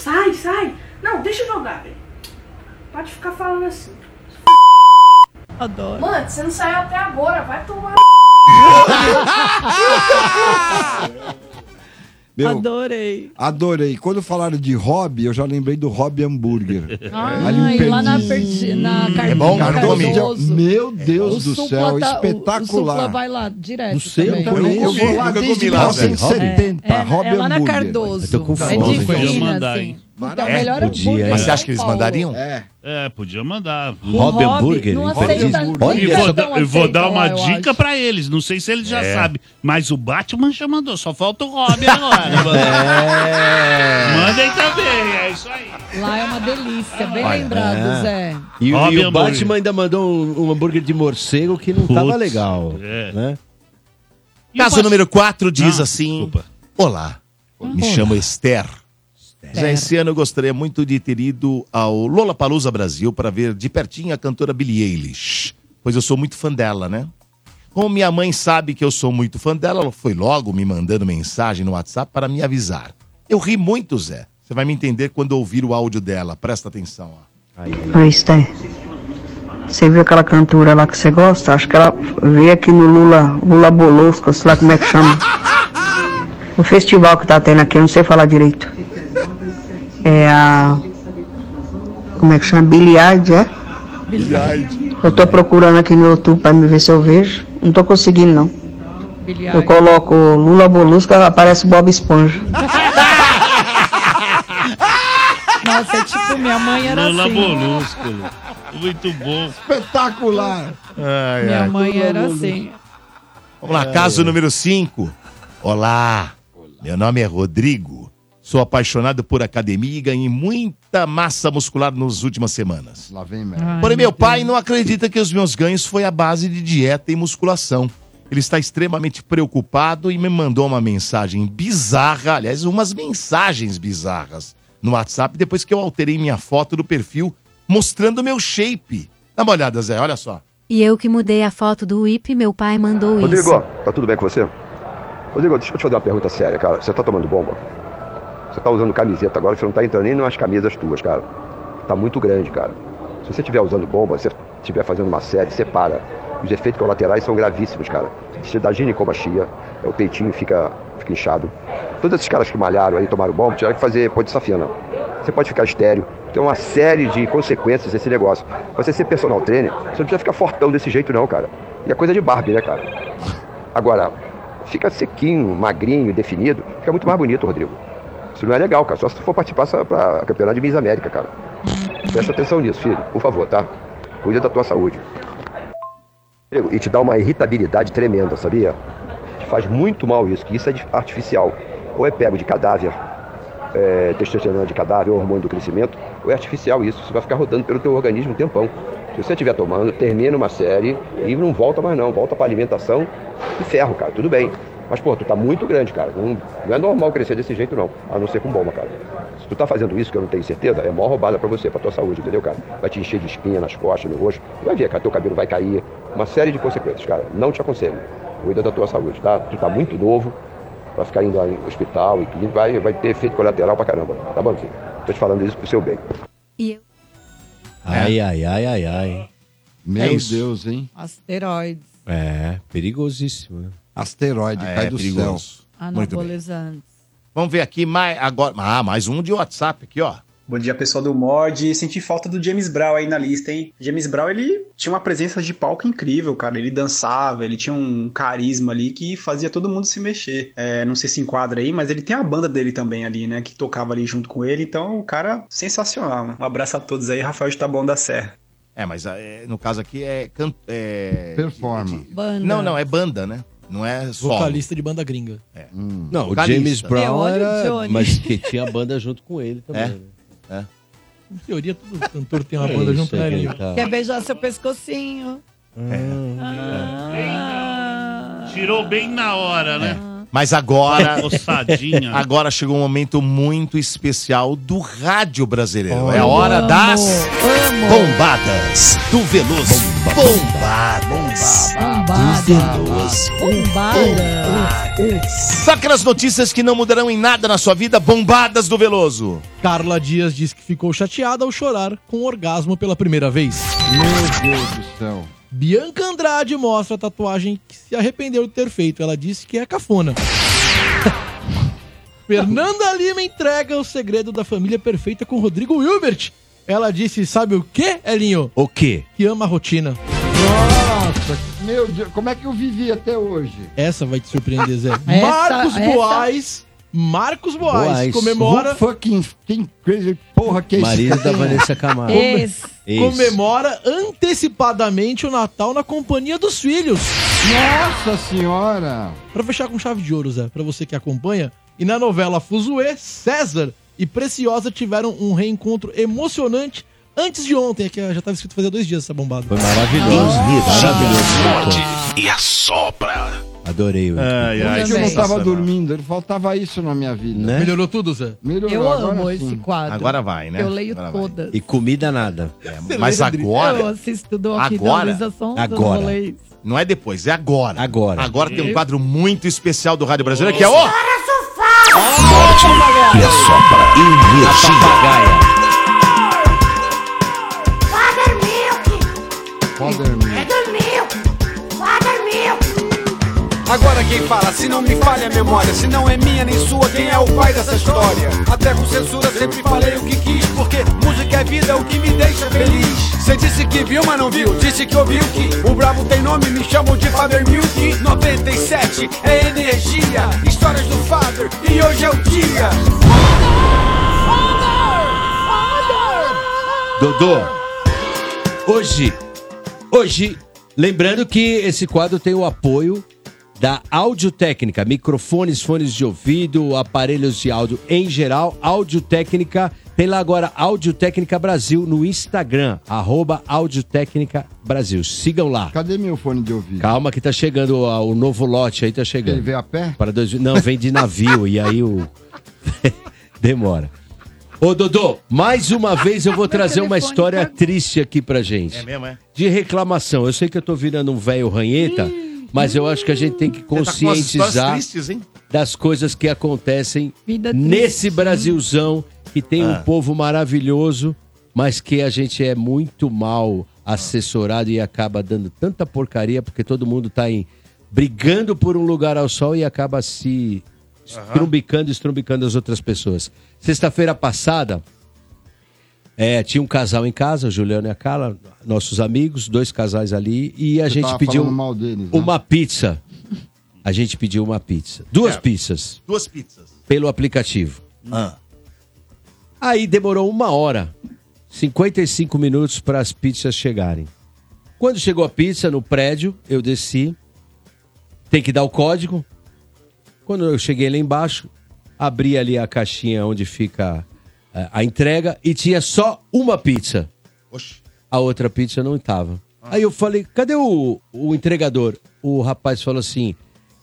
Sai, sai. Não, deixa eu jogar, velho. Pode ficar falando assim. Adoro. Mano, você não saiu até agora. Vai tomar *laughs* no Adorei. Adorei. Quando falaram de hobby, eu já lembrei do hobby hambúrguer. Ai, lá na, perdi, na Car- É bom? Cardoso. Cardoso. Meu Deus O do supla céu, tá- o- O supla espetacular. vai lá direto. Não sei, também. eu também. Eu vou lá desde 1970, É, Rob é, é lá na Hambúrguer. Cardoso. Eu tô com é fome, É, divina, podia mandar, assim. hein? Então, melhor hambúrguer. Mas você acha que eles Paulo. mandariam? É. É, podia mandar. O Rob Hambúrguer, não Rob aceita- Hambúrguer. Olha. E vou, dar- Não eu vou dar aceitam uma lá, eu dica acho. pra eles. Não sei se eles já É. sabem. Mas o Batman já mandou. Só falta o Robin agora. Mandem também. É isso aí. Lá é uma delícia, bem Olha, lembrado, é. Zé. E, o- Rob e o hambúrguer. Batman ainda mandou um, um hambúrguer de morcego que não tava Putz, legal. Né? Caso número 4 diz assim: Olá, me chamo Esther. Já esse ano eu gostaria muito de ter ido ao Lollapalooza Brasil para ver de pertinho a cantora Billie Eilish, pois eu sou muito fã dela, né? Como minha mãe sabe que eu sou muito fã dela, ela foi logo me mandando mensagem no WhatsApp para me avisar. Eu ri muito, Zé. Você vai me entender quando ouvir o áudio dela. Presta atenção, ó. Oi, Sté. Você viu aquela cantora lá que você gosta? Acho que ela veio aqui no Lula, Lula Bolosco, sei lá como é que chama. O festival que tá tendo aqui, eu não sei falar direito. É a. Como é que chama? Biliard, é? Eu tô procurando aqui no YouTube pra me ver se eu vejo. Não tô conseguindo, não. Eu coloco Lula Bolusco, aparece Bob Esponja. Nossa, é tipo, minha mãe era Lula assim. Molusco. Muito bom. Espetacular. Ai, Minha ai. mãe era assim. Vamos lá, caso número 5. Olá, meu nome é Rodrigo. Sou apaixonado por academia e ganhei muita massa muscular nas últimas semanas. Lá vem, merda. Porém, meu pai não acredita que os meus ganhos foi à base de dieta e musculação. Ele está extremamente preocupado e me mandou uma mensagem bizarra, aliás, umas mensagens bizarras no WhatsApp depois que eu alterei minha foto do perfil mostrando meu shape. Dá uma olhada, Zé, olha só. E eu que mudei a foto do WIP, meu pai mandou isso. Rodrigo, tá tudo bem com você? Rodrigo, deixa eu te fazer uma pergunta séria, cara. Você tá tomando bomba? Você tá usando camiseta agora, você não tá entrando nem nas camisas tuas, cara. Tá muito grande, cara. Se você estiver usando bomba, se você estiver fazendo uma série, você para. Os efeitos colaterais são gravíssimos, cara. Você dá ginecomastia, é, o peitinho fica, fica inchado. Todos esses caras que malharam aí, tomaram bomba, tiveram que fazer podissafina. Você pode ficar estéreo. Tem uma série de consequências desse negócio. Você ser personal trainer, você não precisa ficar fortão desse jeito não, cara. E é coisa de Barbie, né, cara? Agora, fica sequinho, magrinho, definido, fica muito mais bonito, Rodrigo. Isso não é legal, cara. Só se tu for participar sa- pra campeonato de Miss América, cara. Presta atenção nisso, filho. Por favor, tá? Cuida da tua saúde. Rodrigo, E te dá uma irritabilidade tremenda, sabia? Te faz muito mal isso, que isso é de- artificial. Ou é pego de cadáver, é, testosterona de cadáver, ou hormônio do crescimento, ou é artificial isso. Isso vai ficar rodando pelo teu organismo um tempão. Se você estiver tomando, termina uma série e não volta mais não. Volta pra alimentação e ferro, cara. Tudo bem. Mas, pô, tu tá muito grande, cara. Não, não é normal crescer desse jeito, não. A não ser com bomba, cara. Se tu tá fazendo isso, que eu não tenho certeza, é maior roubada pra você, pra tua saúde, entendeu, cara? Vai te encher de espinha nas costas, no rosto. Tu Vai ver, cara, teu cabelo vai cair. Uma série de consequências, cara. Não te aconselho. Cuida da tua saúde, tá? Tu tá muito novo, vai ficar indo em hospital e clínica, vai, vai ter efeito colateral pra caramba. Tá bom, filho? Tô te falando isso pro seu bem. Ai, ai, ai, ai, ai. Meu Deus, hein? Asteroides, É, perigosíssimo. né? Asteroide, Ah, cai é do perigoso. céu. Muito bem. anabolizantes. Vamos ver aqui mais agora. Ah, mais um de WhatsApp aqui, ó. Bom dia, pessoal do Mod. Senti falta do James Brown aí na lista, hein? James Brown, ele tinha uma presença de palco incrível, cara. Ele dançava, ele tinha um carisma ali que fazia todo mundo se mexer. É, não sei se enquadra aí, mas ele tem a banda dele também ali, né? Que tocava ali junto com ele. Então, o cara, sensacional. Um abraço a todos aí, Rafael Estabão da Serra. É, mas é, no caso aqui é. Can... é... Performa. Banda. Não, não, é banda, né? Não é solo. Vocalista de banda gringa. É. Não, o Vocalista. James É, Brown olha o era. Johnny. Mas que tinha banda junto com ele também. É, Né? é. Em teoria, todo cantor tem uma banda junto, né, Lio? Quer beijar seu pescocinho. É. Tirou bem na hora, né? É. Mas agora. Ossadinha. agora chegou um momento muito especial do rádio brasileiro. é a hora das bombadas do Veloso. Bombadas. Bombadas. Do Veloso. Só aquelas notícias que não mudarão em nada na sua vida, bombadas do Veloso. Carla Dias diz que ficou chateada ao chorar com orgasmo pela primeira vez. Meu Deus do céu. Bianca Andrade mostra a tatuagem que se arrependeu de ter feito. Ela disse que é cafona. *laughs* Fernanda Lima entrega o segredo da família perfeita com Rodrigo Hilbert. Ela disse, sabe o quê, Elinho? O quê? Que ama a rotina. Nossa, meu Deus, como é que eu vivi até hoje? Essa vai te surpreender, Zé. *laughs* Essa- Marcos essa- Boaz. Marcos Boaz, comemora. Who fucking fucking crazy, porra, que é isso? Marido da Vanessa *laughs* Camargo. Esse. Esse. Comemora antecipadamente o Natal na companhia dos filhos. Nossa senhora! Pra fechar com chave de ouro, Zé, pra você que acompanha, e na novela Fuzuê, César e Preciosa tiveram um reencontro emocionante antes de ontem, é que já tava escrito fazer dois dias essa bombada. Foi maravilhoso. Maravilhoso. E a sopra. Adorei. o Ai, encontro. eu não tava dormindo, ele faltava isso na minha vida. Né? Melhorou tudo, Zé? Melhorou, Eu agora amo sim. esse quadro. Agora vai, né? Eu leio Agora vai. todas. E comida nada. É, mas agora. Eu assisto do aqui da Luísa Sonza, agora. do Rolês. Não é depois, é agora. Agora. Agora tem um Eu- quadro muito especial do Rádio Brasileiro que é o. Morde e a sopra. Energia. Tá Father Milk! Father Milk! Father Milk! Father Milk! Agora quem fala, se não me falha a memória, se não é minha nem sua, quem é o pai dessa história? Até com censura sempre falei o que quis, porque música é vida, é o que me deixa feliz. Cê disse que viu, mas não viu, disse que ouviu que o bravo tem nome, me chamam de Father Milk. 97 é energia, histórias do Father, e hoje é o dia. Dodô, hoje, hoje, lembrando que esse quadro tem o apoio da Audiotécnica, microfones, fones de ouvido, aparelhos de áudio em geral, Audiotécnica, tem lá agora Audiotécnica Brasil no Instagram, arroba Audiotécnica Brasil, sigam lá. Cadê meu fone de ouvido? Calma que tá chegando ó, o novo lote aí, tá chegando. Ele veio a pé? Para dois... Não, vem de navio e aí o... Demora. Ô, Dodô, mais uma vez eu vou trazer tá? uma história triste aqui pra gente. É mesmo, é? De reclamação. Eu sei que eu tô virando um velho ranheta, mas eu acho que a gente tem que Você tá com conscientizar as histórias tristes, hein? das coisas que acontecem Vida triste. nesse Brasilzão que tem Ah. um povo maravilhoso, mas que a gente é muito mal assessorado e acaba dando tanta porcaria porque todo mundo tá em, brigando por um lugar ao sol e acaba se estrumbicando, estrumbicando as outras pessoas. Sexta-feira passada, é, tinha um casal em casa, o Juliano e a Carla, nossos amigos, dois casais ali, e a Você gente tava pediu falando mal deles, né? uma pizza. a gente pediu uma pizza. É. Duas pizzas. Duas pizzas. Pelo aplicativo. Aí demorou uma hora, 55 minutos para as pizzas chegarem. Quando chegou a pizza no prédio, eu desci. Tem que dar o código. Quando eu cheguei lá embaixo, abri ali a caixinha onde fica eh, a entrega e tinha só uma pizza. A outra pizza não estava. Aí eu falei, cadê o, o entregador? O rapaz falou assim,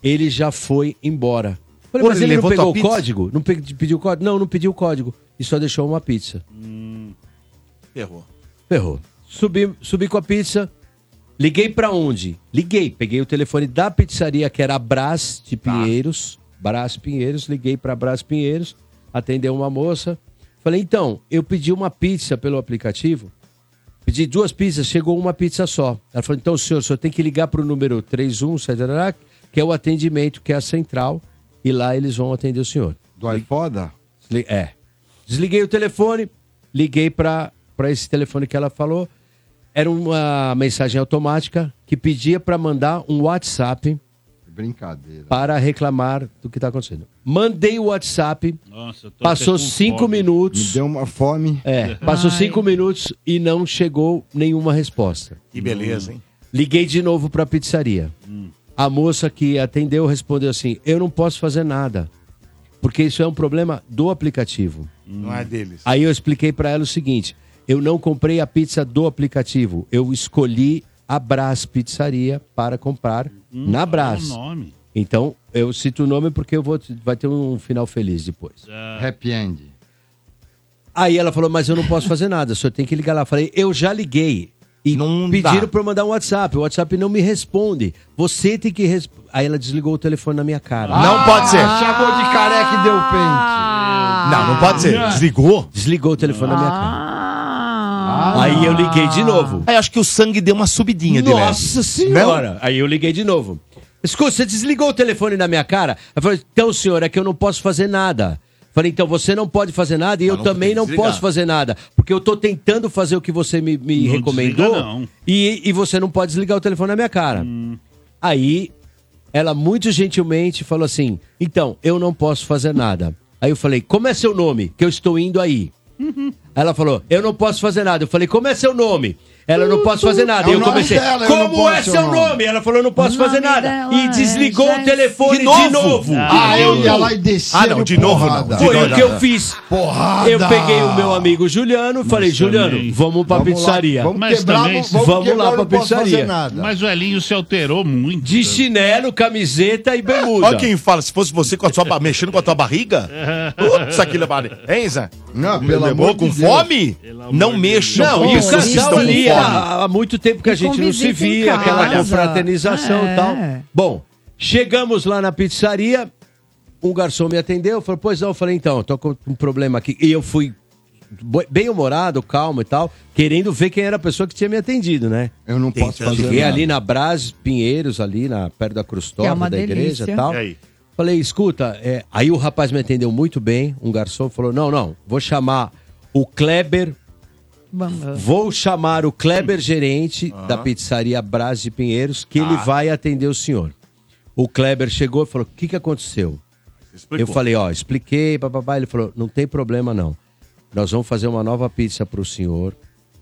ele já foi embora. Falei, Pô, mas ele ele, levou não tua pegou o pizza? código? Não pe- pediu o código? Não, não pediu o código. E só deixou uma pizza. Ferrou. Ferrou. Subi, subi com a pizza. Liguei pra onde? Liguei, peguei o telefone da pizzaria que era a Brás de Pinheiros, Brás Pinheiros, liguei pra Brás Pinheiros, atendeu uma moça. Falei: "Então, eu pedi uma pizza pelo aplicativo. Pedi duas pizzas, chegou uma pizza só". Ela falou: "Então, senhor, o senhor tem que ligar pro número 317, que é o atendimento, que é a central, e lá eles vão atender o senhor". Do iPoda? É. Desliguei o telefone, liguei pra pra esse telefone que ela falou. Era uma mensagem automática que pedia pra mandar um WhatsApp Brincadeira. para reclamar do que tá acontecendo. Mandei o WhatsApp, Nossa, eu tô passou até com cinco fome. minutos. Me deu uma fome. É, passou cinco minutos e não chegou nenhuma resposta. Que beleza, hein? Liguei de novo pra pizzaria. Hum, A moça que atendeu respondeu assim: Eu não posso fazer nada, porque isso é um problema do aplicativo. hum. Não é deles. Aí eu expliquei pra ela o seguinte: eu não comprei a pizza do aplicativo, eu escolhi a Brás Pizzaria para comprar na Brás. Qual Hum, o nome? Então, eu cito o nome porque eu vou vai ter um final feliz depois. É. Happy End. Aí ela falou: "Mas eu não posso fazer nada, o senhor tem que ligar lá". Eu Falei: "Eu já liguei". E pediram para eu mandar um WhatsApp. O WhatsApp não me responde. Você tem que resp... Aí ela desligou o telefone na minha cara. Não pode ser. Ah! Chamou de careca e deu pente. Ah! Não, não pode ser. Desligou? Ah! Desligou o telefone na minha cara. Aí eu liguei de novo. Aí acho que o sangue deu uma subidinha de leve. Nossa senhora! Aí eu liguei de novo. Escuta, você desligou o telefone na minha cara? Eu falei, então, senhor, é que eu não posso fazer nada. Falei, então você não pode fazer nada e eu não tem também que não desligar. posso fazer nada. Porque eu tô tentando fazer o que você me, me Não recomendou desliga, não. E, e você não pode desligar o telefone na minha cara. Aí ela muito gentilmente falou assim: então, eu não posso fazer nada. Aí eu falei, como é seu nome? Que eu estou indo aí. Uhum. Aí Ela falou, eu não posso fazer nada. Eu falei, como é seu nome? Ela, eu não posso fazer nada. É eu o nome comecei, dela, eu não como posso é seu seu nome?" nome? é Ela falou, eu não posso fazer nada. E desligou é o telefone de novo. Ah, eu ia lá e descia. Ah, não, de novo não. porrada. Foi o que eu fiz. Porrada. Eu peguei o meu amigo Juliano e falei, Juliano, vamos pra Vamos lá, pizzaria. vamos Mas quebrar, também, vamos- vamos lá quebrar, eu pra não posso fazer pizzaria. nada. Mas o Elinho se alterou muito. De chinelo, camiseta e bermuda. Olha quem fala, se fosse você com a sua, ba- mexendo com a tua barriga, putz, aquilo é barriga. Hein, Zé? Não, Me pelo levou amor de com Deus. fome? Não mexam Não, com e o pessoas que casal estão ali com fome. há, há muito tempo que a E gente com não visita em se via, aquela casa. confraternização e É. tal. Bom, chegamos lá na pizzaria, um garçom me atendeu, falou, pois não, eu falei, então, tô com um problema aqui. E eu fui bo- bem humorado, calmo e tal, querendo ver quem era a pessoa que tinha me atendido, né? Eu não posso fazer Cheguei nada. ali na Brás Pinheiros, ali na, perto da Custódia, Que é uma da igreja delícia. e tal. E Falei, escuta, é, aí o rapaz me atendeu muito bem, um garçom falou, não, não, vou chamar o Kleber Vou chamar o Kleber gerente da pizzaria Brás de Pinheiros, que Tá. ele vai atender o senhor. O Kleber chegou e falou: O que, que aconteceu? Eu falei: Ó, expliquei, papapá. Ele falou: Não tem problema não. Nós vamos fazer uma nova pizza para o senhor.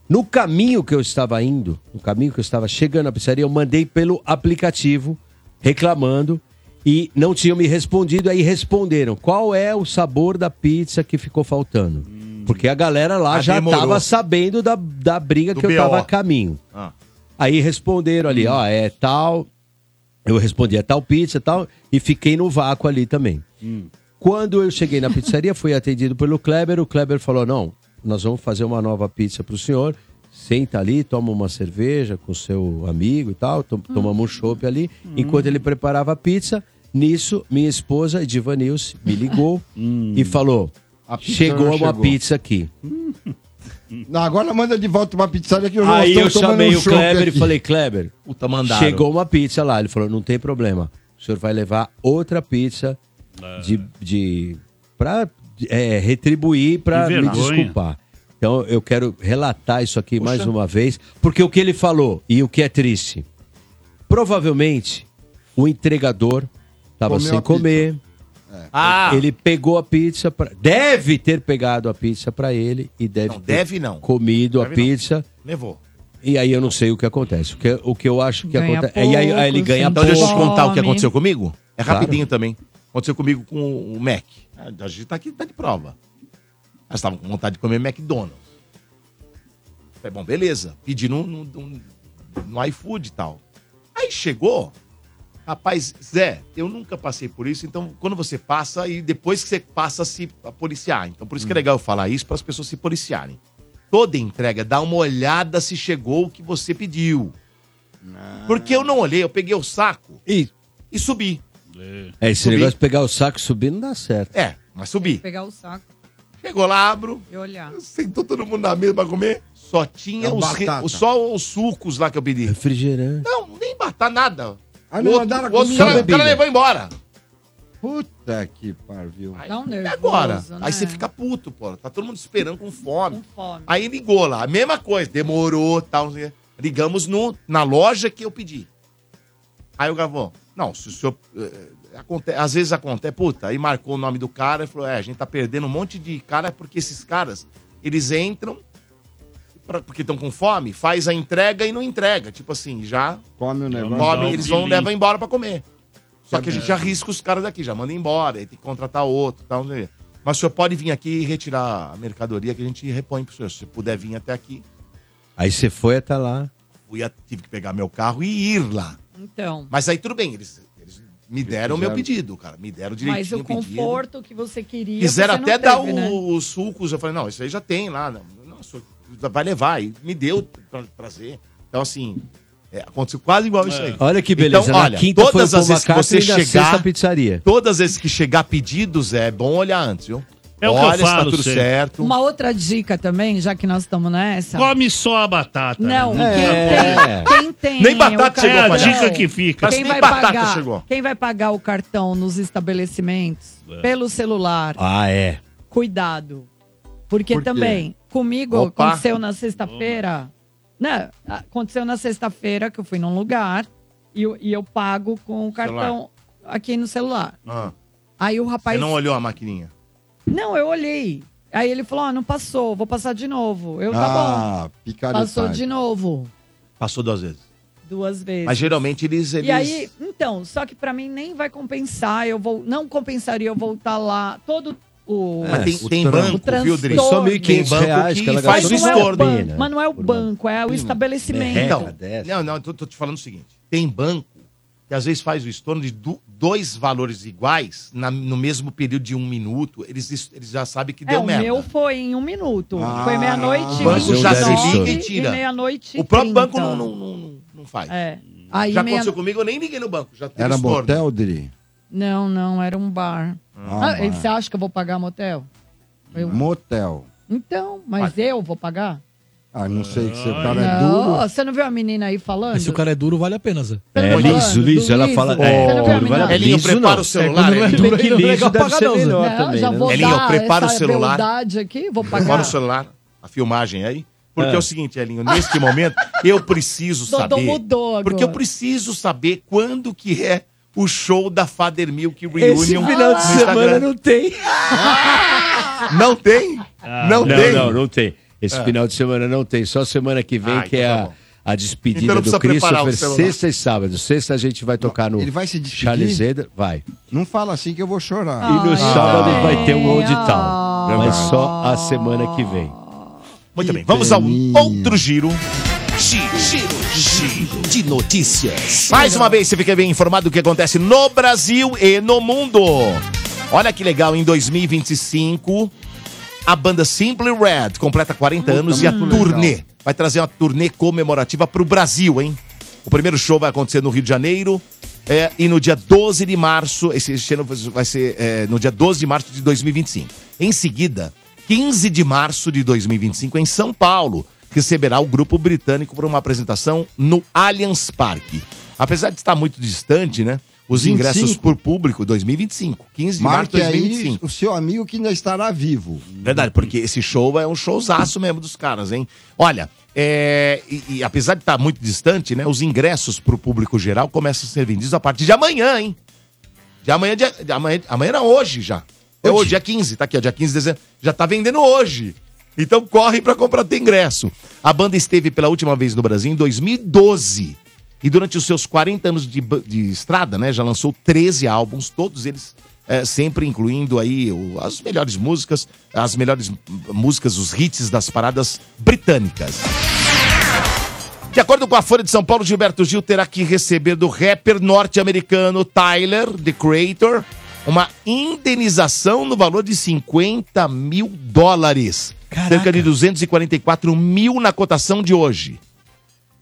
No caminho que eu estava indo, no caminho que eu estava chegando à pizzaria, eu mandei pelo aplicativo reclamando e não tinham me respondido. Aí responderam: Qual é o sabor da pizza que ficou faltando? Porque a galera lá Hum. Ah, já demorou. estava sabendo da, da briga Do que eu BO. tava a caminho. Ah. Aí responderam ali, ó, é tal. Eu respondi, é tal pizza, tal. E fiquei no vácuo ali também. Quando eu cheguei na pizzaria, fui atendido pelo Kleber. O Kleber falou: não, nós vamos fazer uma nova pizza pro senhor. Senta ali, toma uma cerveja com seu amigo e tal. to- Hum. Tomamos um chopp ali. Enquanto ele preparava a pizza, nisso, minha esposa, Divanilce, me ligou e falou: Hum. pizza chegou não uma chegou." pizza aqui. Não, agora manda de volta pra pizzaria que eu já Aí estou eu tomando chamei um o chopp Kleber aqui. e falei, Kleber, Puta, mandaram. chegou uma pizza lá. Ele falou, não tem problema. O senhor vai levar outra pizza de, de, pra é, retribuir, pra Que me vergonha. desculpar. Então eu quero relatar isso aqui mais uma vez, porque o que ele falou e o que é triste. Provavelmente o entregador Tava Comeu sem a pizza. É. comer. Ah. Ele pegou a pizza. Pra... Deve ter pegado a pizza pra ele e deve Não, ter deve não. comido a Deve não. pizza. Levou. E aí eu não sei o que acontece. O que, o que eu acho que Ganha acontece. e aí, pouco, aí ele ganha Então deixa eu te contar o que fome. aconteceu comigo. É Claro. rapidinho também. Aconteceu comigo com o Mac. A gente tá aqui, tá de prova. Nós estávamos com vontade de comer McDonald's. Falei, bom, beleza. Pedi no, no, no, no iFood e tal. Aí chegou. Rapaz, Zé, eu nunca passei por isso, então quando você passa e depois que você passa se policiar. Então por isso Hum. que é legal eu falar isso para as pessoas se policiarem. Toda entrega, dá uma olhada se chegou o que você pediu. Porque eu não olhei, eu peguei o saco e, e subi. É, esse Subi. negócio de pegar o saco e subir não dá certo. É, mas subi. Pegar o saco Chegou lá, abro, e olhar. sentou todo mundo na mesa pra comer. Só tinha É os, re- batata. o- só os sucos lá que eu pedi. Refrigerante. Não, nem batar nada. Ah, O não outro- mandaram a o outro comida. cara, o cara Bebida. levou embora. Puta que parviu. Dá um nervoso, Agora. né? Aí você fica puto, pô. Tá todo mundo esperando com fome. Aí ligou lá, a mesma coisa, demorou, tal. não sei o quê. Ligamos no, na loja que eu pedi. Aí o Gavão, não, se o senhor. eh, aconte- às vezes acontece, puta, aí marcou o nome do cara e falou: é, a gente tá perdendo um monte de cara porque esses caras, eles entram pra- porque estão com fome, faz a entrega e não entrega. Tipo assim, já. Come o negócio. Come, eles vão levar embora pra comer. Só que a Sabe- gente já arrisca os caras daqui, já manda embora, aí tem que contratar outro, tal, não sei o quê. Mas o senhor pode vir aqui e retirar a mercadoria que a gente repõe pro senhor. Se você puder vir até aqui, Aí você foi até lá. fui, a- tive que pegar meu carro e ir lá. Então. Mas aí tudo bem, eles, eles me deram o meu fizeram. pedido, cara. Me deram Mas direitinho o o pedido. conforto que você queria. Quiseram você não até dar um teve, o- né? os sucos. Eu falei, não, isso aí já tem lá. Não, não, senhor, vai levar. aí me deu pra trazer. Então, assim, é, aconteceu quase igual isso aí. Olha que beleza. Então, na olha, quinta foi todas o as vezes que você McCartney e na sexta chegar... a pizzaria. Todas as vezes que chegar pedidos, é bom olhar antes, viu? É o que eu Olha se tá falo tudo sempre. certo. Uma outra dica também, já que nós estamos nessa. Come só a batata. Não, né? quem, tem, quem tem. Nem o batata chegou, cartão- é a dica que fica. Quem Nem vai, batata pagar, chegou. quem vai pagar o cartão nos estabelecimentos pelo celular, Ah, é. cuidado. Porque Por quê? também, comigo Opa. aconteceu na sexta-feira. Né? Aconteceu na sexta-feira que eu fui num lugar e, eu- e eu pago com o cartão aqui no celular. Ah, Aí o rapaz. você não olhou a maquininha? Não, eu olhei. Aí ele falou: ah, não passou, vou passar de novo. Eu, tá Ah, bom. picaretagem. Passou de novo. Passou duas vezes. Duas vezes. Mas geralmente é eles... eles... E aí, então, só que pra mim nem vai compensar, eu vou, não compensaria eu voltar lá todo o É, Mas tem, o tem tran- banco, o transtorno. viu, Dri? Só Tem 1.500 banco reais que ela faz o Mas não é o estorno. banco, Mas não é o banco, é o estabelecimento. Então, não, não, eu tô, tô te falando o seguinte: tem banco que às vezes faz o estorno de du- dois valores iguais na- no mesmo período de um minuto, eles, es- eles já sabem que É, deu o merda. meu foi em um minuto. Ah, foi meia-noite. um o banco já se 29 liga e tira. meia-noite. e O próprio 30. banco não, não, não, não- não faz. É. Aí já meia- aconteceu comigo, eu nem liguei no banco. Já teve Era estorno. motel, Dri? Não, não, era um bar. Ah, Ah, bar. Você acha que eu vou pagar motel? Eu- Motel. Então, mas eu vou pagar? Ah, não sei se o Ai. cara é Não, duro. você não viu a menina aí falando? Mas se o cara é duro, vale a pena, Zé. É, liso, liso. Ela fala. É, Você não vai duro, vale a me dar. pena. Elinho, Liso prepara não. o celular, É, quando não é Elinho. duro que Não é liso legal deve pagar ser não, Zé. melhor Não, também. já né? vou Elinho, dar prepara É, essa o celular. beldade aqui, vou Prepara pagar. o celular, a filmagem aí. Porque é, É. o seguinte, Elinho, neste momento eu preciso Dodô saber. mudou agora. Porque eu preciso saber quando que é o show da Father Milk Reunion. Esse final de no Instagram. semana não tem. Não tem? não, tem. Ah, Não, não tem. Esse É. final de semana não tem. Só semana que vem, Ah, que é a, a Então despedida não do precisa preparar o Christopher. celular. Sexta e sábado. Sexta a gente vai tocar no Ele vai se despedir? Charles Zeder. Vai. Não fala assim que eu vou chorar. E no sábado vai ter um old town. Mas só a semana que vem. Muito bem, vamos ao outro giro. Giro, giro, giro de notícias. Mais uma vez, você fica bem informado do que acontece no Brasil e no mundo. Olha que legal, em 2025, a banda Simply Red completa 40 anos e a muito turnê. legal. Vai trazer uma turnê comemorativa pro Brasil, hein? O primeiro show vai acontecer no Rio de Janeiro. é, e no dia 12 de março, esse ano vai ser é, no dia 12 de março de 2025. Em seguida, 15 de março de 2025, em São Paulo, receberá o grupo britânico para uma apresentação no Allianz Parque. Apesar de estar muito distante, né? Os 25. ingressos por público, 2025. 15 de março de Marque aí 2025. o seu amigo que ainda estará vivo. Verdade, porque esse show é um showzaço mesmo dos caras, hein? Olha, é, e, e apesar de estar muito distante, né? Os ingressos pro público geral começam a ser vendidos a partir de amanhã, hein? De amanhã, dia- de amanhã, amanhã não, hoje já. É hoje, dia 15, tá aqui, ó, dia 15 de dezembro. Já tá vendendo hoje. Então corre pra comprar teu ingresso. A banda esteve pela última vez no Brasil em 2012. E durante os seus 40 anos de, ba- de estrada, né, já lançou 13 álbuns, todos eles é, sempre incluindo aí o- as melhores músicas, as melhores m- músicas, os hits das paradas britânicas. De acordo com a Folha de São Paulo, Gilberto Gil terá que receber do rapper norte-americano Tyler, The Creator, uma indenização no valor de 50 mil dólares. Cerca de 244 mil na cotação de hoje.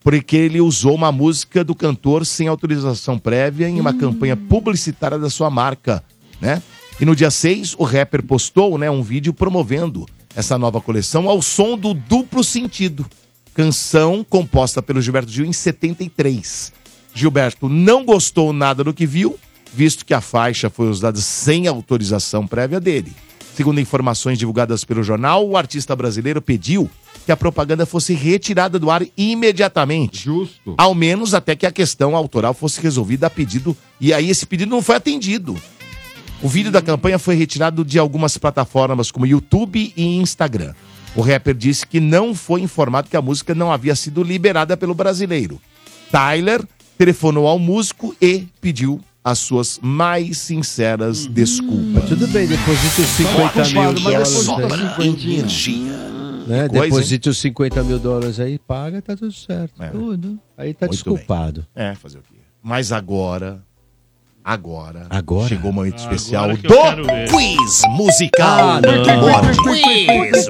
Porque ele usou uma música do cantor sem autorização prévia em uma campanha publicitária da sua marca, né? E no dia 6, o rapper postou né, um vídeo promovendo essa nova coleção ao som do duplo sentido canção composta pelo Gilberto Gil em 73. Gilberto não gostou nada do que viu, visto que a faixa foi usada sem autorização prévia dele. Segundo informações divulgadas pelo jornal, o artista brasileiro pediu que a propaganda fosse retirada do ar imediatamente. Justo. Ao menos até que a questão autoral fosse resolvida a pedido. E aí esse pedido não foi atendido. O vídeo da campanha foi retirado de algumas plataformas como YouTube e Instagram. O rapper disse que não foi informado que a música não havia sido liberada pelo brasileiro. Tyler telefonou ao músico e pediu as suas mais sinceras desculpas. Uhum. Tudo bem, deposita os um 50 mil dólares aí. Né? coisa, Deposita os 50 mil dólares aí, paga, tá tudo certo. Tudo. Aí tá Muito desculpado. É, fazer o quê? Mas agora. Agora. Agora? Ah, Chegou o momento especial que eu do quero ver. Quiz Musical Ah, do não. Morde. Quiz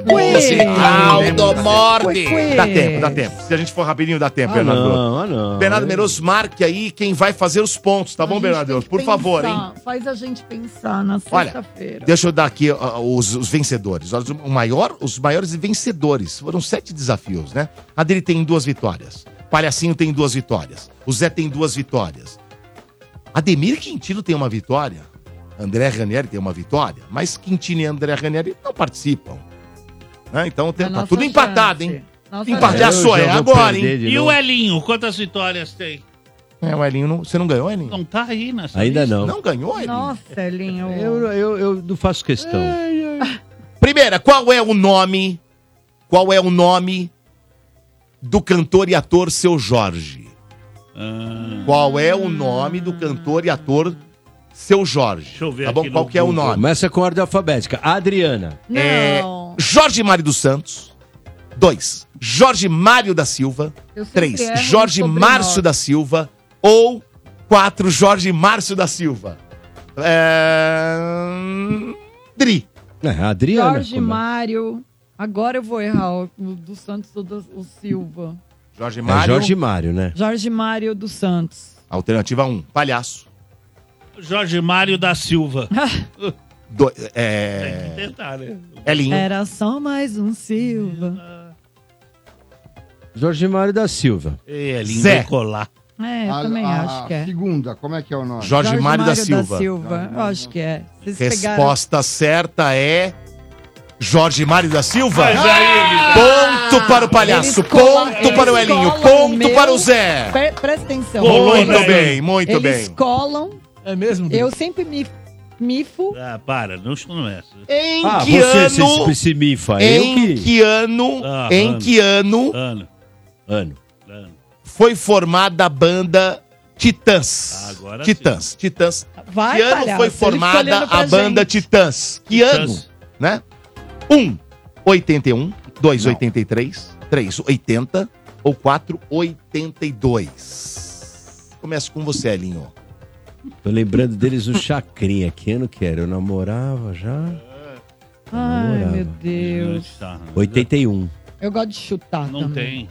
Quiz Musical do Morde. Dá tempo, dá tempo. Se a gente for rapidinho, dá tempo, Ah, Bernardo. não, ah, não. Bernardo Meroso, marque aí quem vai fazer os pontos, tá bom, Bernardo? Meroso? Por favor, hein? Pensar, Faz a gente pensar na Olha, sexta-feira. Deixa eu dar aqui ó, os, os vencedores. Olha, O maior, os maiores vencedores. Foram sete desafios, né? A dele tem duas vitórias. Palhacinho tem duas vitórias. O Zé tem duas vitórias. Ademir Quintino tem uma vitória. André Ranieri tem uma vitória. Mas Quintino e André Ranieri não participam. né? Então tem- tá nossa tudo chance. empatado, hein? Nossa Empatar chance. só é agora, hein? E o Elinho, quantas vitórias tem? É, o Elinho, não- você não ganhou, Elinho? Não tá aí nessa Ainda lista. não. Não ganhou, Elinho? Nossa, Elinho. Eu, eu, eu não faço questão. Primeira, qual é o nome? Qual é o nome do cantor e ator Seu Jorge? Qual é o nome do cantor e ator Seu Jorge? Deixa eu ver tá bom? Qual que é o nome? Começa com ordem alfabética. Adriana. É Jorge Mário dos Santos. Dois. Jorge Mário da Silva. Eu sempre Três. erro no Jorge sobrenome. Márcio da Silva. Ou quatro. Jorge Márcio da Silva. É... Dri. É, Adriana. Jorge Mário. Agora eu vou errar o do Santos ou do o Silva. Jorge É Mário. Jorge Mário, né? Jorge Mário dos Santos. Alternativa 1, um, palhaço. Jorge Mário *laughs* da Silva. Do, é... Tentar, né? Elinho. Era só mais um Silva. Jorge Mário da Silva. É, lindo Zé. colar. É, eu também acho que é. Segunda, como é que é o nome? Jorge Jorge Mário da Mário da Silva. Silva. Eu acho que é. Vocês pegaram. Resposta certa é. Jorge Mário da Silva. Mas aí, Ponto para o palhaço, Eles colam- ponto para o eles Elinho, colam ponto meu- para o Zé. Pre- presta atenção. Colou, Muito né? bem, muito Eles bem. colam. É mesmo? Eu sempre me mifo. Ah, para, não não é essa. Em Ah, que você ano- se especifica. Em Eu que... que ano? Ah, em ano. que ano? Ano. Ano. Foi formada a banda Titãs. agora Titãs, Titãs. Vai, que ano palhaço, foi ele fica formada olhando pra a banda gente. Titãs? Que ano? Né? 1, 81, 2, 83, 3, 80 ou 4, 82. Começa com você, Elinho. Tô lembrando deles no Chacrinha. Que ano que era? Eu namorava já? Ai, Namorava. meu Deus. 81. Eu gosto de chutar. Não tem.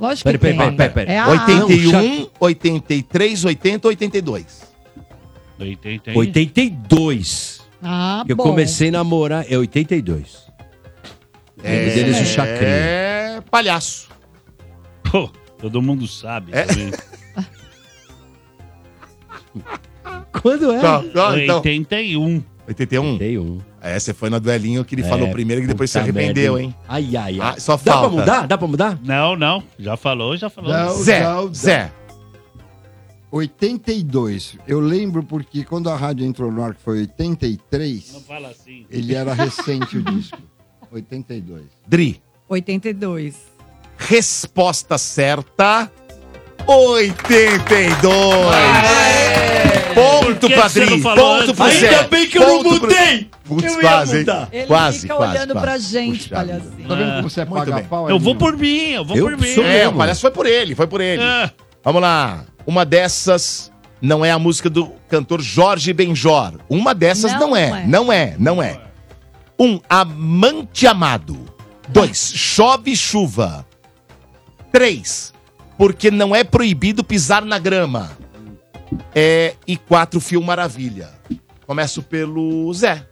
Lógico Peraí, que peraí, tem. peraí, peraí, um. peraí. É a 81, 83, 80, 82. é. 82. Ah, eu bom. comecei a namorar. É 82. É. É. Deles no Chacrinha. É palhaço. É. Pô, todo mundo sabe. também. Quando é? Tá, tá, então. 81. 81? 81. É, você foi na duelinho *laughs* que ele falou primeiro e depois se É, puta arrependeu, merda, hein? Ai, ai, ai. Ah, só Dá pra falta. mudar? Dá pra mudar? Não, não. Já falou, já falou. Zé, Zé. 82. Eu lembro porque quando a rádio entrou no ar, que foi 83, Não fala assim. ele era recente o disco. 82. Dri, 82. resposta certa: 82. Ponto, que que você padrinho. não falou Ponto antes? pro Zé. Ainda bem que eu não Ponto pro- mudei. Putz, Eu ia quase, hein? mudar. Ele quase, fica quase, olhando quase. pra gente, palhacinho. Tá vendo como você Muito paga bem. pau, Eu é vou lindo. por mim, né? eu vou por mim. Ah. É, o palhaço foi por ele, foi por ele. Vamos lá. Uma dessas não é a música do cantor Jorge Benjor. Uma dessas não, Não é. é. Não é, não é. Um, amante amado. Dois, chove chuva. Três, porque não é proibido pisar na grama. É, e quatro, fio maravilha. Começo pelo Zé.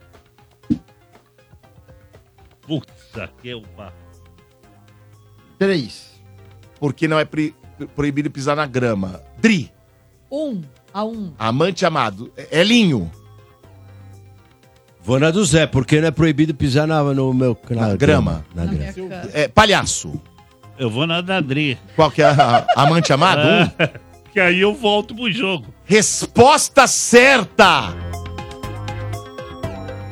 Puta que uma. Três. Porque não é pri- proibido pisar na grama. Dri. Um a um. Amante amado. É, Elinho. Vou na do Zé, porque não é proibido pisar na, no meu, na, grama. Na grama. É, palhaço. Eu vou na da Dri. Qual que é a a amante amado? *laughs* Um. Ah, que aí eu volto pro jogo. Resposta certa!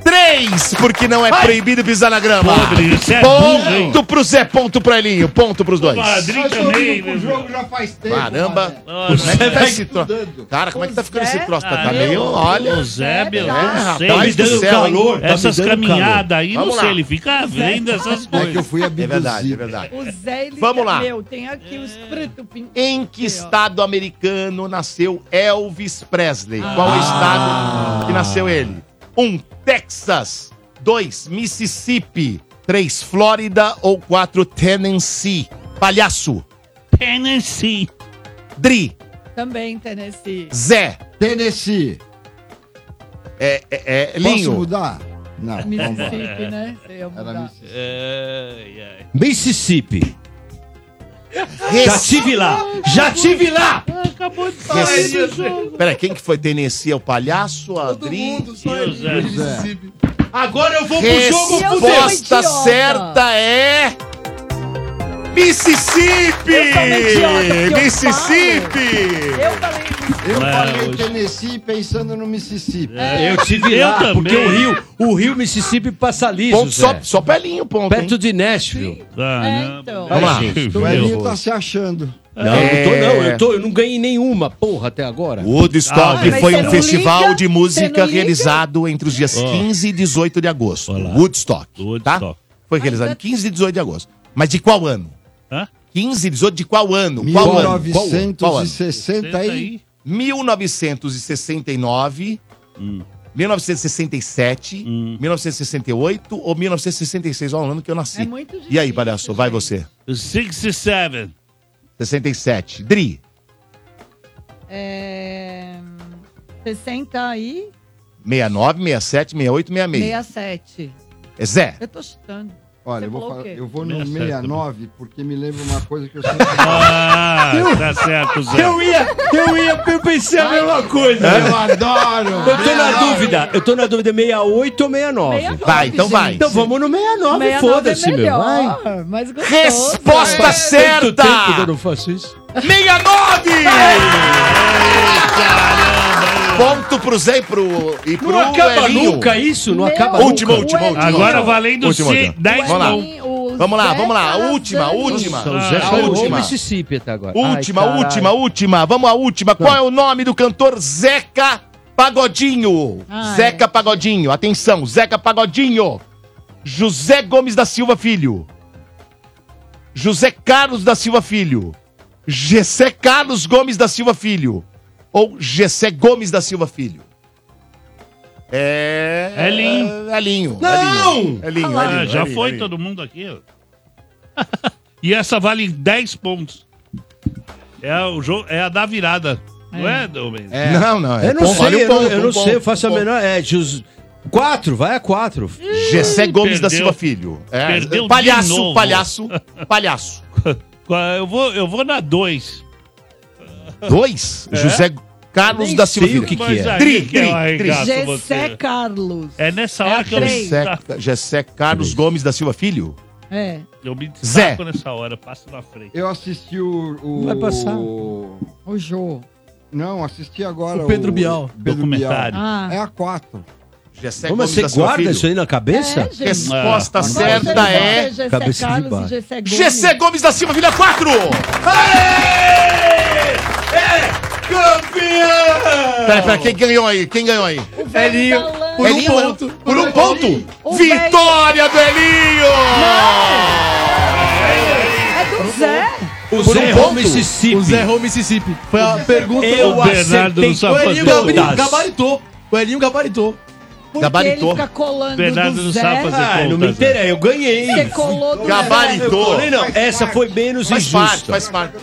Três, porque não é proibido pisar na grama. Podre, isso é burro, hein? ponto pro Zé, ponto pro Elinho, ponto pros dois. Nós jogamos com o jogo já faz tempo. Caramba, Padre. como é que tá esse troço? Cara, como é que tá ficando esse troço? Tá, tá meio, olha... O Zé, meu, É, não sei. rapaz do céu, hein? é tá Essas caminhadas aí, não Vamos lá. sei, ele fica vendo essas coisas. É verdade, é verdade. O Zé, ele é Vamos lá. Meu, tem aqui o escrito pin- Em que estado americano nasceu Elvis Presley? Qual o estado que nasceu ele? Um, Texas. Dois, Mississippi. Três, Flórida. Ou quatro, Tennessee. Palhaço. Tennessee. Dri. Também, Tennessee. Zé. Tennessee. É, é, é Posso Linho. mudar? Não. Então Mississippi, né? Você ia mudar. Mississippi. Já Res- tive lá! Já tive lá! Acabou de falar. Res- meu Deus. Peraí, quem que foi? Tennessee é o palhaço? A Dri? é Agora eu vou pro jogo com Resposta Deus. certa é. Mississippi! um Mississippi! Eu Não, falei hoje- É, Tennessee pensando no Mississippi. É. Eu tive Eu lá, também. porque o rio, o rio Mississippi passa liso, Ponto, Zé. só, só pelinho, ponto. hein? Perto de Nashville. Caramba. Vamos lá. É, então. O Elinho tá se achando. Não, É. não tô não. Eu, tô, eu não ganhei nenhuma, porra, até agora. Woodstock Ah, mas foi você um não festival liga? de Você não música liga? realizado entre os dias 15 e 18 de agosto. Olá. Woodstock, tá? Woodstock. Foi realizado em 15 e 18 de agosto. Mas de qual ano? Hã? 15 e 18 de qual ano? Qual ano? Qual ano? Qual ano? 1960 aí. 1969, Hum. 1967, 1968 ou 1966? Olha o ano que eu nasci. É muito e aí, palhaço, vai você. 67. 67. Dri, É... 60 e 69, 67, 68, 66. 67. É Zé. Eu tô chutando. Olha, Você eu vou, falou o falar- quê? eu vou no Meia 69 porque me lembra uma coisa *laughs* que eu sempre Ah, tá certo, Zé. Eu ia, eu ia, eu pensei a mesma É. coisa. eu adoro. Eu tô na dúvida. Eu tô na dúvida 68 ou 69. 69, Vai, então vai. Então vamos no 69, 69 foda-se, é meu. Vai. melhor, Mas gostoso. Resposta Tanto certa! tempo que eu não faço isso. 69! Ponto pro Zé e pro. E pro Não acaba Elinho. nunca isso? Não Meu acaba Última, nunca. última, última. Agora valendo Última, se- última. 10 Vamos lá. não. O Vamos lá, Zé vamos lá. tá Última, arrasando. última. Nossa, o Zé A só errou última. Mississippi até agora. Última, Ai, caralho. última, última. Vamos à última. Qual é o nome do cantor Zeca Pagodinho? Ah, Zeca Pagodinho. Atenção, Zeca Pagodinho. José Gomes da Silva Filho. José Carlos da Silva Filho. Gessé Carlos Gomes da Silva Filho. Ou Gessé Gomes da Silva Filho. É. Elinho. Elinho. Não! Elinho, Elinho, Ah, Elinho, já Elinho, foi Elinho. todo mundo aqui. ó. *laughs* e essa vale 10 pontos. É, o jogo, é a da virada. Não é, Domingo? É. Não, não. é Eu não ponto, olha o sei, eu, não- ponto, eu não ponto, sei, eu faço a ponto. menor. É, Jus... Quatro, vai a quatro. Gessé Gomes da perdeu. Silva Filho. É, Perdeu de palhaço, novo. é? palhaço, *laughs* palhaço. Eu vou, eu vou na 2. Dois, José Carlos É? Nem da Silva sei o Filho. que que é. Tri, tri, tri. Gessé Carlos. É nessa É a hora que eu, três. me Jessé, sa- Jessé Carlos Gomes da Silva Filho? É. eu me destaco Zé. nessa hora, passo na frente. Eu assisti o. o Vai passar. O O Jô. Não, assisti agora O Pedro Bial. Pedro Documentário. Bial. Ah. É a 4. Gessé Ô, mas você guarda isso aí na cabeça? Ah, É, gente. Resposta certa é- Cabeça de baixo. GC Gomes da Silva, Vila 4! É Campeão! Peraí, peraí, quem ganhou aí? Quem ganhou aí? O por um Elinho, ponto. Por um ponto? Vitória do Elinho! É do Zé. O Por Zé um Rô ponto? Mississippi. O Zé Rô Mississippi. Foi a pergunta Eu O Bernardo acertei não sabe O Elinho fazer gabari- contas. gabaritou. O Elinho gabaritou. Porque Gabaritou. ele fica colando Bernardo do não Zé. sabe fazer Ah, não me contas, né? interessa, eu ganhei. Você colou do Gabaritou. Zé. Eu colei, não. Essa foi menos Faz parte, injusta. faz parte.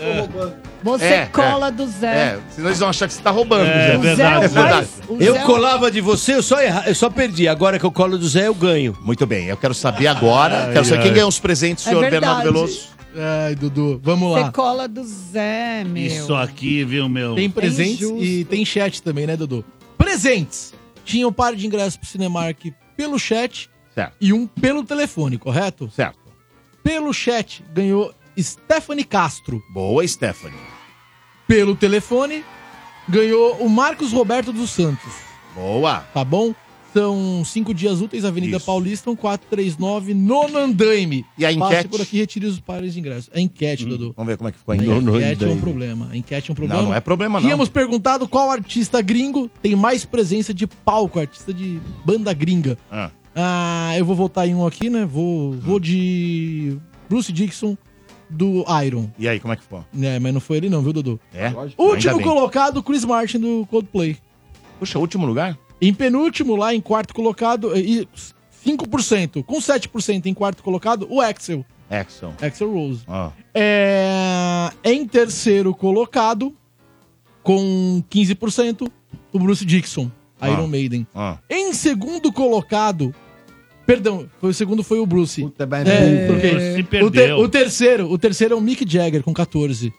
Você É, cola é. do É, Zé. senão eles vão achar que você tá roubando. Zé. É verdade. Eu colava de você, eu só, erra, eu só perdi. Agora que eu colo do Zé, eu ganho. Muito bem, eu quero saber agora. quero saber quem ganhou os presentes, É senhor Bernardo verdade. Veloso. Ai, É, Dudu, vamos Você lá. cola do Zé, meu. Isso aqui, viu, meu? Tem presentes injusto. e tem chat também, né, Dudu? Presentes! Tinha um par de ingressos pro Cinemark pelo chat e um pelo telefone, correto? Certo. Pelo chat ganhou Stephanie Castro. Boa, Stephanie. Pelo telefone ganhou o Marcos Roberto dos Santos. Boa. Tá bom? São cinco dias úteis, Avenida Paulista, 1439, nono andaime. E a Passe enquete? por aqui e retire os pares de ingressos. A enquete, Dudu. Vamos ver como é que ficou A ainda. enquete é um problema. A enquete é um problema. Não, não é problema, não. Tínhamos perguntado qual artista gringo tem mais presença de palco, artista de banda gringa. Ah. Ah, eu vou voltar em um aqui, né? Vou, vou de Bruce Dixon do Iron. E aí, como é que ficou? É, mas não foi ele não, viu, Dudu? É? Último Ainda bem. colocado, Chris Martin do Coldplay. Puxa, último lugar? Em penúltimo, lá em quarto colocado, eh, e 5%. Com 7% em quarto colocado, o Axel. Exxon. Axel Rose. Ó. É... Em terceiro colocado, com 15%, o Bruce Dixon, Ah. Iron Maiden. Ah. Em segundo colocado, perdão, foi, o segundo foi o Bruce. bem. é, troquei. Bruce se O ter- perdeu. o terceiro, o terceiro é o Mick Jagger com 14.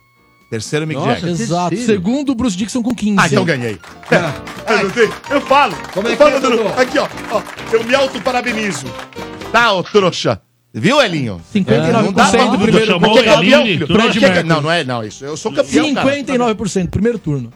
Terceiro Mick Nossa, Jagger. Exato. Terceiro. Segundo, o Bruce Dixon com É. 15. Ah, então ganhei. *laughs* Perguntei. Eu falo. Como é eu que é, falo, Dudu? Dudu? Aqui, ó. ó, Eu me auto-parabenizo. Tá, ô trouxa. Viu, Elinho? 59% É. Não dá pra- do primeiro é Chamou colocado. o campeão, Elinho, filho. Fred Que é- Mercury. Não, não é, não. Isso. Eu sou campeão, cara. 59%, primeiro turno.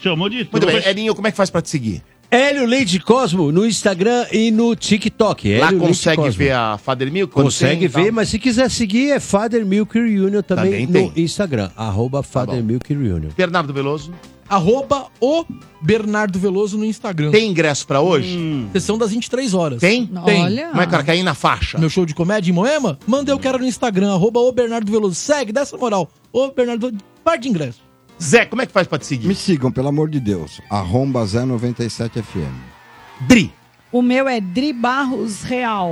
Chamou de Muito bem. Elinho, como é que faz pra te seguir? Hélio Leite Cosmo no Instagram e no TikTok. Lá Hélio Leite consegue Cosmo. ver a Father Milk? quando Consegue tem, tá. ver, tal? mas se quiser seguir é Father Milk Reunion Também também, tem. Tá no Instagram, arroba Father Milk Reunion. Bernardo Veloso. Arroba o Bernardo Veloso no Instagram. Hum. Tem ingresso pra hoje? Sessão das 23 horas. Tem? Tem. Olha. Como é que ela quer ir na faixa? Meu show de comédia em Moema? Manda eu quero no Instagram, arroba o Bernardo Veloso. Segue, dessa moral. Ô Bernardo, par de ingresso. Zé, como é que faz pra te seguir? Me sigam, pelo amor de Deus. Arromba Zé97FM. Dri. O meu é Dri Barros Real.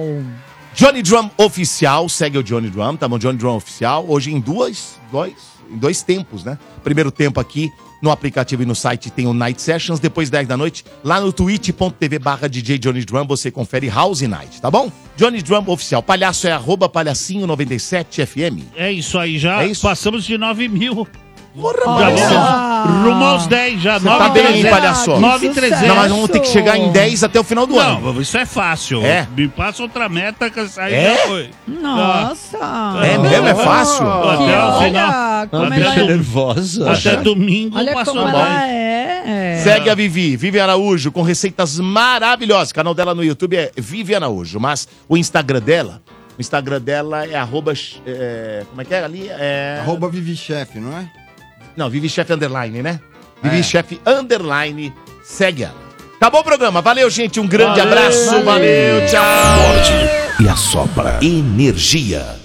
Johnny Drum Oficial, segue o Johnny Drum, tá bom? Johnny Drum Oficial, hoje em duas, dois, em dois tempos, né? Primeiro tempo aqui no aplicativo e no site tem o Night Sessions, depois 10 da noite, lá no twitch.tv barra DJ Johnny Drum, você confere House Night, tá bom? Johnny Drum Oficial, palhaço é arroba palhacinho97fm. É isso aí já. Passamos de 9 mil. já Olha. vamos rumo aos 10 já. é. Você tá bem, hein, 9.300. palhaço? 9.300. Não, mas vamos ter que chegar em 10 até o final do ano. Não, isso é fácil. É. Me passa outra meta que essa aí É? já foi. Nossa. É mesmo? É fácil? Até o final. Olha, como até ela é do- nervosa. Até domingo Olha passou como a ela mão. é. Segue a Vivi, Vivi Araújo, com receitas maravilhosas. O canal dela no YouTube é Vivi Araújo, mas o Instagram dela, o Instagram dela é arroba. é, como é que é ali? É... Arroba Vivi Chefe, não é? Não, Vivi Chef Underline, né? Vivi Chef Underline, segue ela. Tá bom o programa, valeu gente, um grande Valeu, abraço, valeu. valeu tchau. E a sobra. Energia.